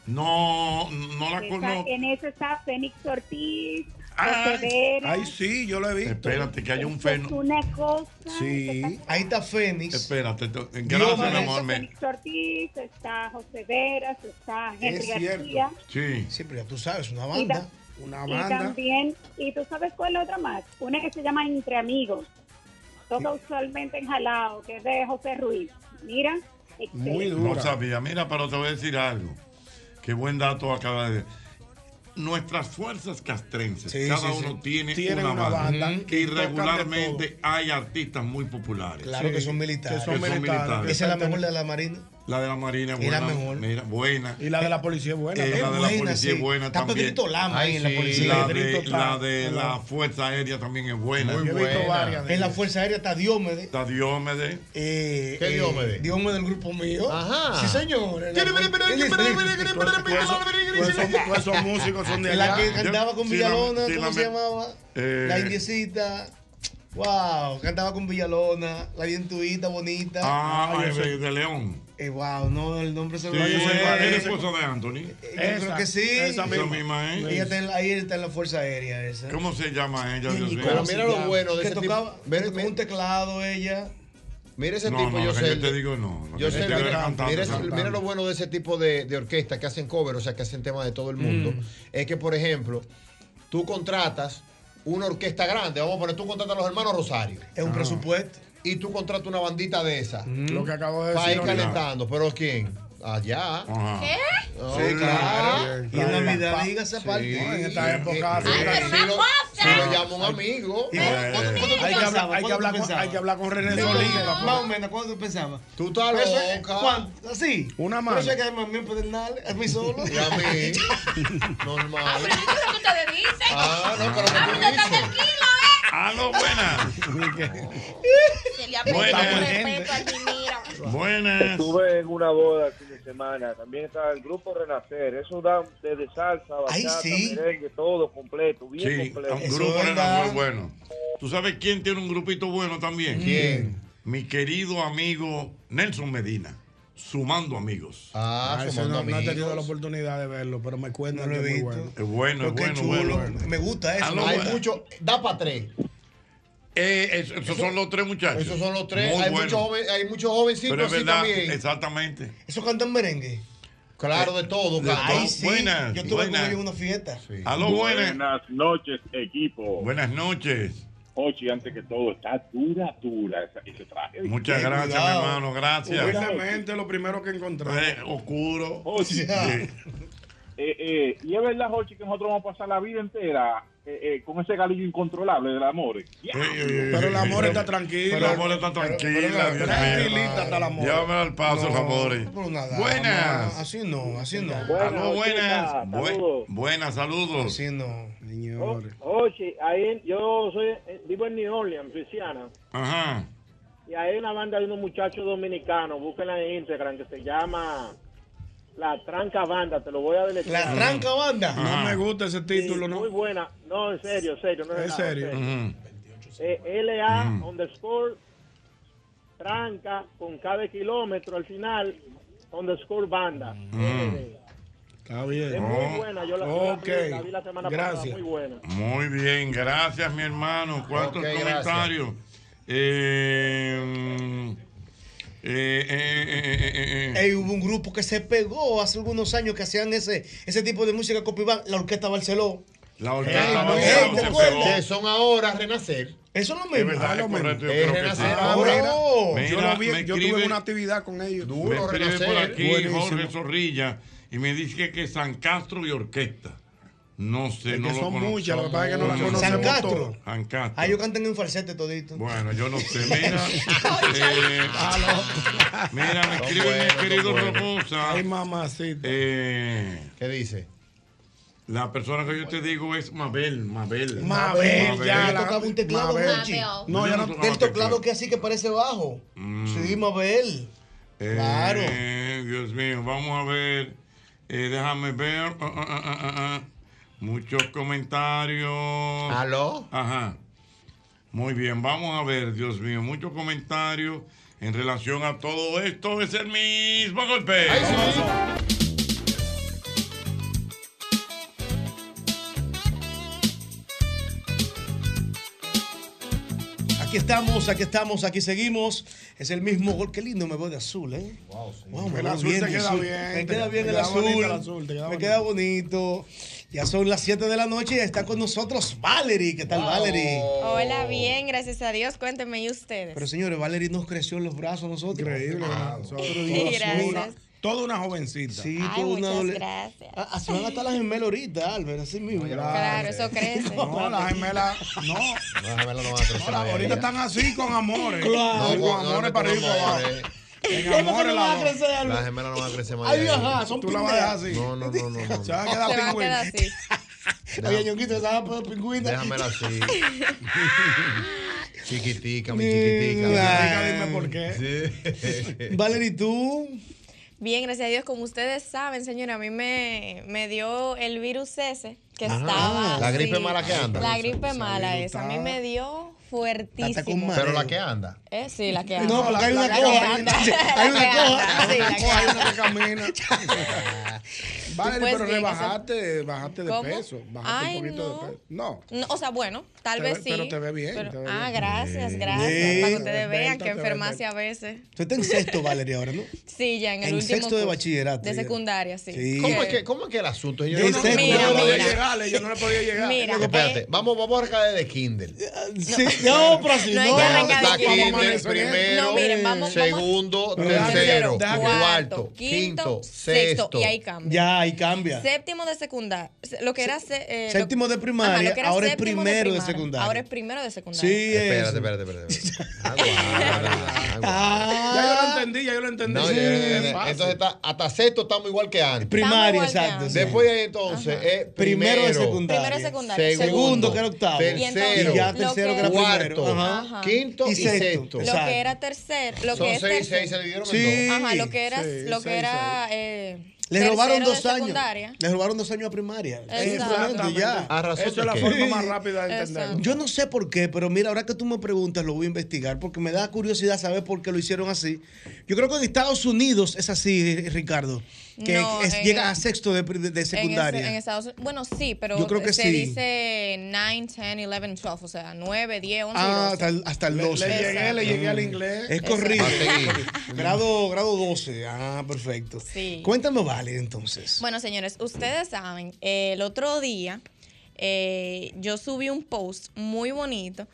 No, no la Esa- conozco. en eso está Fénix Ortiz, Ay, José Vera. ay, sí, yo la he visto. Espérate, que hay un Es fenómeno. una cosa. Sí. Ahí está Fénix. Espérate, to- Dios gracias, mi amor. Está me- Fénix Ortiz, está José Veras, está Henry Es cierto. García. Sí. Sí, pero ya tú sabes, una Y banda. da- Y también, y tú sabes cuál es otra más, una que se llama Entre Amigos, toca usualmente en Jalao, que es de José Ruiz. Mira, excelente. Muy duro. No sabía. Mira, pero te voy a decir algo. Qué buen dato acaba de Nuestras fuerzas castrenses, Sí, cada sí, sí. Uno Tiene, Tienen una, una banda. banda que que tocan de irregularmente hay artistas muy populares. Claro que son militares. Que son militares. Esa es la mejor de la Marina. La de la Marina es Y la buena. mejor. Mira, buena. Y la de la policía es buena. Eh, la de la buena, policía sí. es buena Está también. Pedrito Lama ahí en la sí, policía. La de, Pedrito la, está- de la Fuerza Aérea también es buena. Yo he visto varias de En la Fuerza Aérea está Diómedes. Está Diómedes. Eh, ¿Qué eh, Diómedes? Diómedes del grupo mío. Ajá. Sí, señores. Todos esos- todos esos músicos son de La que allá. cantaba Yo- con sí, Villalona, la- sí, ¿cómo la se me- llamaba? Eh. La indiecita. Wow, cantaba con Villalona, la dientuita bonita. Ah, Ay, yo de- sé- de León. Eh, wow, no, el nombre se Sí, me va, yo sé cuál es es. esposa de Anthony. Eh, Yo creo que sí. Esa misma, ¿eh? Ella está en la- ahí está en la Fuerza Aérea esa. ¿Cómo se llama ella? Dios mío? Pero mira lo bueno de que ese tocaba, tipo. que tocaba un teclado ella. Mira ese No, tipo, no, yo lo que sé. yo te digo, no. Lo Yo que yo sé, te digo era mira, cantante, mira eso- cantante. mira lo bueno de ese tipo de, de orquestas que hacen cover, o sea, que hacen temas de todo el mundo. Es que, por ejemplo, tú contratas una orquesta grande, vamos a poner, tú contratas a los hermanos Rosario. Es un presupuesto. Y tú contratas una bandita de esa. Lo que acabo de Para decir ir ahorita. calentando, pero ¿quién? Allá. ¿Qué? Oh, Sí, claro. claro. Eh, Y en Navidad, Sí. dígase aparte. No, en esta época. Ah, sí, pero sí, una lo- cosa. sí, lo llamo- un amigo. Hay que hablar- hay que hablar con- hay que hablar con René Solís, papá. Más o menos, ¿cuánto tú pensabas? Tú estás Pero eso es- loca. ¿Cuánto? ¿Así? Una Pero eso mano. es que además me pueden dar, a mí solo. Y a mí. Normal. ustedes dicen? Ah, no, pero Ah, usted está tranquilo, ¿eh? Ah, Aló, buenas. Se le ha perdido Buena el gente. respeto al Mimiro. Buenas. Estuve en una boda el fin de semana. También estaba el grupo Renacer. Eso da desde salsa, Ay, bachata, sí. merengue, todo completo, bien Sí, completo. un grupo era muy bueno. ¿Tú sabes quién tiene un grupito bueno también? ¿Quién? Mi querido amigo Nelson Medina, Sumando Amigos. Ah, ese no, no he tenido la oportunidad de verlo, pero me cuentan No lo que he es muy visto. bueno. Es bueno, es Pero qué bueno, chulo. bueno. Ah, Me gusta eso. Hay Bueno. mucho. Da para tres. Eh, es- esos son los tres muchachos. Esos son los tres. Muy hay, bueno. muchos joven- hay muchos Pero jovencitos es así verdad, también. exactamente. ¿Eso cantan merengue? Claro, de todo, De cara. todo. Ay, sí. Buenas, Yo tuve con buenas. ellos en una fiesta. Aló, buenas. noches, equipo. Buenas noches. Ochi, antes que todo, está dura, dura esa- ese traje. Muchas Ten gracias, cuidado. mi hermano, gracias. Humildemente, lo primero que encontramos. oscuro. Oh, Eh, eh, y es verdad, Jochi, que nosotros vamos a pasar la vida entera eh, eh, con ese galillo incontrolable del amor. Pero el amor está tranquilo. Pero el amor está tranquila. Dios mío. Tranquilita está el amor. Llévamelo al paso, No, amores. pero nada, Buenas. no, así no, así no. Aló, buenas. Bue- buenas, saludos. Así no. Oye, ahí yo soy, eh, vivo en New Orleans, Luisiana, Ajá. y ahí hay una banda de unos muchachos dominicanos, búsquenla en Instagram, que se llama La Tranca Banda, te lo voy a deletrear. banda. No me gusta ese título, ¿no? Muy buena, no, en serio, en serio, no es En nada, serio. Eh, LA Mm. underscore Tranca con cada kilómetro al final underscore Banda. Mm. Eh, Está bien. Es muy buena, yo la, yo la vi- la vi la semana pasada, Oh, Gracias. muy buena. Muy bien, gracias, mi hermano. ¿Cuántos Ok, gracias. comentarios? Eh, eh, eh, eh, eh, eh, eh. Ey, hubo un grupo que se pegó hace algunos años que hacían ese, ese tipo de música copyback, la Orquesta Barceló. La Ey, orquesta no, Barceló ey, se ¿te acuerdas? pegó. Que son ahora renacer. Eso es lo mismo. verdad, es correcto, yo creo que sí. Ahora, Mira, yo lo vi, me yo escribe- tuve una actividad con ellos. Me escribe por aquí Buenísimo. Jorge Zorrilla y me dice que, que San Castro y Orquesta. No sé, Es no que lo son conozco. muchas, lo que pasa es que no las Son conocemos muchas. todas. San Castro. Ah, ellos cantan en falsete todito. Bueno, yo no sé. Mira, eh, mira me Son escribe buenos, mi querido son buenos. Romosa. Ay, mamacita. ¿Qué dice? La persona que yo te digo es Mabel. Mabel. Mabel, ya la- tocaba un teclado, Mabel. Jochi. No, ya no tocaba Del teclado. Mm. teclado que así que parece bajo. Sí, Mabel. Claro. Eh, Dios mío, vamos a ver. Eh, déjame ver. Ah, ah, ah, ah, ah, ah. Muchos comentarios. ¿Aló? Ajá. Muy bien, vamos a ver, Dios mío, muchos comentarios en relación a todo esto. Es el mismo golpe. Aquí estamos, aquí estamos, aquí seguimos. Es el mismo gol. Qué lindo me voy de azul, ¿eh? Wow, me El va azul te de queda azul. bien, Me te- queda bien te el queda azul. bonito el azul, te queda me queda bonito. Ya son las 7 de la noche y está con nosotros Valerie. ¿Qué tal, Valerie? Hola, bien, gracias a Dios. Cuéntenme ¿y ustedes. Pero señores, Valerie nos creció en los brazos a nosotros. Increíble, ¿verdad? Nosotros Sí, toda azul, gracias. una- Toda una jovencita. Sí, Ay, toda una muchas adole- gracias. Ah, ah, se van hasta las gemelas ahorita, Albert, así mismo. Claro, eso crece. No, las gemelas, no. Las gemelas no van a crecer. ahí, Ahorita ya. están así con amores. No, Con no, no, amores no, para arriba y no, para abajo. amores. En ¿Cómo que amores no la van a dos. crecer, Albert? Las gemelas no van a crecer más. Ay, de ahí. ajá, son Tú la vas a dejar así. No, no, no, no. no. Se va a no. quedar Se va a pingüina. quedar así. Oye, Ñonguito, se van a poner pingüina. Déjamela así. Chiquitica, mi Ni- chiquitica. Ay. Dime por qué. Valerie, tú. Bien, gracias a Dios. Como ustedes saben, señora, a mí me, me dio el virus ese que Ajá, estaba. Ah, la sí. gripe mala que anda. La gripe mala virus esa. A mí me dio fuertísimo. Pero la que anda. Eh, sí, la que No, anda. porque hay una La coja. que anda. Hay La una que coja. Ah, anda, sí, la que Hay anda. una que camina. Valerie, Pues pero bien, rebajaste, bajaste de ¿Cómo? peso. Bajaste Ay, un poquito de peso. No. No, o sea, bueno, tal Te vez ve- sí. pero te ve bien, Pero- te ve ah, bien. gracias, Bien. gracias. Bien. Para que Te ve ustedes vean perfecta, que te ve enfermarse a veces. Tú estás en sexto, Valeria, ahora, ¿no? Sí, ya en el En último. sexto de curso. bachillerato, De ya. secundaria, sí. Sí. ¿Cómo es que, cómo es que el asunto? Yo Yo no, no- Mira, yo no mira. podía Ah, llegarle, yo no le podía llegar. Mira, Espérate, vamos, vamos a arrancar desde Kindle. Sí, no, pero si No hay no. que arrancar Está de Kindle. Kindle, Vamos a amanecer. primero, No, miren, vamos- segundo, vamos- tercero, Déjame- cuarto, quinto, quinto, sexto, sexto. y ahí cambia. Ya, ahí cambia. Séptimo de secundaria. Lo que era. se- eh, lo- Séptimo de primaria, lo que era ahora es séptimo primero de primaria. secundaria. Ahora es primero de Sí, secundaria. es. Espérate, espérate, espérate. espérate. Ya yo lo entendí, ya yo lo entendí. No, Sí, ya, ya, ya. es fácil. Entonces está, hasta sexto estamos igual que antes. Primaria, Estamos igual que exacto, antes. sí. Después ahí entonces es primero, Primero de secundaria. Primero de secundaria, Segundo, que era octavo. Tercero. Y entonces, Y ya lo tercero, que que- era Cuarto, primero. Ajá. quinto y sexto. Lo que era tercer, lo Son que es seis, tercer- seis, se dividieron Sí. en dos. Ajá, lo que era, Sí, lo que seis, era eh, Le robaron tercero dos de años. secundaria. Le robaron dos años a primaria. Exacto. Simplemente ya. A razón Eso es de la qué. forma más rápida de entenderlo. Exacto. Yo no sé por qué, pero mira, ahora que tú me preguntas, lo voy a investigar porque me da curiosidad saber por qué lo hicieron así. Yo creo que en Estados Unidos es así, Ricardo, que No, es- en- llega a sexto de, pri- de- de En secundaria. ese- en Estados Unidos. Bueno, sí, pero Yo creo que se sí. dice 9, 10, 11, 12. O sea, 9, 10, 11. y Ah, 12. hasta, el- hasta el Le- 12. le llegué, le llegué al inglés. Es corrible. grado, grado 12. Ah, perfecto. Sí. Cuéntame, vale, entonces. Bueno, señores, ustedes saben, eh, el otro día eh, yo subí un post muy bonito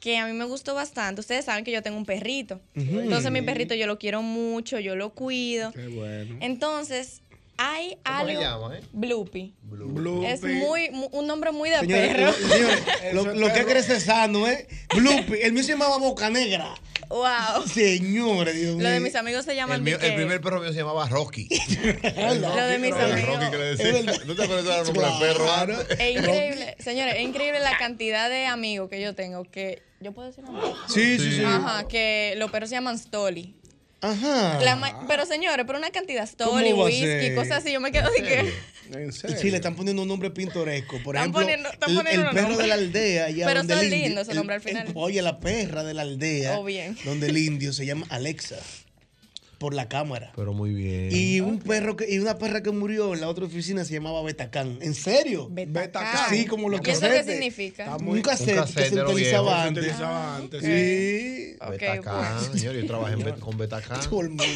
que a mí me gustó bastante. Ustedes saben que yo tengo un perrito. Ujú. Entonces mi perrito yo lo quiero mucho, yo lo cuido. Qué bueno. Entonces, hay ¿Cómo se algo... llama, eh? Bloopy. Bloopy. Es muy, mu- un nombre muy de Señores, perro. lo- señores, lo, lo que crece sano, ¿eh? Bloopy. El mío se llamaba Boca Negra. Wow. Señores, Dios mío. Ah, Lo de mis amigos se llaman El, mío- el Miquel. primer perro mío se llamaba Rocky. Lo de mis El amigos. Rocky que le decía. ¿No te acuerdas del nombre del perro antes? Es E increíble, señores, es increíble la cantidad de amigos que yo tengo que yo puedo decir nombre? Sí, sí, sí. Ajá, que los perros se llaman Stoli. Ajá. La ma- pero señores, pero una cantidad Stoli, ¿Cómo va a whisky, ser? cosas así, yo me quedo así que Y sí, le están poniendo un nombre pintoresco. Por Están ejemplo, poniendo- están el- poniendo el unos perro nombres. de la aldea. allá Pero donde son el indio- lindos esos el- nombres al final. el- oye, la perra de la aldea. Oh, bien. Donde el indio se llama Alexa. Por la cámara. Pero muy bien. Y un perro que, y una perra que murió en la otra oficina se llamaba Betacán. ¿En serio? Betacán. Sí, como los ¿Y eso qué casetes. significa? Un cassette, que se de lo utilizaba viejo. antes. Se utilizaba antes, Sí. Betacán, señor, yo trabajé en Bet- con Betacán. Todo el mundo.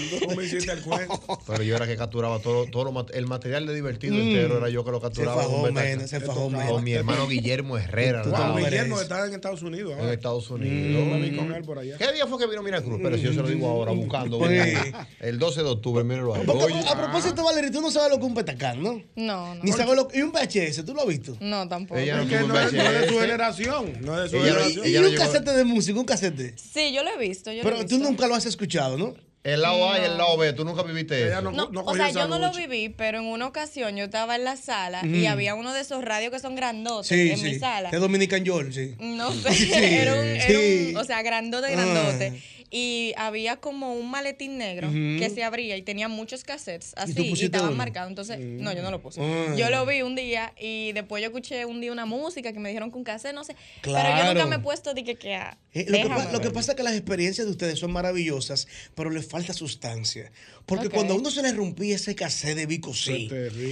Pero yo era que capturaba todo, todo lo mat- el material de divertido Mm. entero, era yo que lo capturaba. fajó, con Betacán. man, se fajó, man. Con mi hermano Guillermo Herrera. Tú wow. estás Guillermo está en Estados Unidos. En ahora. Estados Mm. Me vi con Unidos. él por allá. ¿Qué día fue que vino Miracruz? Pero si yo se lo digo ahora, buscando. Sí. mira. El 12 de octubre, mírenlo ahí. Porque, Oye. a propósito, Valeria, tú no sabes lo que es un Betacán, ¿no? No, no. Ni sabes lo que. Y un VHS, ¿tú lo has visto? No, tampoco. Ella no Que tuvo no es, no Ah, es de su VHS. generación. No es de su Ella- generación. y un casete de música, un casete. Sí, yo lo he visto, yo lo he Pero visto. tú nunca lo has escuchado, ¿no? El lado A y el lado B, tú nunca viviste eso. No, o sea, yo no lo viví, pero en una ocasión yo estaba en la sala y Mm. había uno de esos radios que son grandotes Sí, en sí. mi sala. Es Dominican York, sí. No sé, Sí, era, un, era un- sí. Ah. o sea, grandote, grandote. Y había como un maletín negro Ujú. que se abría y tenía muchos cassettes tú así y, pusiste estaban uno? marcados. Entonces, no, yo no lo puse. Ah. Yo lo vi un día y después yo escuché un día una música que me dijeron que un cassette, no sé. Pero yo Claro. nunca me he puesto de que, que a- Eh, lo, que déjame pa- lo que ver. pasa es que las experiencias de ustedes son maravillosas, pero les falta sustancia. Porque Ok. cuando a uno se le rompía ese cassette de Vico sí,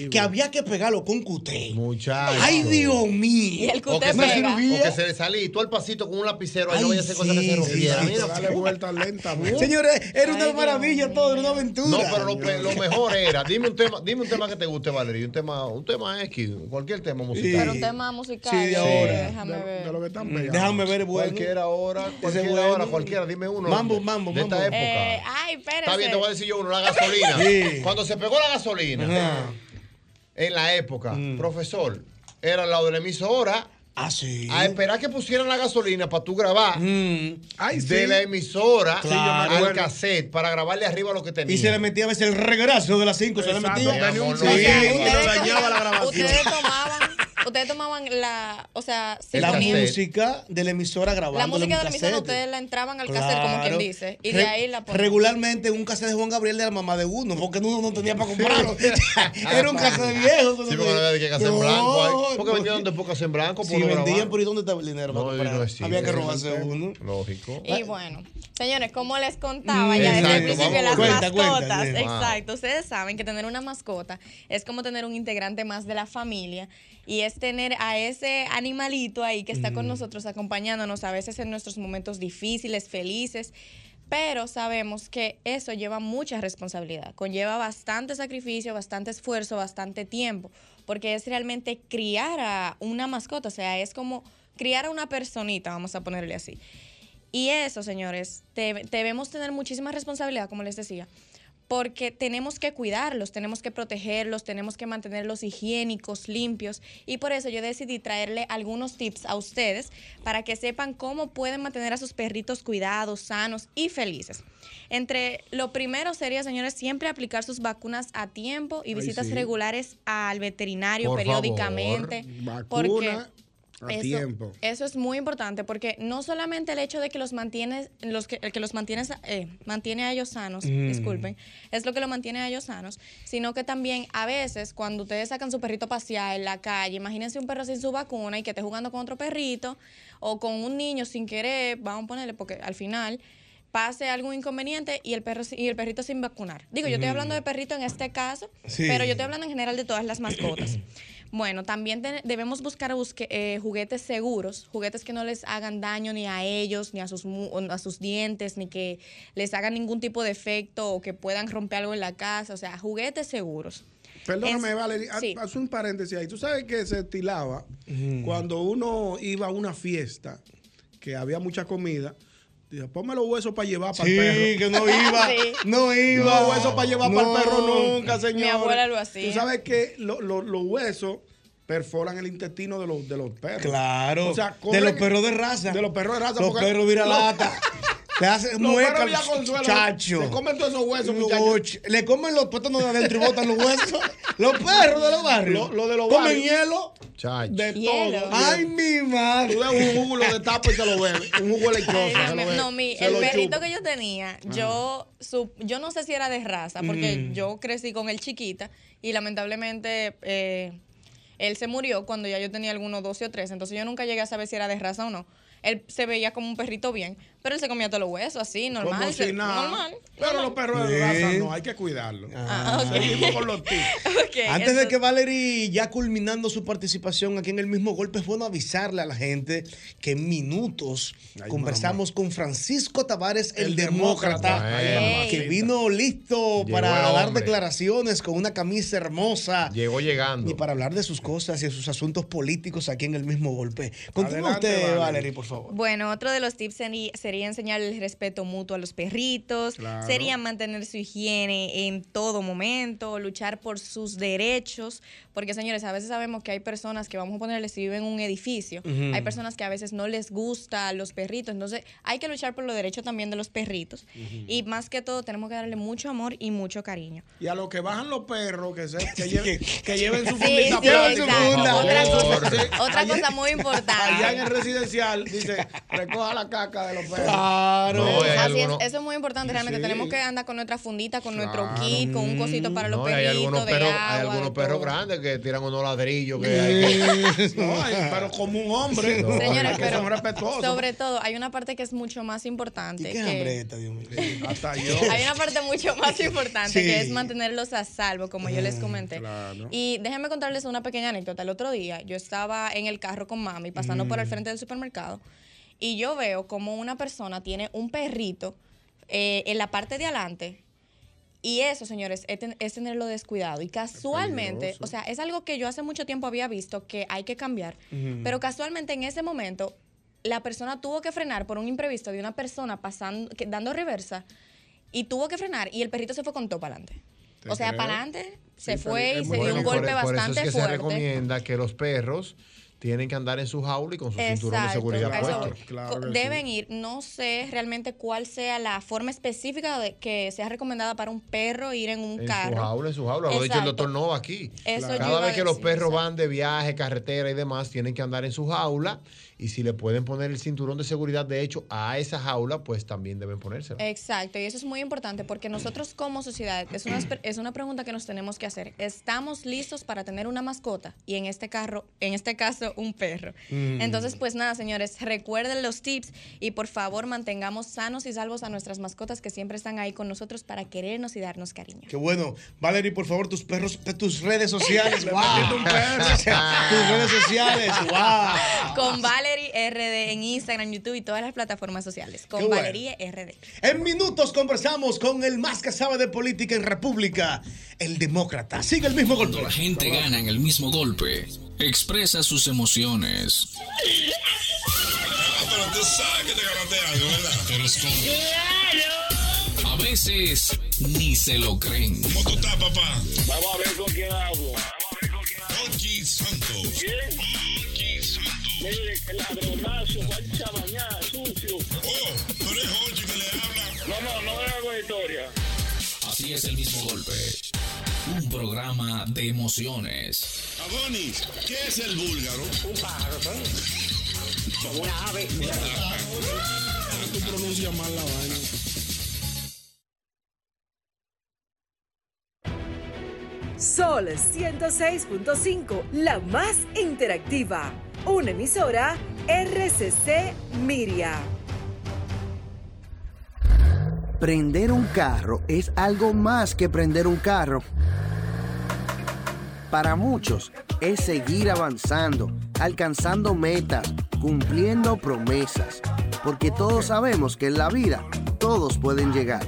que había que pegarlo con cuté. Muchachos. Ay, Dios mío. o que, se, o que se le salía y tú al pasito con un lapicero, ahí no vaya a hacer cosas que se rompiera. Mira, Dale vuelta lenta. güey. Señores, era una maravilla todo, era una aventura. No, pero lo, pe- lo mejor era, dime un tema, dime un tema que te guste, Valeria, un tema, un tema X, cualquier tema musical. Pero un tema musical. Sí, de yo- ahora. Déjame ver. pegando. Déjame ver, bueno. Cualquiera ahora, cualquiera bueno. ahora, cualquiera, dime uno. Mambo, mambo, de mambo. esta época. Eh, ay, espérate. Está bien, te voy a decir yo uno, la gasolina. Sí. Cuando se pegó la gasolina, Ajá. Mm. en la época, profesor, era al lado de la emisora. Ah, sí. A esperar que pusieran la gasolina para tú grabar Ay, de sí. la emisora Sí, yo me al acuerdo. cassette para grabarle arriba lo que tenía. Y se le metía a veces el regrazo de las 5, se le Exacto, metía. tenía un Sí, chiste. y Ustedes lo dañaba la grabación. Ustedes tomaban, ustedes tomaban la, o sea, si La ponían- música de la emisora grabando. La música de la emisora ustedes la entraban al cassette, como quien dice. Y de ahí la ponían. Regularmente un cassette de Juan Gabriel de la mamá de uno, porque uno no tenía para comprarlo. Era un cassette viejo. Sí, porque no había de qué hacer en No, blanco. ahí. ¿Por qué vendían de pocas en blanco? Si pues vendían, pero ¿y dónde estaba el dinero? para comprar? Había que robarse uno. Lógico. Y bueno, señores, como les contaba Mm, ya desde el Ah. exacto, principio, las vamos. Cuenta, cuenta, mascotas, sí. exacto, ustedes saben que tener una mascota es como tener un integrante más de la familia y es tener a ese animalito ahí que está Mm. con nosotros acompañándonos a veces en nuestros momentos difíciles, felices. Pero sabemos que eso lleva mucha responsabilidad, conlleva bastante sacrificio, bastante esfuerzo, bastante tiempo, porque es realmente criar a una mascota, o sea, es como criar a una personita, vamos a ponerle así. Y eso, señores, deb- debemos tener muchísima responsabilidad, como les decía, porque tenemos que cuidarlos, tenemos que protegerlos, tenemos que mantenerlos higiénicos, limpios. Y por eso yo decidí traerle algunos tips a ustedes para que sepan cómo pueden mantener a sus perritos cuidados, sanos y felices. Entre lo primero sería, señores, siempre aplicar sus vacunas a tiempo y Ay, visitas sí. regulares al veterinario Por favor. periódicamente. Vacuna a tiempo. Eso es muy importante porque no solamente el hecho de que los mantienes, los que, el que los mantienes, eh, mantiene a ellos sanos, Mm. disculpen, es lo que lo mantiene a ellos sanos, sino que también a veces cuando ustedes sacan su perrito a pasear en la calle, imagínense un perro sin su vacuna y que esté jugando con otro perrito o con un niño sin querer, vamos a ponerle porque al final pase algún inconveniente y el perro si- y el perrito sin vacunar. Digo, yo estoy Ujú. hablando de perrito en este caso, Sí. pero yo estoy hablando en general de todas las mascotas. Bueno, también te- debemos buscar busque- eh, juguetes seguros, juguetes que no les hagan daño ni a ellos, ni a sus, mu- o a sus dientes, ni que les hagan ningún tipo de efecto o que puedan romper algo en la casa, o sea, juguetes seguros. Perdóname, Es- Valerie, ha- sí. haz un paréntesis ahí. Tú sabes que se estilaba Mm. cuando uno iba a una fiesta que había mucha comida. Dice, ponme los huesos para llevar para el Sí, perro. que no iba, Sí. no iba. Los huesos para llevar para No. el perro nunca, Mi señor. abuela lo hacía. Tú sabes que lo- lo- los huesos perforan el intestino de los, de los perros. Claro. O sea, de corren- los perros de raza. De los perros de raza. Los porque- perros vira los- lata. Le hacen Los perros mueca, vira consuelo, chacho. se comen todos esos huesos, Los- muchachos. Le comen los pétanos de adentro y botan los huesos. Los perros de los barrios. Lo- lo de los Comen barrios. hielo. De Hielo. todo. Ay, mi madre. Tú das un jugo lo destapas y se lo bebe. Un jugo lechoso. Ay, Dios se lo mío. bebe. no, mi, Se el lo perrito chupa. que yo tenía, yo su- yo no sé si era de raza, porque Mm. yo crecí con él chiquita y lamentablemente eh, él se murió cuando ya yo tenía algunos 12 o 13, entonces yo nunca llegué a saber si era de raza o no. Él se veía como un perrito bien, pero él se comía todos los huesos, así, normal. Como se- si nada. normal. Pero los perros de Sí. Ah, raza no, hay que cuidarlos. Seguimos con los tips. Antes de que Valerie, ya culminando su participación aquí en el mismo golpe, es bueno avisarle a la gente que en minutos conversamos con Francisco Tavares, el, El demócrata, demócrata. Ay, que mamacita. vino listo Llegó para el dar hombre. declaraciones con una camisa hermosa. Llegó llegando. Y para hablar de sus cosas y de sus asuntos políticos aquí en el mismo golpe. Continúa Adelante, usted, Valerie. Valerie. por favor. Bueno, otro de los tips seri- sería enseñar el respeto mutuo a los perritos, Claro. sería mantener su higiene en todo momento, luchar por sus derechos, porque señores, a veces sabemos que hay personas que vamos a ponerle si viven en un edificio, Ujú. hay personas que a veces no les gusta a los perritos, entonces hay que luchar por los derechos también de los perritos Ujú. y más que todo tenemos que darle mucho amor y mucho cariño. Y a los que bajan los perros, que, se, que, lleven, que lleven su Sí, fundita sí, plástica. exacto. Por favor. Otra cosa- Sí. Otra Allá- cosa muy Allá en el importante. residencial dice, recoja la caca de los perros. Claro. No, hay Así es, algunos- eso es muy importante, realmente Sí. tenemos que andar con nuestra fundita, con nuestro Claro. Mm, kit, con un cosito para los No, y hay perritos, algunos de perros, hay agua, algunos de perros todo. grandes que tiran unos ladrillos que hay que... No, hay- pero como un hombre. No, Señores, hay que pero ser respetuoso. sobre todo hay una parte que es mucho más importante. que- Dios mío. Hasta yo. hay una parte mucho más importante Sí. que es mantenerlos a salvo, como yo les comenté. Claro. Y déjenme contarles una pequeña anécdota. El otro día yo estaba en el carro con mami pasando por el Mm. frente del supermercado y yo veo como una persona tiene un perrito eh, en la parte de adelante. Y eso, señores, es, ten- es tenerlo descuidado. Y casualmente, peligroso. o sea, es algo que yo hace mucho tiempo había visto que hay que cambiar. Ujú. Pero casualmente en ese momento, la persona tuvo que frenar por un imprevisto de una persona pasando, que- dando reversa y tuvo que frenar y el perrito se fue con todo para adelante. Te O sea, creo. para adelante se Sí, fue y es se bueno, dio un por- e-, golpe por eso bastante es que se fuerte. recomienda que los perros tienen que andar en su jaula y con su cinturón de Exacto, seguridad a eso puesto. voy. Co- Deben ir, no sé realmente cuál sea la forma específica de que sea recomendada para un perro ir en un En carro. su jaula, en su jaula. Lo ha dicho el Exacto. doctor Nova aquí. Eso yo Cada iba a vez que los decir, perros van de viaje, carretera y demás, tienen que andar en su jaula. Y si le pueden poner el cinturón de seguridad, de hecho, a esa jaula, pues también deben ponérselo. Eh, Exacto, y eso es muy importante porque nosotros como sociedad, es una, es una pregunta que nos tenemos que hacer, ¿estamos listos para tener una mascota? Y en este, carro, en este caso, un perro. Mm. Entonces, pues nada, señores, recuerden los tips y por favor mantengamos sanos y salvos a nuestras mascotas que siempre están ahí con nosotros para querernos y darnos cariño. Qué bueno. Valerie, por favor, tus perros, tus redes sociales. Le wow. metiste un perro. tus redes sociales. Wow. Con Valerie RD en Instagram, YouTube y todas las plataformas sociales. Con Qué bueno. Valerie RD. En minutos conversamos con el más que sabe de política en República, el demócrata. Sigue el mismo golpe. La gente gana en el mismo golpe. Expresa sus emociones. Pero tú sabes que te ganaste algo, ¿verdad? Pero es como. A veces ni se lo creen. ¿Cómo tú estás, papá? Vamos a ver con quién hablo. Vamos a ver con quién hablo. Ochi Santos. ¿Quién? Ochi Santos. Mire, que ladronazo, guacha mañana, sucio. Oh, tú eres Ochi que le habla. No, no, no hago historia. Así es el mismo golpe. Un programa de emociones. Adonis, ¿qué es el búlgaro? Un pájaro, Como una ave. Tú pronuncias mal la vaina. Sol 106.5, la más interactiva. Una emisora RCC Miria. Prender un carro es algo más que prender un carro. Para muchos es seguir avanzando, alcanzando metas, cumpliendo promesas, porque todos sabemos que en la vida todos pueden llegar.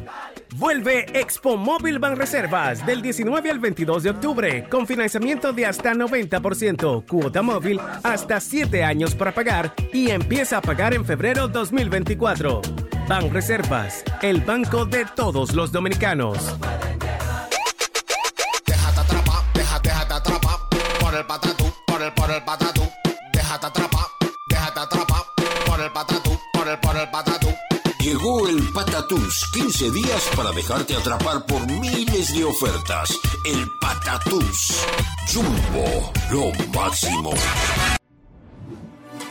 Vuelve Expo Móvil Banreservas del 19 al 22 de octubre con financiamiento de hasta 90%, cuota móvil hasta 7 años para pagar y empieza a pagar en febrero 2024. Banreservas, el banco de todos los dominicanos. Déjate atrapar, déjate, déjate atrapar por el patatú, por el, por el patatú. Déjate atrapar, déjate atrapar por el patatú, por el, por el patatú. Llegó el Patatús, 15 días para dejarte atrapar por miles de ofertas. El Patatús, Jumbo, lo máximo.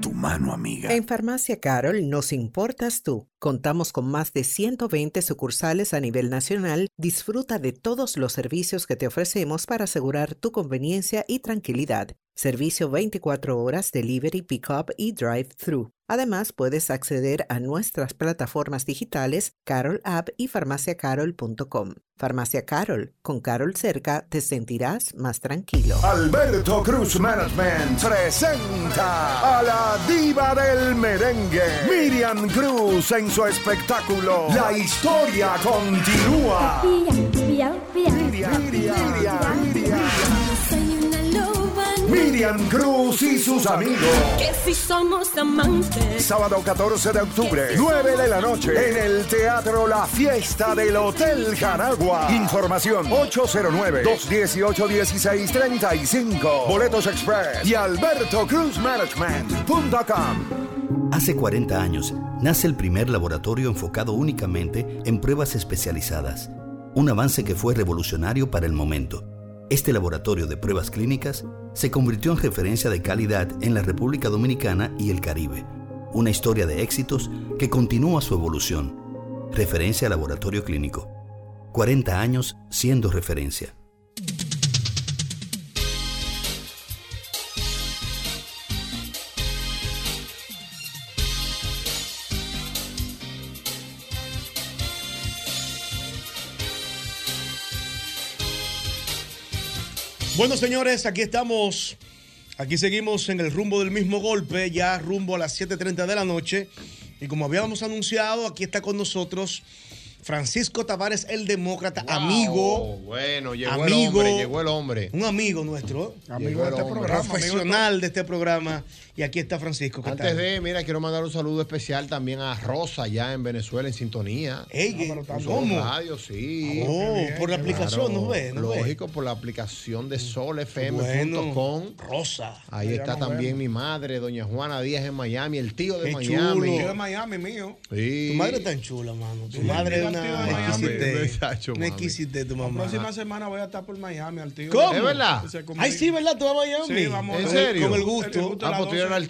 Tu mano amiga. En Farmacia Carol nos importas tú. Contamos con más de 120 sucursales a nivel nacional. Disfruta de todos los servicios que te ofrecemos para asegurar tu conveniencia y tranquilidad. Servicio 24 horas, delivery, pickup y drive-thru. Además, puedes acceder a nuestras plataformas digitales Carol App y farmaciacarol.com. Farmacia Carol, con Carol cerca te sentirás más tranquilo. Alberto Cruz Management presenta a la diva del merengue, Miriam Cruz, en su espectáculo La historia continúa. Miriam Cruz y sus amigos. Mm. Que si somos amantes. Sábado 14 de octubre, 9 de la noche, en el Teatro La Fiesta del Hotel Janagua. Información 809-218-1635. Boletos Express y albertocruzmanagement.com. Hace 40 años nace el primer laboratorio enfocado únicamente en pruebas especializadas, un avance que fue revolucionario para el momento. Este laboratorio de pruebas clínicas se convirtió en referencia de calidad en la República Dominicana y el Caribe, una historia de éxitos que continúa su evolución. Referencia al laboratorio clínico. 40 años siendo referencia. Bueno, señores, aquí estamos. Aquí seguimos en el rumbo del mismo golpe, ya rumbo a las 7:30 de la noche. Y como habíamos anunciado, aquí está con nosotros Francisco Tavares, el demócrata, oh. amigo. Oh, Bueno, llegó el Amigo. hombre, llegó el hombre. Un amigo nuestro, Amigo de este hombre. programa, amigo profesional de este programa. Y aquí está Francisco. ¿qué Antes tal? de, mira, quiero mandar un saludo especial también a Rosa, ya en Venezuela, en sintonía. Ey, que- ¿cómo? radio, sí. Oh, Qué bien, por la qué bien. aplicación, ¿no ves? ¿no ves? Lógico, por la aplicación de solfm.com. Bueno, Rosa. Ahí está también mi madre, doña Juana Díaz en Miami, el tío de Qué Miami. chulo. De Miami mío. Sí. Tu madre es tan chula, mano. Tu Sí. madre es Mira, tío, una de Miami. exquisitez. Muchacho, Una mami. exquisitez tu La mamá. próxima semana voy a estar por Miami al tío. ¿Cómo? Se conmigo. Ay, sí, ¿verdad? Tú vas a Miami. Sí, vamos Con a- el- Con el gusto. Ah, de pues las 12. Le Voy a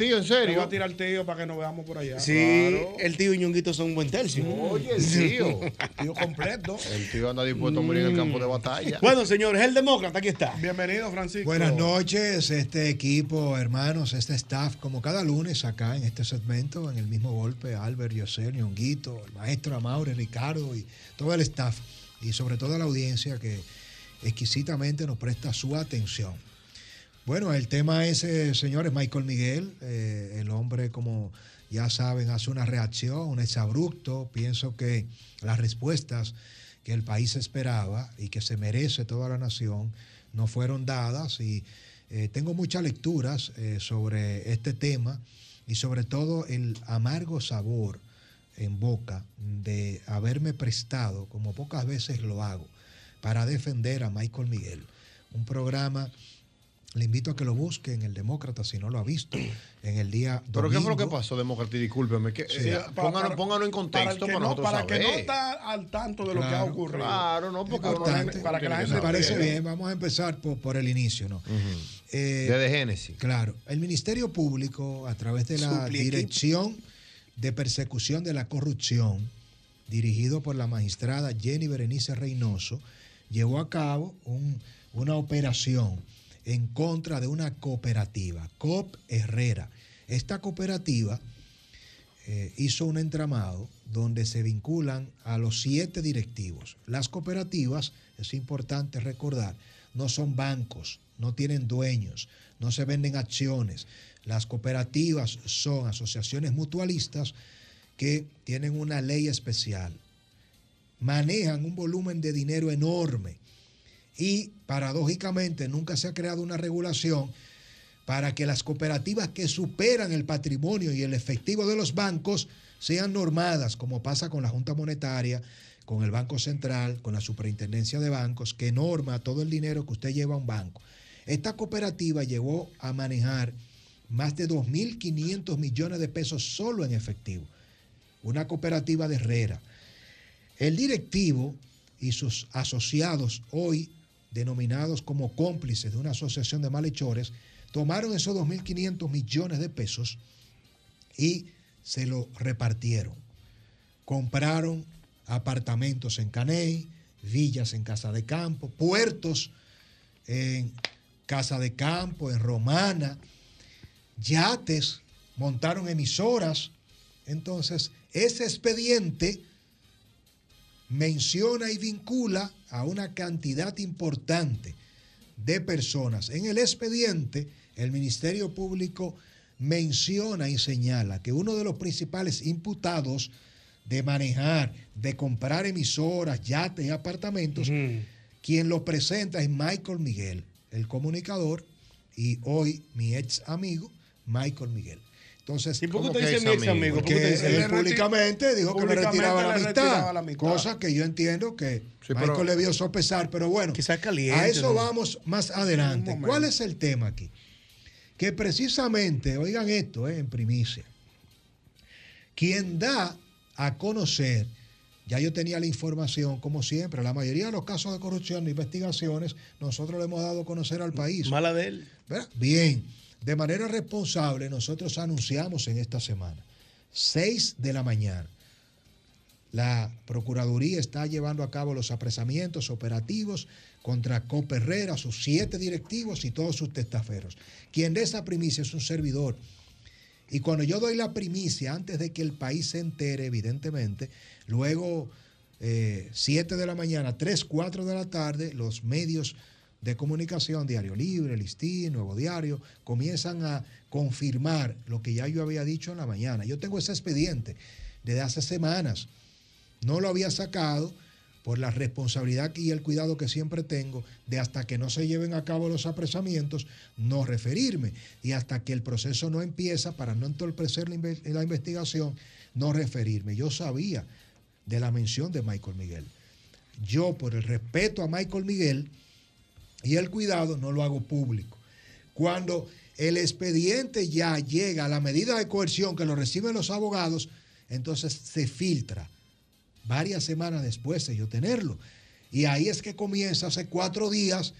Sí, tirar al tío para que nos veamos por allá. el tío y Ñonguito son un buen tercio. Oye, tío. tío completo. El tío anda dispuesto a morir en el campo de batalla. Bueno, señores, el demócrata aquí está. Bienvenido, Francisco. Buenas noches, este equipo, hermanos, este staff, como cada lunes acá en este segmento, en el mismo golpe, Albert, Yosel, Ñonguito, el maestro Amaure, Ricardo y todo el staff, y sobre todo la audiencia que exquisitamente nos presta su atención. Bueno, el tema es, eh, señores, Michael Miguel, eh, el hombre, como ya saben, hace una reacción, un exabrupto. Pienso que las respuestas que el país esperaba y que se merece toda la nación no fueron dadas y eh, tengo muchas lecturas eh, sobre este tema y sobre todo el amargo sabor en boca de haberme prestado, como pocas veces lo hago, para defender a Michael Miguel. Un programa Le invito a que lo busque en el Demócrata si no lo ha visto. En el día. ¿Pero qué fue lo que domingo. pasó, Demócrata? Y Discúlpeme. Que, Sí, eh, para- póngalo, para- póngalo en para el contexto que no- para, nosotros para el que no saber. está al tanto de lo que ha ocurrido. Claro, no, porque uno- Importante. para que la gente Me parece entienda. bien. Vamos a empezar por, por el inicio, ¿no? Eh, Desde Génesis. Claro. El Ministerio Público, a través de la Supliqui. Dirección de Persecución de la Corrupción, dirigido por la magistrada Jenny Berenice Reynoso, llevó a cabo un- una operación en contra de una cooperativa, COP Herrera. Esta cooperativa eh, hizo un entramado donde se vinculan a los siete directivos. Las cooperativas, es importante recordar, no son bancos, no tienen dueños, no se venden acciones. Las cooperativas son asociaciones mutualistas que tienen una ley especial, manejan un volumen de dinero enorme y paradójicamente nunca se ha creado una regulación para que las cooperativas que superan el patrimonio y el efectivo de los bancos sean normadas, como pasa con la Junta Monetaria, con el Banco Central, con la Superintendencia de Bancos, que norma todo el dinero que usted lleva a un banco. Esta cooperativa llegó a manejar más de 2.500 millones de pesos solo en efectivo. Una cooperativa de Herrera. El directivo y sus asociados hoy denominados como cómplices de una asociación de malhechores, tomaron esos 2.500 millones de pesos y se lo repartieron. Compraron apartamentos en Caney, villas en Casa de Campo, puertos en Casa de Campo, en Romana, yates, montaron emisoras. Entonces, ese expediente menciona y vincula a una cantidad importante de personas. En el expediente, el Ministerio Público menciona y señala que uno de los principales imputados de manejar, de comprar emisoras, yates y apartamentos, quien lo presenta es Michael Miguel, el comunicador, y hoy mi ex amigo, Michael Miguel. Entonces, ¿Y por qué usted dice mi ex amigo? ¿Por qué usted dice? Porque Le él reti- públicamente dijo que le públicamente retiraba la le amistad, retiraba la amistad. cosa que yo entiendo que Ah. Sí, Michael pero- le vio sopesar, pero bueno, caliente, a eso ¿no? vamos más adelante. ¿Cuál es el tema aquí? Que precisamente, oigan esto eh, en primicia, quien da a conocer, ya yo tenía la información, como siempre, la mayoría de los casos de corrupción de investigaciones, nosotros le hemos dado a conocer al país. Mala de él. ¿verdad? Bien, de manera responsable nosotros anunciamos en esta semana, 6 de la mañana, la Procuraduría está llevando a cabo los apresamientos operativos contra Cope Herrera, sus siete directivos y todos sus testaferros. Quien de esa primicia es un servidor. Y cuando yo doy la primicia, antes de que el país se entere, evidentemente, luego 7 de la mañana, 3, 4 de la tarde, los medios de comunicación, Diario Libre, Listín, Nuevo Diario, comienzan a confirmar lo que ya yo había dicho en la mañana. Yo tengo ese expediente desde hace semanas. No lo había sacado por la responsabilidad y el cuidado que siempre tengo de hasta que no se lleven a cabo los apresamientos, no referirme. Y hasta que el proceso no empieza, para no entorpecer la, inve- la investigación, no referirme. Yo sabía de la mención de Michael Miguel. Yo, por el respeto a Michael Miguel y el cuidado, no lo hago público. Cuando el expediente ya llega a la medida de coerción que lo reciben los abogados, entonces se filtra varias semanas después de yo tenerlo. Y ahí es que comienza hace cuatro días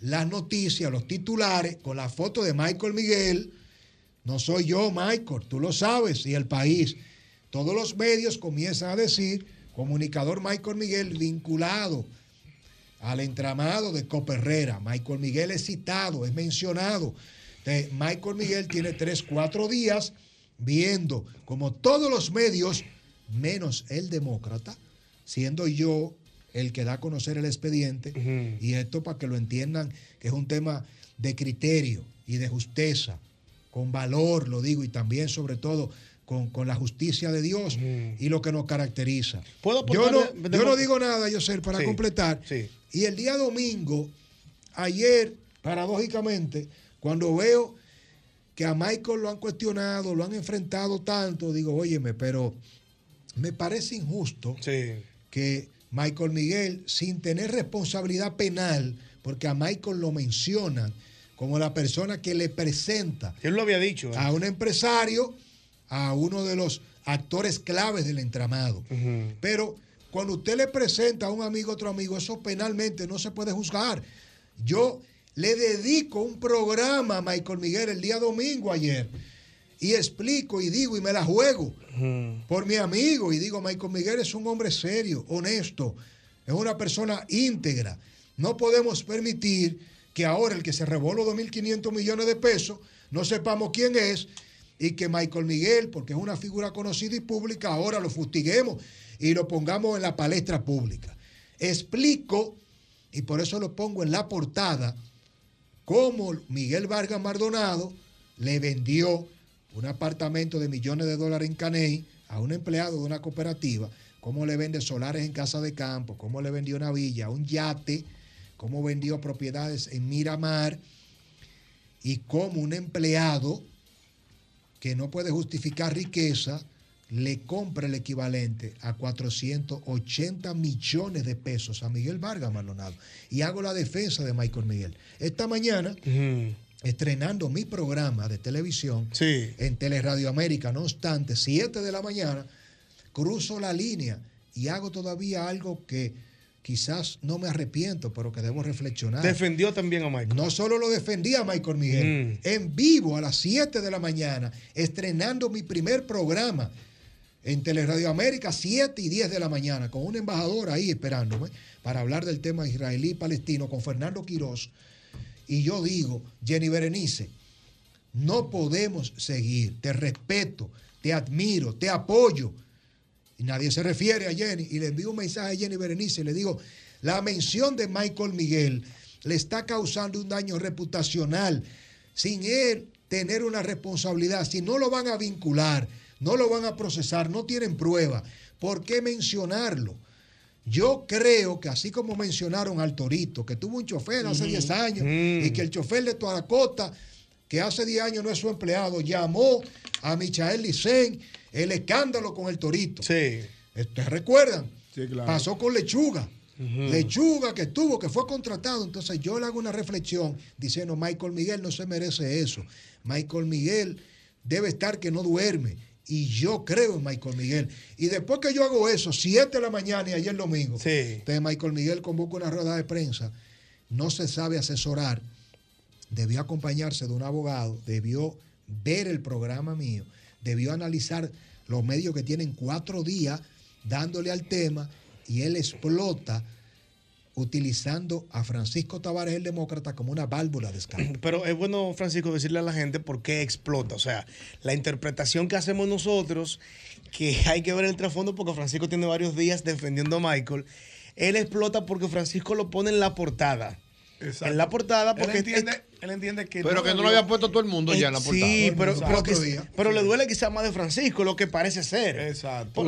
las noticias, los titulares, con la foto de Michael Miguel. No soy yo, Michael, tú lo sabes, y el país. Todos los medios comienzan a decir, comunicador Michael Miguel vinculado al entramado de Coperrera. Michael Miguel es citado, es mencionado. Eh, Michael Miguel tiene tres, cuatro días viendo como todos los medios, menos el demócrata, siendo yo el que da a conocer el expediente, y esto para que lo entiendan, que es un tema de criterio y de justeza, con valor, lo digo, y también sobre todo con, con la justicia de Dios y lo que nos caracteriza. yo aportar- no, yo no demo- digo nada, yo sé, para Sí. completar. Y el día domingo, ayer, paradójicamente, cuando veo que a Michael lo han cuestionado, lo han enfrentado tanto, digo, óyeme, pero me parece injusto que Michael Miguel, sin tener responsabilidad penal, porque a Michael lo mencionan, como la persona que le presenta Él lo había dicho. ¿eh? a un empresario, a uno de los actores claves del entramado. Mm. Pero cuando usted le presenta a un amigo a otro amigo, eso penalmente no se puede juzgar. Yo le dedico un programa a Michael Miguel el día domingo ayer y explico y digo y me la juego por mi amigo y digo, Michael Miguel es un hombre serio, honesto, es una persona íntegra. No podemos permitir que ahora el que se robó los 2.500 millones de pesos, no sepamos quién es y que Michael Miguel, porque es una figura conocida y pública, ahora lo fustiguemos y lo pongamos en la palestra pública. Explico, y por eso lo pongo en la portada, cómo Miguel Vargas Mardonado le vendió un apartamento de millones de dólares en Caney a un empleado de una cooperativa, cómo le vende solares en casa de campo, cómo le vendió una villa, un yate, cómo vendió propiedades en Miramar y cómo un empleado que no puede justificar riqueza le compra el equivalente a 480 millones de pesos a Miguel Vargas Maldonado. Y hago la defensa de Michael Miguel. Esta mañana estrenando mi programa de televisión en Teleradio América. No obstante, 7 de la mañana, cruzo la línea y hago todavía algo que quizás no me arrepiento, pero que debo reflexionar. Defendió también a Michael. No solo lo defendí a Michael Miguel, en vivo a las 7 de la mañana, estrenando mi primer programa en Teleradio América, 7 y 10 de la mañana, con un embajador ahí esperándome para hablar del tema israelí-palestino con Fernando Quirós. Y yo digo, Jenny Berenice, no podemos seguir, te respeto, te admiro, te apoyo. Y nadie se refiere a Jenny. Y le envío un mensaje a Jenny Berenice y le digo, la mención de Michael Miguel le está causando un daño reputacional sin él tener una responsabilidad. Si no lo van a vincular, no lo van a procesar, no tienen prueba, ¿por qué mencionarlo? Yo creo que así como mencionaron al Torito, que tuvo un chofer hace Ujú. 10 años y que el chofer de Toaracota, que hace 10 años no es su empleado, llamó a Michael Licen el escándalo con el Torito. Sí. ¿Ustedes recuerdan? Pasó con Lechuga. Lechuga que tuvo, que fue contratado. Entonces yo le hago una reflexión diciendo, Michael Miguel no se merece eso. Michael Miguel debe estar que no duerme. Y yo creo en Michael Miguel. Y después que yo hago eso, 7 de la mañana y ayer domingo, entonces Michael Miguel convoca una rueda de prensa. No se sabe asesorar. Debió acompañarse de un abogado, debió ver el programa mío, debió analizar los medios que tienen cuatro días dándole al tema y él explota utilizando a Francisco Tavares, el demócrata, como una válvula de escape. Pero es bueno, Francisco, decirle a la gente por qué explota. O sea, la interpretación que hacemos nosotros, que hay que ver el trasfondo porque Francisco tiene varios días defendiendo a Michael. Él explota porque Francisco lo pone en la portada. En la portada porque... Él entiende, él entiende que. Pero que no lo debió- había puesto todo el mundo ya en la portada. Sí, pero, Exacto. pero, que- pero le duele quizá más de Francisco, lo que parece ser. Exacto.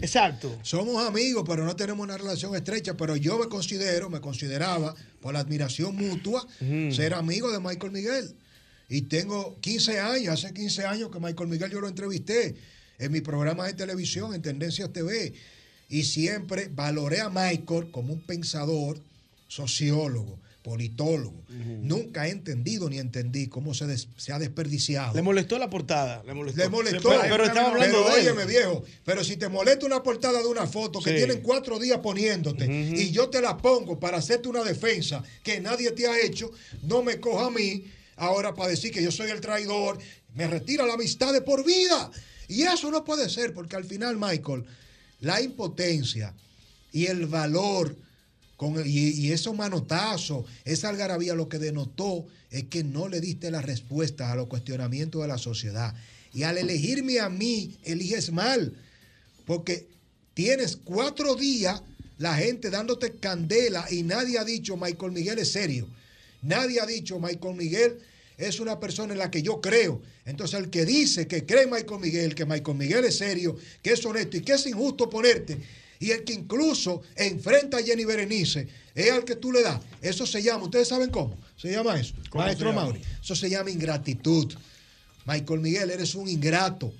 Exacto. Somos amigos, pero no tenemos una relación estrecha. Pero yo me considero, me consideraba, por la admiración mutua, ser amigo de Michael Miguel. Y tengo 15 años, hace 15 años que Michael Miguel yo lo entrevisté en mi programa de televisión, en Tendencias TV. Y siempre valoré a Michael como un pensador, sociólogo, politólogo. Nunca he entendido ni entendí cómo se, des- se ha desperdiciado. Le molestó la portada. Le molestó. Le molestó. Pero, pero estaba hablando Pero de él. óyeme, viejo. Pero si te molesta una portada de una foto que Sí. tienen cuatro días poniéndote y yo te la pongo para hacerte una defensa que nadie te ha hecho, no me coja a mí ahora para decir que yo soy el traidor. Me retira la amistad de por vida. Y eso no puede ser porque al final, Michael, la impotencia y el valor con el- y, y esos manotazos, esa algarabía, lo que denotó es que no le diste las respuestas a los cuestionamientos de la sociedad. Y al elegirme a mí, eliges mal, porque tienes cuatro días la gente dándote candela y nadie ha dicho Michael Miguel es serio. Nadie ha dicho Michael Miguel es una persona en la que yo creo. Entonces el que dice que cree en Michael Miguel, que Michael Miguel es serio, que es honesto y que es injusto ponerte, y el que incluso enfrenta a Jenny Berenice, es al que tú le das. Eso se llama, ustedes saben cómo, se llama eso, ¿Cómo maestro se llama? Mauri. Eso se llama ingratitud. Michael Miguel, eres un ingrato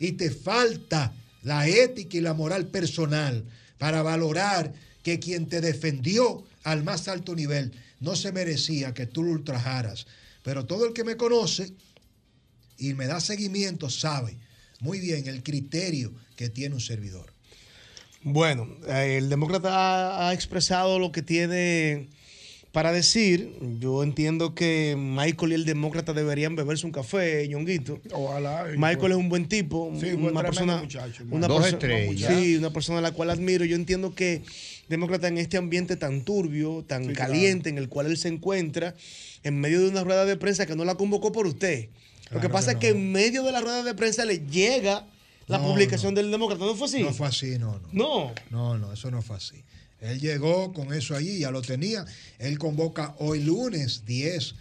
y te falta la ética y la moral personal para valorar que quien te defendió al más alto nivel no se merecía que tú lo ultrajaras. Pero todo el que me conoce y me da seguimiento sabe muy bien el criterio que tiene un servidor. Bueno, eh, el demócrata ha, ha expresado lo que tiene para decir. Yo entiendo que Michael y el demócrata deberían beberse un café, Ñonguito. Ojalá. Michael es un buen tipo, Sí, buen, una tremendo persona, muchacho, una Dos perso- estrellas. sí, una persona a la cual admiro. Yo entiendo que demócrata en este ambiente tan turbio, tan caliente en el cual él se encuentra, en medio de una rueda de prensa que no la convocó por usted. Lo que Claro pasa que es que en medio de la rueda de prensa le llega la No, publicación del demócrata. ¿No fue así? No fue así, no, no. No. No, no, eso no fue así. Él llegó con eso allí, ya lo tenía. Él convoca hoy lunes 10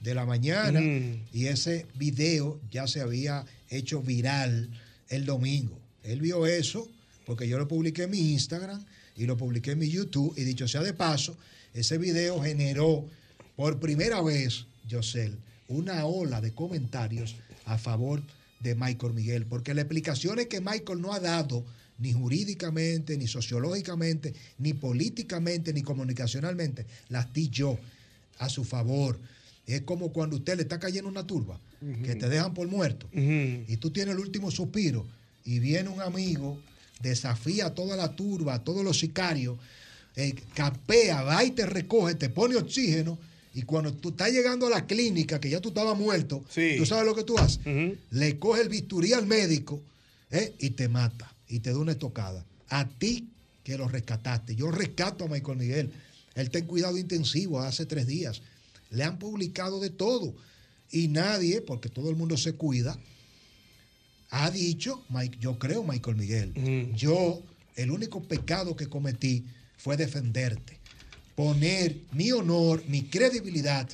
de la mañana Mm. y ese video ya se había hecho viral el domingo. Él vio eso porque yo lo publiqué en mi Instagram y lo publiqué en mi YouTube y dicho sea de paso, ese video generó por primera vez, Yosel, una ola de comentarios a favor de Michael Miguel, porque las explicaciones que Michael no ha dado, ni jurídicamente, ni sociológicamente, ni políticamente, ni comunicacionalmente, las di yo a su favor. Es como cuando usted le está cayendo una turba, que te dejan por muerto, y tú tienes el último suspiro, y viene un amigo, desafía a toda la turba, a todos los sicarios, eh, capea, va y te recoge, te pone oxígeno. Y cuando tú estás llegando a la clínica, que ya tú estabas muerto, tú sabes lo que tú haces. Le coge el bisturí al médico eh, y te mata. Y te da una estocada. A ti que lo rescataste. Yo rescato a Michael Miguel. Él está en cuidado intensivo hace tres días. Le han publicado de todo. Y nadie, porque todo el mundo se cuida, ha dicho, Mike, yo creo Michael Miguel, yo el único pecado que cometí fue defenderte, poner mi honor, mi credibilidad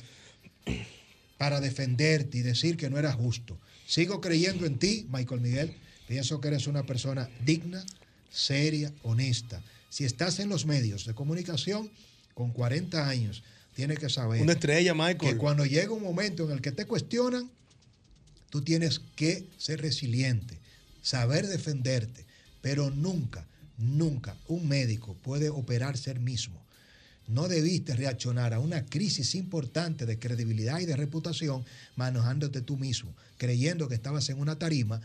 para defenderte y decir que no era justo. Sigo creyendo en ti, Michael Miguel, pienso que eres una persona digna, seria, honesta. Si estás en los medios de comunicación con 40 años, tienes que saber Una estrella, Michael. que cuando llega un momento en el que te cuestionan, tú tienes que ser resiliente, saber defenderte, pero nunca, nunca un médico puede operarse él mismo. No debiste reaccionar a una crisis importante de credibilidad y de reputación manejándote tú mismo, creyendo que estabas en una tarima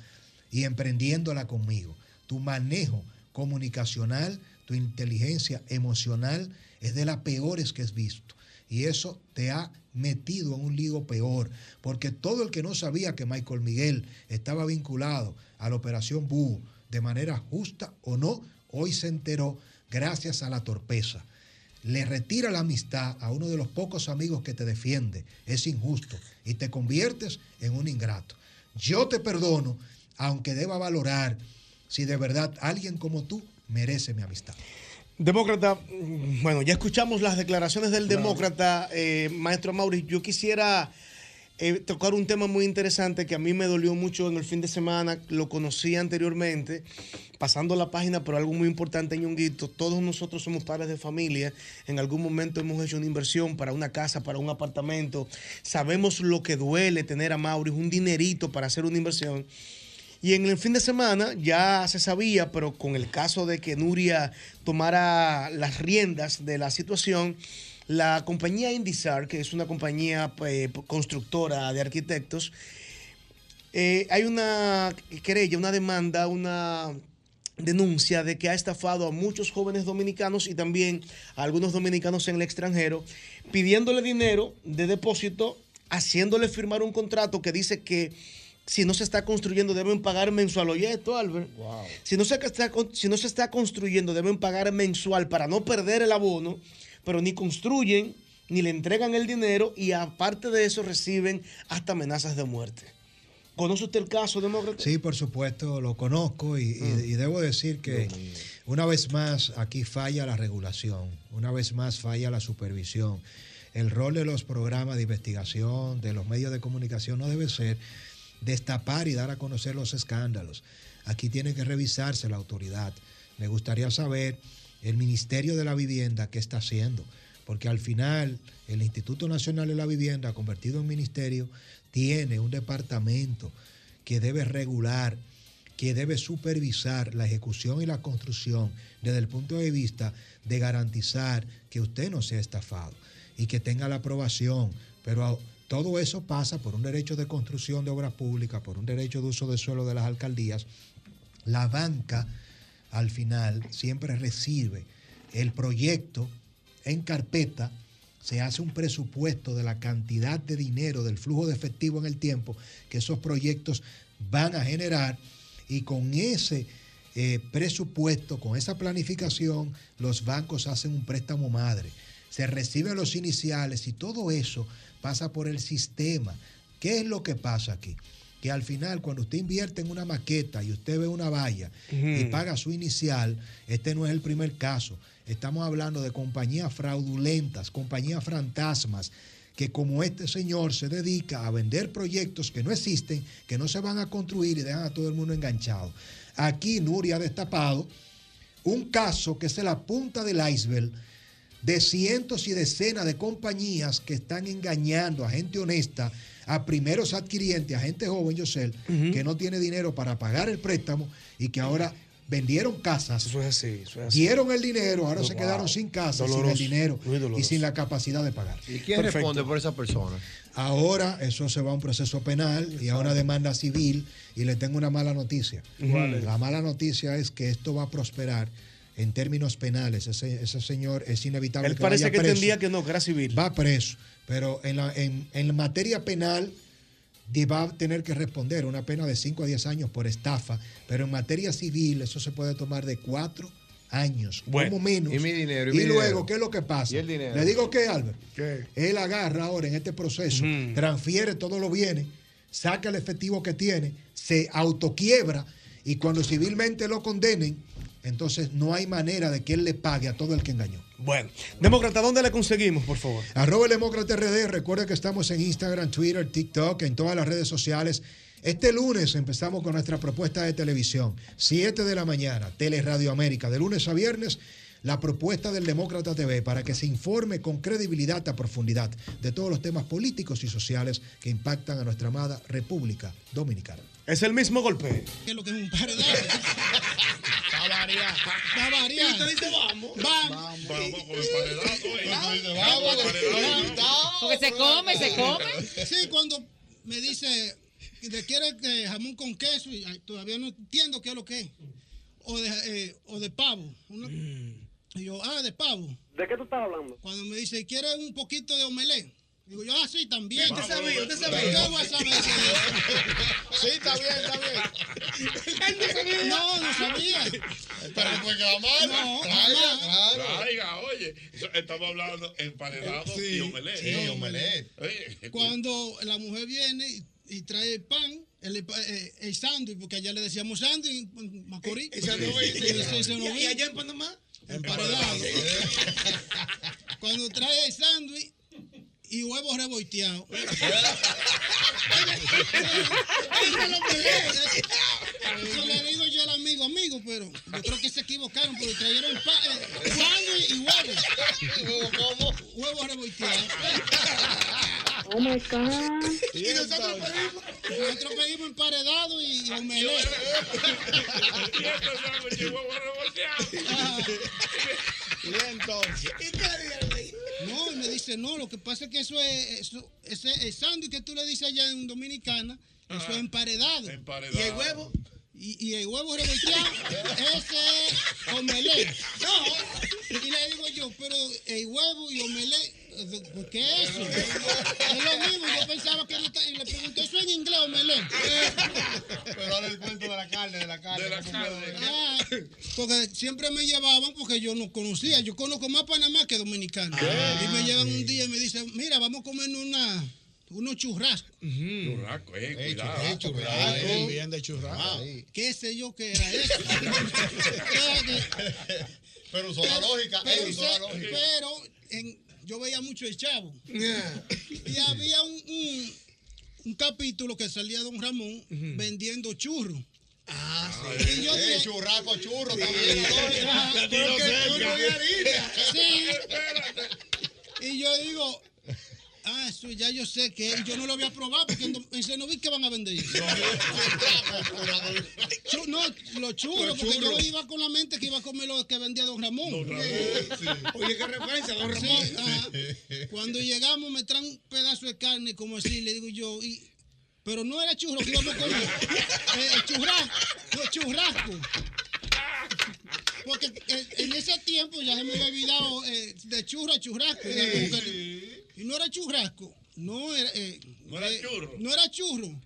y emprendiéndola conmigo. Tu manejo comunicacional, tu inteligencia emocional es de las peores que has visto. Y eso te ha metido en un lío peor, porque todo el que no sabía que Michael Miguel estaba vinculado a la operación Búho de manera justa o no, hoy se enteró gracias a la torpeza. Le retira la amistad a uno de los pocos amigos que te defiende. Es injusto y te conviertes en un ingrato. Yo te perdono, aunque deba valorar si de verdad alguien como tú merece mi amistad. Demócrata, mm, bueno, ya escuchamos las declaraciones del demócrata, eh, maestro Mauri. Yo quisiera eh, tocar un tema muy interesante que a mí me dolió mucho en el fin de semana. Lo conocí anteriormente, pasando la página, pero algo muy importante, Ñonguito. Todos nosotros somos padres de familia. En algún momento hemos hecho una inversión para una casa, para un apartamento. Sabemos lo que duele tener a Mauri, un dinerito para hacer una inversión. Y en el fin de semana ya se sabía, pero con el caso de que Nuria tomara las riendas de la situación, la compañía Indisar, que es una compañía eh, constructora de arquitectos, eh, hay una querella, una demanda, una denuncia de que ha estafado a muchos jóvenes dominicanos y también a algunos dominicanos en el extranjero, pidiéndole dinero de depósito, haciéndole firmar un contrato que dice que si no se está construyendo deben pagar mensual. Oye, esto, Albert. Si, no se está, con- si no se está construyendo deben pagar mensual para no perder el abono, pero ni construyen, ni le entregan el dinero y aparte de eso reciben hasta amenazas de muerte. ¿Conoce usted el caso, Mm. demócrata? Sí, por supuesto, lo conozco y, y- y debo decir que una vez más aquí falla la regulación, una vez más falla la supervisión. El rol de los programas de investigación, de los medios de comunicación, no debe ser destapar y dar a conocer los escándalos. Aquí tiene que revisarse la autoridad. Me gustaría saber el Ministerio de la Vivienda qué está haciendo, porque al final el Instituto Nacional de la Vivienda, convertido en ministerio, tiene un departamento que debe regular, que debe supervisar la ejecución y la construcción desde el punto de vista de garantizar que usted no sea estafado. y que tenga la aprobación. Pero a- todo eso pasa por un derecho de construcción de obras públicas, por un derecho de uso de suelo de las alcaldías. La banca, al final, siempre recibe el proyecto en carpeta, se hace un presupuesto de la cantidad de dinero, del flujo de efectivo en el tiempo que esos proyectos van a generar y con ese eh, presupuesto, con esa planificación, los bancos hacen un préstamo madre. Se reciben los iniciales y todo eso pasa por el sistema. ¿Qué es lo que pasa aquí? Que al final, cuando usted invierte en una maqueta y usted ve una valla y Ujú. paga su inicial, este no es el primer caso. Estamos hablando de compañías fraudulentas, compañías fantasmas, que como este señor se dedica a vender proyectos que no existen, que no se van a construir y dejan a todo el mundo enganchado. Aquí Nuria ha destapado un caso que es la punta del iceberg de cientos y decenas de compañías que están engañando a gente honesta, a primeros adquirientes, a gente joven, yo sé, que no tiene dinero para pagar el préstamo y que ahora vendieron casas. Eso es así, así. Dieron el dinero, ahora No, se wow. quedaron sin casa, Doloroso, sin el dinero muy doloroso. y sin la capacidad de pagar. ¿Y quién responde por esa persona? Ahora eso se va a un proceso penal y a una demanda civil y le tengo una mala noticia. ¿Cuál es? La mala noticia es que esto va a prosperar en términos penales. Ese, ese señor es inevitable. Él parece vaya que preso. entendía que no, que era civil. Va preso, pero en, la, en, en materia penal de- va a tener que responder una pena de 5 a 10 años por estafa, pero en materia civil eso se puede tomar de 4 años, Bueno, como menos. y mi dinero, y Y, mi luego, dinero. ¿qué es lo que pasa? Y el dinero. Le digo que, Albert, él agarra ahora en este proceso, transfiere todos los bienes, saca el efectivo que tiene, se autoquiebra y cuando civilmente lo condenen, entonces no hay manera de que él le pague a todo el que engañó. Bueno, Demócrata, ¿dónde la conseguimos, por favor? Arroba el Demócrata RD. Recuerda que estamos en Instagram, Twitter, TikTok, en todas las redes sociales. Este lunes empezamos con nuestra propuesta de televisión. 7 de la mañana, Teleradio América. De lunes a viernes, la propuesta del Demócrata TV para que se informe con credibilidad a profundidad de todos los temas políticos y sociales que impactan a nuestra amada República Dominicana. Es el mismo golpe. ¿Qué es lo que es un paredón? Bavaria. Bavaria. Y usted dice, vamos. Vamos. Vamos con el paredón. Vamos con el paredón. Porque se come, se come. Sí, cuando me dice, ¿le quiere que jamón con queso? Y ay, todavía no entiendo qué es lo que es. O de, eh, o de pavo. Uno- Y yo, ah, de pavo. ¿De qué tú estás hablando? Cuando me dice, ¿quiere un poquito de omelé? Digo yo, ah, sí, también. Usted sabía, usted sabía. ¿Qué voy a saber? Sí, está bien, está bien. No, no sabía. Pero fue que amar. No, traiga, jamás. claro. Traiga, oye. Estamos hablando emparedado Sí, y omelette. sí, Oye, omelette. Oye, Cuando la mujer viene y, y trae el pan, el, eh, el sándwich, porque allá le decíamos sándwich, macorí. El sándwich, sí. ¿Y allá en Panamá? Emparedado. Cuando trae el sándwich y huevos reboiteados. Eso le digo yo al amigo, amigo, pero yo creo que se equivocaron porque trajeron pa- eh, sándwich y huevos. Huevos reboiteados. Oh my God. Y nosotros pedimos. Nosotros pedimos emparedado y, y omelette. pues, Y entonces. No, y me dice, no, lo que pasa es que eso es, eso, ese el sándwich que tú le dices allá en Dominicana, eso Ajá. es emparedado. Emparedado. Y el huevo. Y, y el huevo revolteado, ese es omelette. No. Y le digo yo, pero el huevo y omelette, ¿por qué es eso? Es lo mismo, yo pensaba que él está- y le pregunté eso en inglés, omelette. Pero ahora el cuento de la carne, de la carne. De la Ah, porque siempre me llevaban porque yo no conocía. Yo conozco más Panamá que Dominicana. y me llevan un día y me dicen, mira, vamos a comer una, unos churrascos. Churrasco, eh, cuidado. Churrasco. Bien de Ah, churrasco. ¿Qué sé yo qué era eso? Pero usó la lógica. Pero, eh, usó la usted- lógica. pero en- yo veía mucho el chavo. Y había un, un- un capítulo que salía Don Ramón vendiendo churros. Ah, sí. Eh, churrasco, churro, también la lógica. La tiró cerca. Sí. Y yo digo, Ah, eso ya yo sé que yo no lo voy a probar porque en, Do- en Cenoví que van a vender. Chu- no, los churros, Los porque churros. yo iba con la mente que iba a comer lo que vendía Don Ramón. Oye, qué referencia, don Ramón. Sí, ajá. Cuando llegamos me traen un pedazo de carne como así, le digo yo, y- pero no era churro que íbamos a comer. Eh, churrasco, no, churrasco. Porque eh, en ese tiempo ya se me había olvidado eh, de churro a churrasco. Sí, Como que- Y no era churrasco, no era... eh, No era eh, churro. No era churro.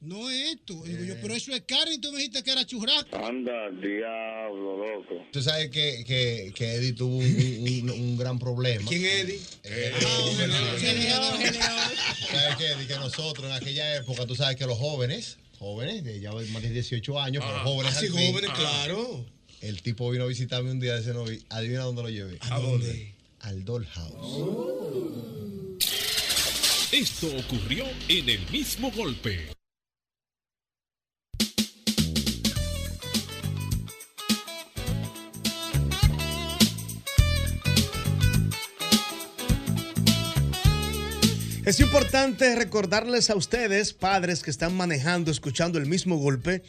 No es esto. Digo yo, pero eso es carne y tú me dijiste que era churrasco. Anda, diablo, loco. Usted sabe que, que, que Eddie tuvo un, un- un- un gran problema. ¿Quién es Eddie? ¿Sabes qué? De que nosotros en aquella época, tú sabes que los jóvenes, jóvenes, de ya más de 18 años, Ah, pero jóvenes. así al fin. ah, jóvenes, claro. El tipo vino a visitarme un día de Cenoví. Adivina dónde lo llevé. ¿A dónde? Al Dollhouse. Esto ocurrió en el mismo golpe. Es importante recordarles a ustedes, padres que están manejando, escuchando el mismo golpe,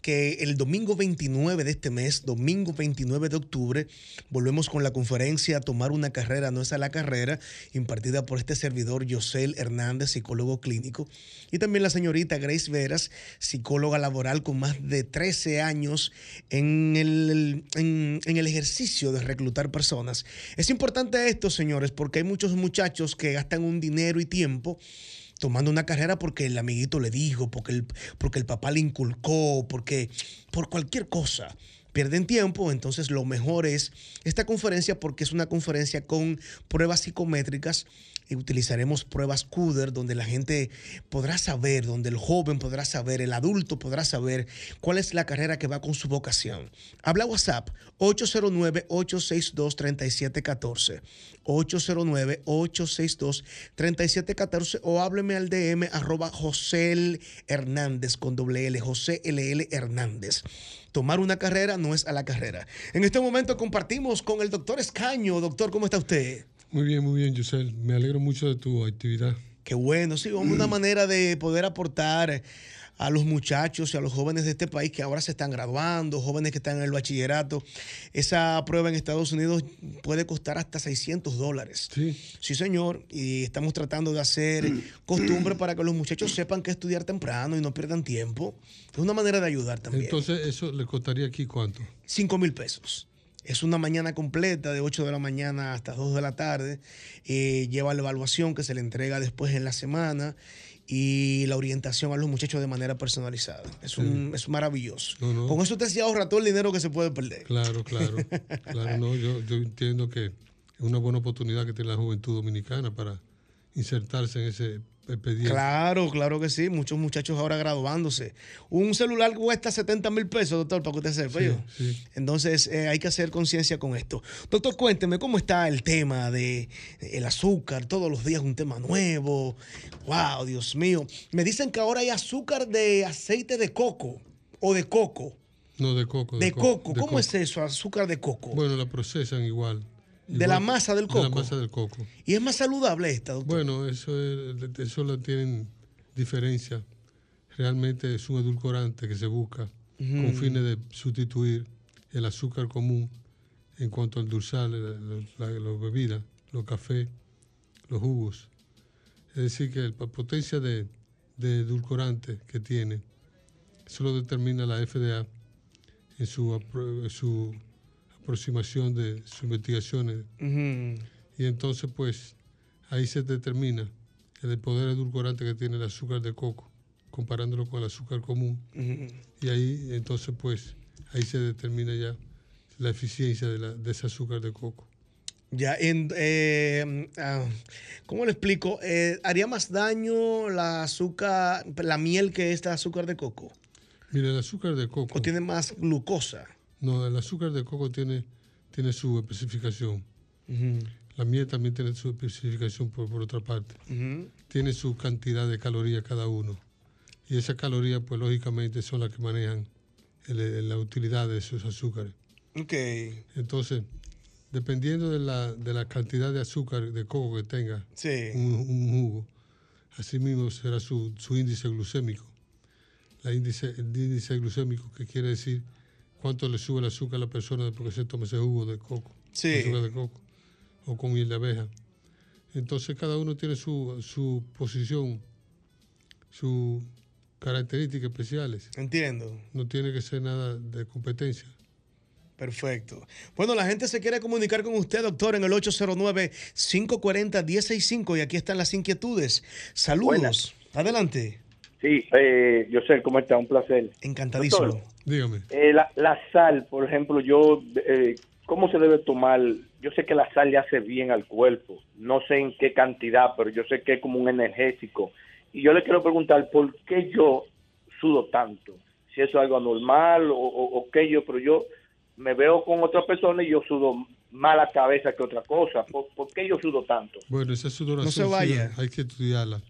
que el domingo 29 de este mes, domingo 29 de octubre, volvemos con la conferencia Tomar una carrera no es a la carrera, impartida por este servidor Yosel Hernández, psicólogo clínico, y también la señorita Grace Veras, psicóloga laboral con más de 13 años en el, en- en el ejercicio de reclutar personas. Es importante esto, señores, porque hay muchos muchachos que gastan un dinero y tiempo tomando una carrera porque el amiguito le dijo, porque el, porque el papá le inculcó, porque por cualquier cosa. Pierden tiempo, entonces lo mejor es esta conferencia porque es una conferencia con pruebas psicométricas y utilizaremos pruebas CUDER donde la gente podrá saber, donde el joven podrá saber, el adulto podrá saber cuál es la carrera que va con su vocación. Habla WhatsApp 809-862-3714. 809-862-3714 o hábleme al DM arroba José Hernández con doble L, José LL Hernández. Tomar una carrera no es a la carrera. En este momento compartimos con el doctor Escaño. Doctor, ¿cómo está usted? Muy bien, muy bien, Giselle. Me alegro mucho de tu actividad. Qué bueno, sí, vamos, una manera de poder aportar a los muchachos y a los jóvenes de este país que ahora se están graduando, jóvenes que están en el bachillerato. Esa prueba en Estados Unidos puede costar hasta 600 dólares. Sí. señor, y estamos tratando de hacer costumbre para que los muchachos sepan que estudiar temprano y no pierdan tiempo. Es una manera de ayudar también. Entonces, ¿eso le costaría aquí cuánto? 5 mil pesos. Es una mañana completa, de 8 de la mañana hasta 2 de la tarde. Eh, lleva la evaluación que se le entrega después en la semana y la orientación a los muchachos de manera personalizada. Es, un, es maravilloso. No, no. Con eso usted se ahorra todo el dinero que se puede perder. Claro, claro. claro, no, yo, yo entiendo que es una buena oportunidad que tiene la juventud dominicana para insertarse en ese expediente. Claro, claro que sí. Muchos muchachos ahora graduándose. Un celular cuesta 70 mil pesos, doctor, para que usted sepa. Sí, yo. sí. Entonces eh, hay que hacer conciencia con esto. Doctor, cuénteme cómo está el tema de el azúcar. Todos los días un tema nuevo. Wow, Dios mío. Me dicen que ahora hay azúcar de aceite de coco o de coco. No, de coco. De coco. de ¿Cómo es eso, azúcar de coco? Bueno, la procesan igual. De la masa del De coco. la masa del coco. ¿Y es más saludable esta, doctor? Bueno, eso, es- eso lo tienen diferencia. Realmente es un edulcorante que se busca Ujú. con fines de sustituir el azúcar común en cuanto al dulzar, la- la- la- las bebidas, los cafés, los jugos. Es decir, que la potencia de, de edulcorante que tiene, eso lo determina la FDA en su, apro- en su aproximación de sus investigaciones Ujú. y entonces pues ahí se determina el poder edulcorante que tiene el azúcar de coco comparándolo con el azúcar común y ahí entonces pues ahí se determina ya la eficiencia de, la- de ese azúcar de coco. Ya, en, eh, ah, ¿cómo le explico? Eh, ¿Haría más daño la azúcar, la miel que esta azúcar de coco? Mira, el azúcar de coco... ¿O tiene más glucosa? No, el azúcar de coco tiene, tiene su especificación. La miel también tiene su especificación por, por otra parte. Ujú. Tiene su cantidad de calorías cada uno. Y esas calorías, pues lógicamente, son las que manejan el- el- la utilidad de esos azúcares. Ok. Entonces, dependiendo de la, de la cantidad de azúcar de coco que tenga Sí. un, un jugo, así mismo será su, su índice glucémico. La índice, el índice glucémico que quiere decir cuánto le sube el azúcar a la persona porque se toma ese jugo de coco, Sí. azúcar de coco o con miel de abeja. Entonces cada uno tiene su, su posición, sus características especiales. Entiendo. No tiene que ser nada de competencia. Perfecto. Bueno, la gente se quiere comunicar con usted, doctor, en el 809-540-165 y aquí están las inquietudes. Saludos. Adelante. Sí, eh, yo sé cómo está, un placer. Encantadísimo. Doctor, Dígame. eh, la, la sal, por ejemplo, yo, eh, ¿cómo se debe tomar? Yo sé que la sal le hace bien al cuerpo, no sé en qué cantidad, pero yo sé que es como un energético. Y yo le quiero preguntar, ¿por qué yo sudo tanto? Si eso es algo anormal o, o, o qué yo, pero yo me veo con otra persona y yo sudo mala cabeza que otra cosa. ¿Por, por qué yo sudo tanto? Bueno, esa sudoración No se sí vaya. la- hay que estudiarla.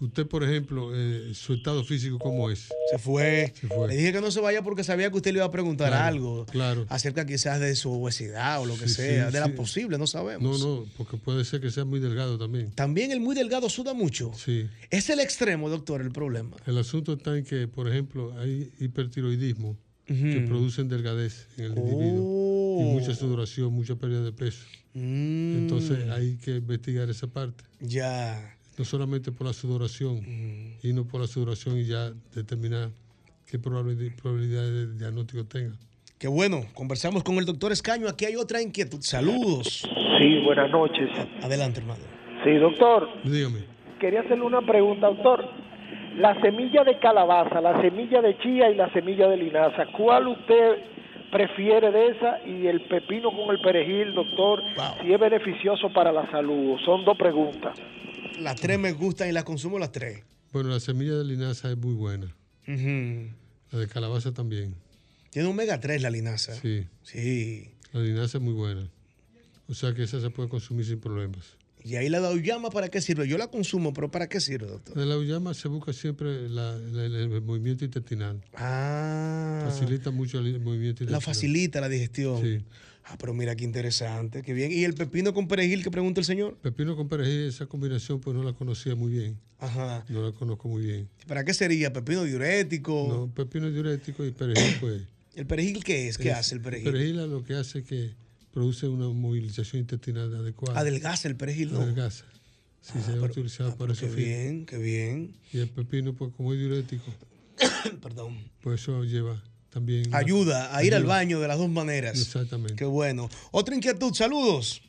Usted, por ejemplo, eh, su estado físico, ¿cómo es? Se fue. Se fue. Le dije que no se vaya porque sabía que usted le iba a preguntar Claro, algo Claro. acerca quizás de su obesidad o lo que Sí, sea, sí, de sí. la posible, no No, sabemos. no, porque puede ser que sea muy delgado también. También el muy delgado suda mucho. Sí. Es el extremo, doctor, el problema. El asunto está en que, por ejemplo, hay hipertiroidismo que Ujú. Oh. producen delgadez en el individuo y mucha sudoración, mucha pérdida de peso. Mm. Entonces hay que investigar esa parte. Ya. No solamente por la sudoración, Mm. y no por la sudoración y ya determinar qué probabili- probabilidad de diagnóstico tenga. Qué bueno, conversamos con el doctor Escaño. Aquí hay otra inquietud. Saludos. Sí, buenas noches. Adelante, hermano. Sí, doctor. Dígame. Quería hacerle una pregunta, doctor. La semilla de calabaza, la semilla de chía y la semilla de linaza, ¿cuál usted prefiere de esa y el pepino con el perejil, doctor? Si es beneficioso para la salud. Son dos preguntas. Las tres me gustan y las consumo las tres. Bueno, la semilla de linaza es muy buena. La de calabaza también. Tiene omega 3 la linaza. Sí. Sí. La linaza es muy buena. O sea que esa se puede consumir sin problemas. Y ahí la llama ¿para qué sirve? Yo la consumo, pero ¿para qué sirve, doctor? De la uyama se busca siempre la- la- el- el movimiento intestinal. Ah. Facilita mucho el movimiento intestinal. La facilita la digestión. Sí. Ah, pero mira qué interesante, qué bien. ¿Y el pepino con perejil que pregunta el señor? Pepino con perejil, esa combinación pues no la conocía muy bien. Ajá. No la conozco muy bien. ¿Para qué sería? ¿Pepino diurético? No, pepino diurético y perejil pues... ¿El perejil qué es? ¿Qué hace el perejil? El perejil lo que hace es que produce una movilización intestinal adecuada. Adelgaza el perejil, ¿no? ah, Adelgaza. Sí, se ha utilizado para eso. qué bien, qué bien. Y el pepino pues como es diurético, Perdón. pues eso lleva también... una- Ayuda a ir al ayuda. baño de las dos maneras. Exactamente. Qué bueno. Otra inquietud, saludos.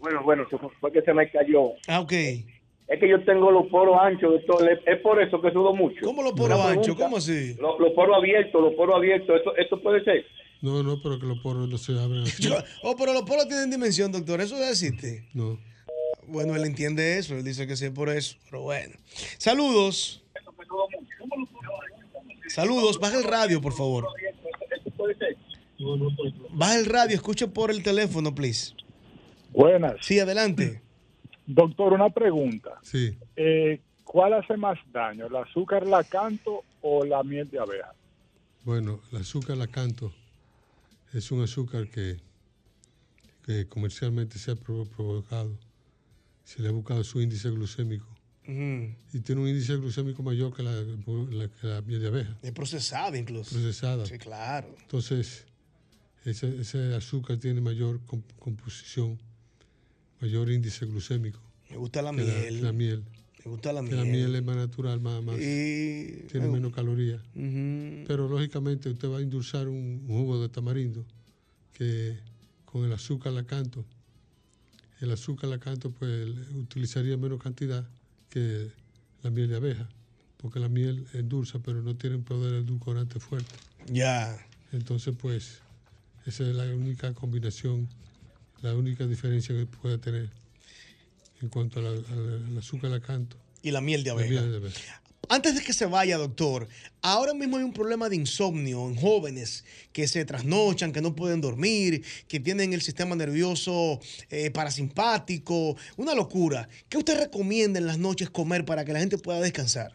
Bueno, bueno, se fue- fue que se me cayó. Ah, ok. Es que yo tengo los poros anchos, doctor. Es- Es por eso que sudo mucho. ¿Cómo los poros anchos? ¿Cómo así? Los poros abiertos, los poros abiertos. ¿Eso, eso puede ser? No, no, pero que los poros no se abren así. Oh, pero los polos tienen dimensión, doctor. Eso ya existe. No. Bueno, él entiende eso. Él dice que sí es por eso. Pero bueno. Saludos. Saludos. Baja el radio, por favor. Baja el radio. Escucha por el teléfono, please. Buenas. Sí, adelante. Doctor, una pregunta. Sí. Eh, ¿Cuál hace más daño, el azúcar lacanto o la miel de abeja? Bueno, el azúcar la canto es un azúcar que, que comercialmente se ha provo- provocado. Se le ha buscado su índice glucémico Ujú. y tiene un índice glucémico mayor que la, la- que la miel de abeja Es procesada incluso. procesada. Sí, claro. Entonces, ese, ese azúcar tiene mayor comp- composición, mayor índice glucémico. Me gusta la que miel. que La, miel. Me gusta la Que la miel. miel es más natural, más, más- Y- tiene me- menos calorías. Ujú. Pero lógicamente usted va a endulzar un, un jugo de tamarindo que con el azúcar lacanto, el azúcar lacanto pues le- utilizaría menos cantidad que la miel de abeja, porque la miel endulza pero no tiene un poder edulcorante fuerte. Ya. Entonces pues esa es la única combinación, la única diferencia que puede tener en cuanto a la- al al azúcar lacanto. Y la miel de abeja. miel de abeja. Antes de que se vaya, doctor, ahora mismo hay un problema de insomnio en jóvenes que se trasnochan, que no pueden dormir, que tienen el sistema nervioso eh, parasimpático, una locura. ¿Qué usted recomienda en las noches comer para que la gente pueda descansar?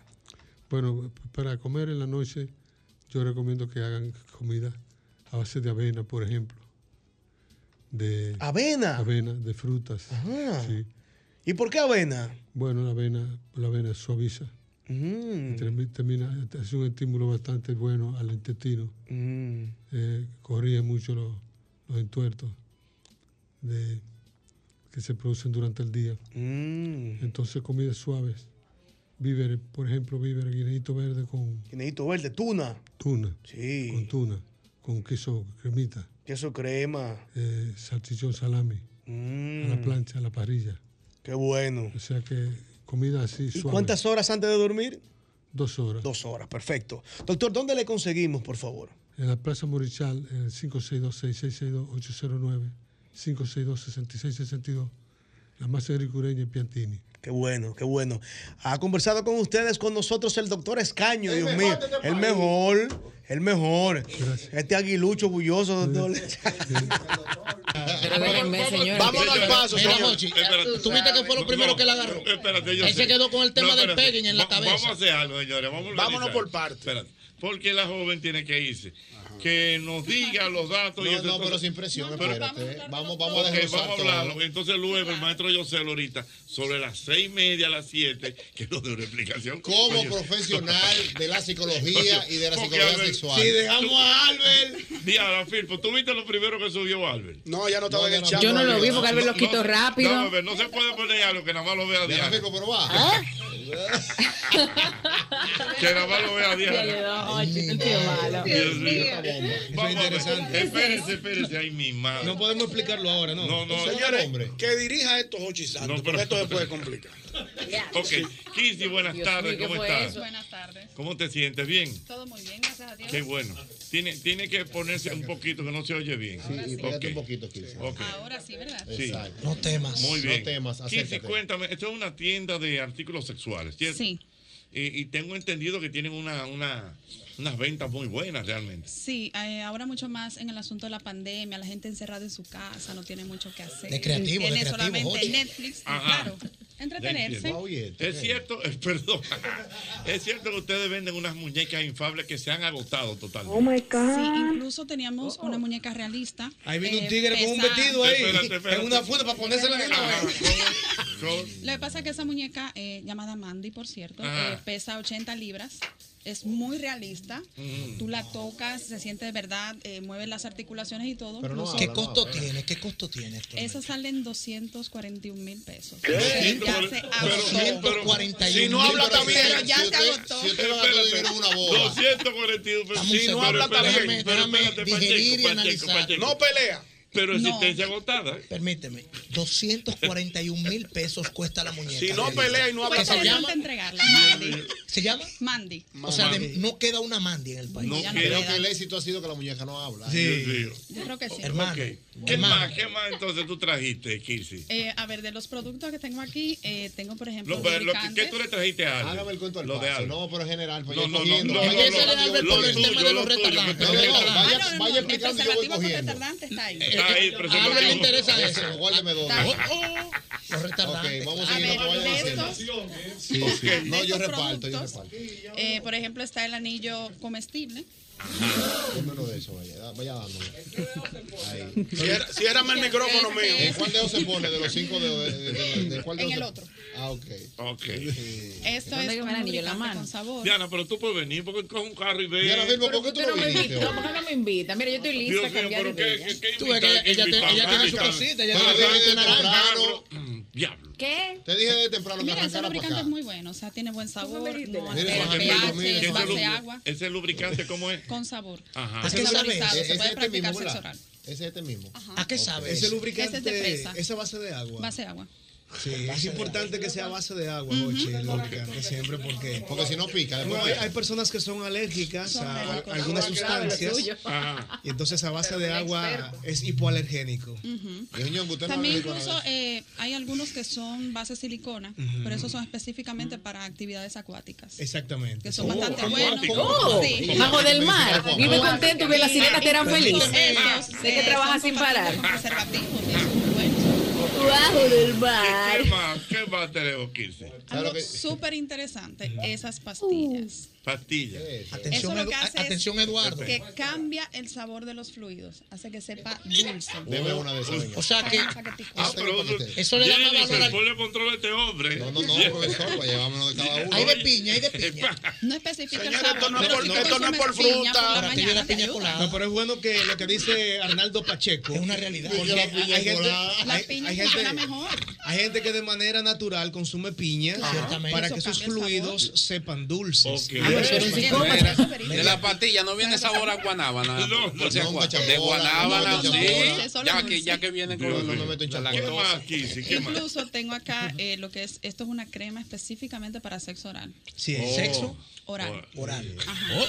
Bueno, para comer en la noche, yo recomiendo que hagan comida a base de avena, por ejemplo. de avena, avena de frutas. Ajá. Sí. ¿Y por qué avena? Bueno, la avena, la avena suaviza. Mm. Y termi- termina- es un estímulo bastante bueno al intestino. Mm. Eh, corrige mucho los, los entuertos de- que se producen durante el día. Mm. Entonces, comidas suaves. Víveres, por ejemplo, víveres, guineíto verde con Guineíto verde, tuna, tuna. Con tuna, con queso cremita, queso crema. eh, salchichón salami, a la Mm. plancha, a la parrilla. Qué bueno. O sea que comida así ¿Y suave. cuántas horas antes de dormir? Dos horas. Dos horas, perfecto. Doctor, ¿dónde le conseguimos, por favor? En la Plaza Morichal, en el 562-6662-809, 562-6662, la más agricureña en Piantini. Qué bueno, qué bueno. Ha conversado con ustedes, con nosotros, el doctor Escaño, Dios mejor mío. de este El país. mejor, el mejor. Este aguilucho bulloso, doctor. Vamos al paso, Mira, señor. Mochi, Espérate. tú viste que fue lo primero que la agarró. Espérate, yo Él sé. se quedó con el tema No, del espérate. pegging en la Va- Vamos a cabeza. hacer algo, señores. Vamos a Vámonos por partes. Espérate. Porque la joven tiene que irse. Que nos diga los datos. y No, esas no, pero cosas. sin presión, espérate. Vamos, vamos Ok, a desglosar vamos a todo. hablarlo. Entonces luego el maestro Yosel ahorita, sobre las seis y media a las siete, que nos dé una explicación. Como Oye, profesional de la psicología y de la porque, psicología Albert, sexual. tú- Diana, Firpo, ¿tú viste lo primero que subió Albert? No, ya no estaba en el chat. Yo no lo vi porque Albert lo quitó No, Albert, no se puede poner algo que nada más lo vea Diana. ¿Eh? que nada más lo vea Diana. Dios mío. Vamos a ver. Espérense, espérense, ahí misma. No podemos explicarlo ahora, ¿no? No, no, Señores, hombre. que dirija esto Jochi Santos, No, pero- porque esto se puede complicar. Ok, Kizzy, buenas Dios tardes, mío, ¿qué ¿cómo fue estás? eso? Buenas tardes. ¿Cómo te sientes? ¿Bien? Todo muy bien, gracias a Dios. Qué bueno. Tiene, tiene que ponerse un poquito, que no se oye bien. Sí, y pégate Ok. un poquito, Kizzy. Ok. Ahora sí, ¿verdad? Sí. No temas. Muy bien. No temas, Kizzy, acércate. cuéntame, esto es una tienda de artículos sexuales, ¿cierto? Eh, Sí. Y, y tengo entendido que tienen una, una, unas ventas muy buenas realmente. Sí, eh, ahora mucho más en el asunto de la pandemia, la gente encerrada en su casa, no tiene mucho que hacer. De creativo, de tiene creativo, solamente Jochi. Netflix, Ajá. claro. Entretenerse. Ya entiendo. Es cierto, eh, perdón. Es cierto que ustedes venden unas muñecas infables que se han agotado Oh totalmente. Sí, incluso teníamos una muñeca realista. Oh. eh, Ahí viene vino un tigre con un vestido ahí, Espérate, espérate. en una funda funda para ponérsela de una vez. Lo que pasa es que esa muñeca, eh, llamada Mandy, por cierto, Ajá. eh, pesa 80 libras. Es muy realista. Mm. Tú la tocas, se siente de verdad, eh, mueve las articulaciones y todo. Nosotros- ¿Qué costo tiene? ¿Qué costo tiene? esto? Esas salen 241 mil pesos. ¿Qué? Ya se agotó. 241 Si no mil habla pesos. también. Pero ya Si se usted- agotó. si usted va a gastar Espérate. dinero en una boda. 241 pesos. Si no habla también. Déjame digerir y analizar. No pelea. Pero No. existencia agotada. Permíteme, 241 mil pesos cuesta la muñeca. Si no pelea y no habla Que se también. llama, entregarla. Mandy. ¿Se llama? Mandy. O sea, de- no queda una Mandy en el país. No Ya queda. queda. Creo que el éxito ha sido que la muñeca no habla. Dios mío. Yo creo que sí. Ok. ¿Qué más? ¿Qué más entonces tú trajiste, Kirsi? Eh, a ver, de los productos que tengo aquí, eh, tengo, por ejemplo, Lo, lo que- lubricantes. ¿Qué tú le trajiste a Albert? Hágame el cuento al Lo de paso. Albert. No, pero general, pues No, ya no, cogiendo. no, no, Porque no, ese no, era Albert no, por lo el tema tuyo, de los lo tuyo, restaurantes. que te digo. Vaya, Ah, no, vaya no, no, explicando y yo voy preservativo con cogiendo. restaurante está Eh, ahí. Está ahí, A preservativo. Álvaro le interesa eso. Guárdeme dos. Está- Ok, vamos a Oh, A seguir. ver, no vaya de diciendo. estos, Sí, sí. de No, yo estos reparto, yo productos, reparto. eh, por ejemplo, está el anillo comestible. Menos de eso, vaya, da- vaya dándome. Cierra- ciérrame el micrófono mío. ¿En cuál dedo se pone? ¿De los cinco dedos? ¿De, de- de- de cuál En dedo el se- otro. Ah, ok. Ok. Esto es un lubricante con sabor. Diana, pero tú puedes venir porque coge un carro y ve. Diana, Vilma, ¿por qué tú Usted no no me viniste invita, hoy? ¿por qué no me invita? Mira, yo estoy lista Dios a mío, cambiar pero de qué, idea. qué, qué Tú ves que invitada, qué ella te- invitada, ella tiene qué su invitada. cosita, ella Pero tiene te su dije de naranja. temprano, mm, Diablo. ¿Qué? Te dije de temprano que Mira, ese arrancara para lubricante acá. es muy bueno, o sea, tiene buen sabor, no Mire, altera Juan, el Alberto, mire, pH, es ese base lubri- agua, Ese lubricante, ¿cómo es? con sabor. Ajá. Es saborizado, Ese se es puede este mismo, practicar sexo ¿verdad? oral. Ese es este mismo. ¿A qué Ok. sabe? Ese eso? lubricante- Ese es de fresa. esa base de agua. Base de agua. Sí, es importante que sea base de agua, Jochi, el lubricante siempre porque Porque si no pica, después No, hay, pica. hay personas que son alérgicas Son a alérgicos. algunas Agua clave, sustancias suyo. Ajá. y entonces a base Pero de un agua experto. es hipoalergénico. Ujú. usted no También habla de incluso eh, hay algunos que son base silicona, Ujú. pero esos son específicamente para actividades acuáticas. Exactamente. Que Oh, son bastante buenos. acuáticos. Oh, Sí. Bajo del mar. Vive contento que las sirenas te harán feliz. Esos, Ah. Sé que eh, trabajas son sin parar. compatibles con preservativos. Tú has debajo del bar. ¿Qué más? ¿Qué más tenemos, 15? Algo súper interesante, esas pastillas. Uh. Pastillas. Eso lo que hace es Eduardo. que cambia el sabor de los fluidos, hace que sepa dulce. Oh. Deme una de esas, doña. O sea que- Ah, pero eso, Eso le da más Jenny, valor se al- pone control a este hombre. No, no, profesor, pues, llevámonos de cada uno. Hay de piña, hay de piña. No especifica el Señora, sabor. esto no es pero por- si tú esto no es por consumes piña fruta. por la Para ti viene mañana, te piña ayuda. colada. No, pero es bueno que lo que dice Arnaldo Pacheco. Es una realidad. Yo la piña hay, gente, colada. hay- La piña hay es gente- la mejor. hay gente que de manera natural consume piña Claro. Ciertamente. para Eso que sus cambia el sabor. fluidos sepan dulces. Ah, pero eso es un psicópata. De la pastilla no viene sabor a guanábana. por si a gua- de guanábana, no, no, sí. chabola. Solo Ya que, dulce. ya que viene con Dios mío. la ¿Qué lactosa. más, Kisi? Incluso tengo acá eh, lo que es, esto es una crema específicamente para sexo oral. Sí, Oh. sexo Oral. Oh. oral. Ajá.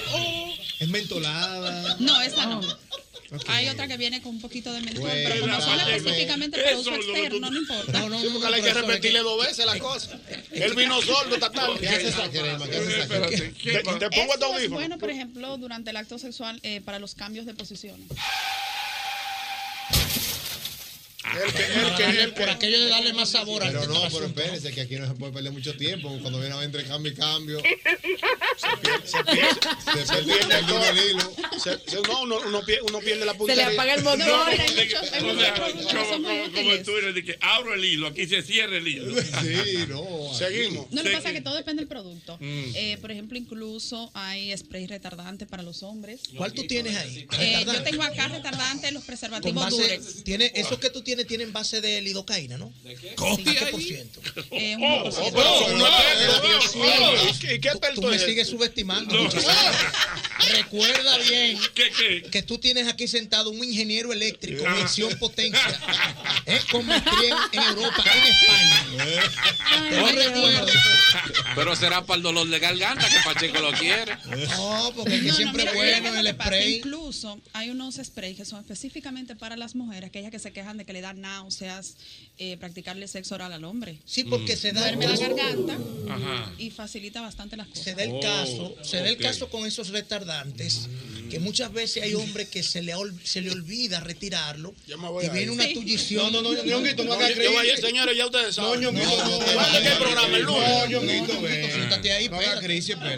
Es mentolada. No, esa no. Oh. Hay otra que viene con un poquito de mentol, Bueno, pero como son vale, específicamente eso para uso lo que tú- externo, no importa. No, no, Sí, porque hay que repetirle dos veces la cosa. Él vino sordo, está tarde. ¿Qué hace esa crema? ¿Qué hace esa crema? Te, te pongo este Esto es audífono. bueno, por ejemplo, durante el acto sexual eh, para los cambios de posiciones. por aquello de darle más sabor al- Pero no, al pero asunto. espérense que aquí no se puede perder mucho tiempo. Cuando viene a ver entre cambio y cambio. Se Se pierde, pierde se pierde el hilo. Se- se- no, uno, uno pier- uno pierde la punta. No, no, este como en Twitter, de que abro el hilo, aquí se cierra el hilo. Sí, no. Seguimos. No, lo que pasa es que todo depende del producto. Mm. Eh, por ejemplo, incluso hay spray retardante para los hombres. ¿Cuál tú tienes ahí? Eh, yo Retardante. tengo acá retardante los Con preservativos base, Durex. tiene, esos que tú tienes tienen base de lidocaína, ¿no? ¿De qué? Eh, un Oh, poco- oh, pero oh, si no, oh, pero, oh, Dios oh, mío, oh, ¿verdad? ¿y qué- y qué Tú- tal Tú tú me eres? sigues subestimando. muchacho. Recuerda bien que tú tienes aquí sentado un ingeniero eléctrico, Ah. mención potencia, eh, con maestría en, en Europa, en España. Te lo recuerdo. Pero será para el dolor de garganta que Pacheco lo quiere. No, Oh. porque es que No, no, siempre mira, es mira bueno lo el que pasa. spray. Incluso hay unos sprays que son específicamente para las mujeres, aquellas que se quejan de que le dan náuseas, eh, practicarle sexo oral al hombre. Sí, Mm. porque se da- Duerme la garganta Ajá. y facilita bastante las cosas. Se da Oh, el caso, se da el caso con esos retardantes, que muchas veces hay hombres que se le, ol- se le olvida retirarlo y a viene ir. una Sí. tullición. No, no, no, Ñonguito, no haga yo- creer. yo vaya- Señores, ya ustedes saben. No, Ñonguito, No, no, no, te no, vayas. ¿de qué programa? ¿El lunes? No, Ñonguito, ven. siéntate ahí. No haga espérate. crisis, espérate.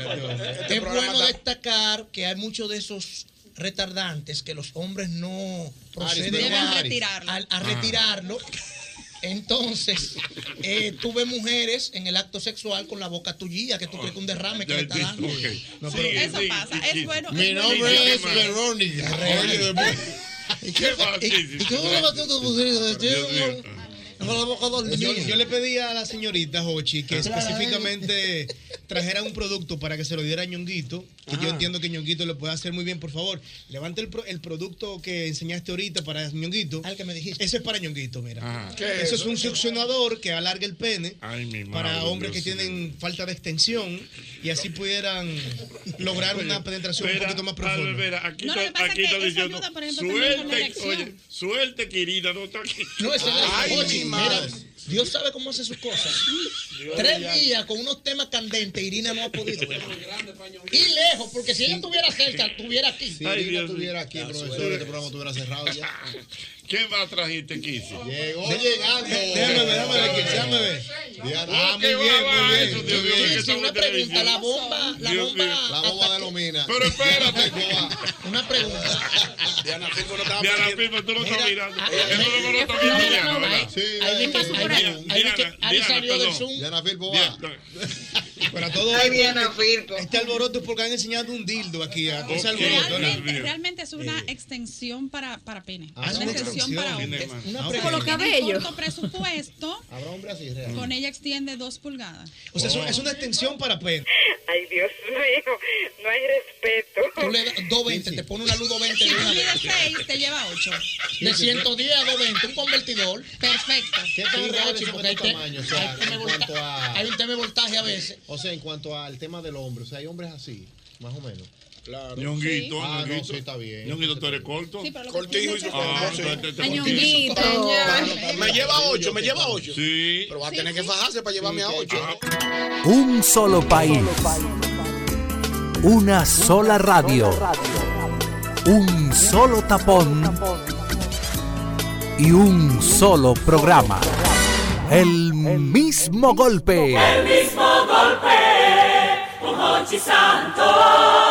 es bueno destacar que hay muchos de esos retardantes que los hombres no Pues proceden pero- Deben a, retirarlo. al- a Ah. retirarlo. Entonces, eh, tuve mujeres en el acto sexual con la boca tullida, que tú crees que un derrame que le está dando. No, pero- Eso pasa, es bueno. Mi bueno. nombre Sí, es sí, sí. Verónica. Oye, ¿Y qué más, Kisi? Yo, yo le pedí a la señorita Hochi Ah. que específicamente trajera un producto para que se lo diera a Ñonguito, que yo entiendo que Ñonguito lo puede hacer muy bien. Por favor, levante el, pro- el producto que enseñaste ahorita para Ñonguito. Al Ah, que me dijiste. Ese es para Ñonguito, mira. Ajá. Eso, es un succionador que alarga el pene Ay, mi madre. para hombres que Dios mío. tienen falta de extensión y así pudieran lograr una penetración un Espera, poquito más Albert, profunda. espera, aquí está, aquí está diciendo. suerte, oye, suerte que Irina no está aquí. No, esa es la Ay, Oye, mi mira, madre. Dios sabe cómo hace sus cosas. Dios Tres ya. días con unos temas candentes, Irina no ha podido. y lejos, porque si ella estuviera cerca, estuviera aquí. Si Irina estuviera aquí, profesor, este programa estuviera cerrado ya. ¿Qué más trajiste, Kisi? Llegó llegando. Déjame ver, déjame ver, Kisi, déjame ver. Diana. Ah, muy bien, muy bien. Dios mío, que estamos en televisión. bomba, la Dios mío. bomba. La bomba de Lomina. Pero espérate. Una pregunta. Diana Pico no Diana Pipo, tú no estás mirando. Eso no me lo está No, viendo no, Diana, no, ¿verdad? Sí, Ahí vi que- ahí vi- ahí vi que Ari Diana, salió del perdón. Zoom. Diana Filpo va. Diana. Para todo Ay, esto, Diana este- Este alboroto es porque han enseñado un dildo aquí. A un alboroto. Realmente, realmente es Eh. una extensión para, para pene. Ah, es una una extensión extensión. para Tiene hombres. más. Ah, Una pregunta. Como lo que Con los tienen cabellos. corto presupuesto, Habrá hombre así, con ella extiende dos pulgadas. O sea, es una- es una extención para pene. Ay, Dios mío, no hay respeto. Tú le das 220, te pone una luz 220 Si de tú una vez. mides seis, te lleva ocho. De 110 a 220, un convertidor. Perfecto. ¿Qué Sí, tan real Rochi, es porque este porque hay te- tamaño? O sea, hay tema en de volta- cuanto a... hay un tema de voltaje a veces. O sea, en cuanto al tema del hombre, o sea, hay hombres así, más o menos. Claro. Ñonguito, ah, no, Ñonguito. sí, está bien. Ñonguito, tú eres corto. Sí, pero lo que Cortijo y pasa es que- Ah, supermozo. entonces te- Ay, te- Ñonguito. este Me lleva ocho, me lleva ocho. Sí. Pero va a tener que fajarse para llevarme a ocho. Un solo país. Una sola radio. Un solo tapón. Y un solo programa. El mismo golpe. El mismo golpe con Hochi Santos.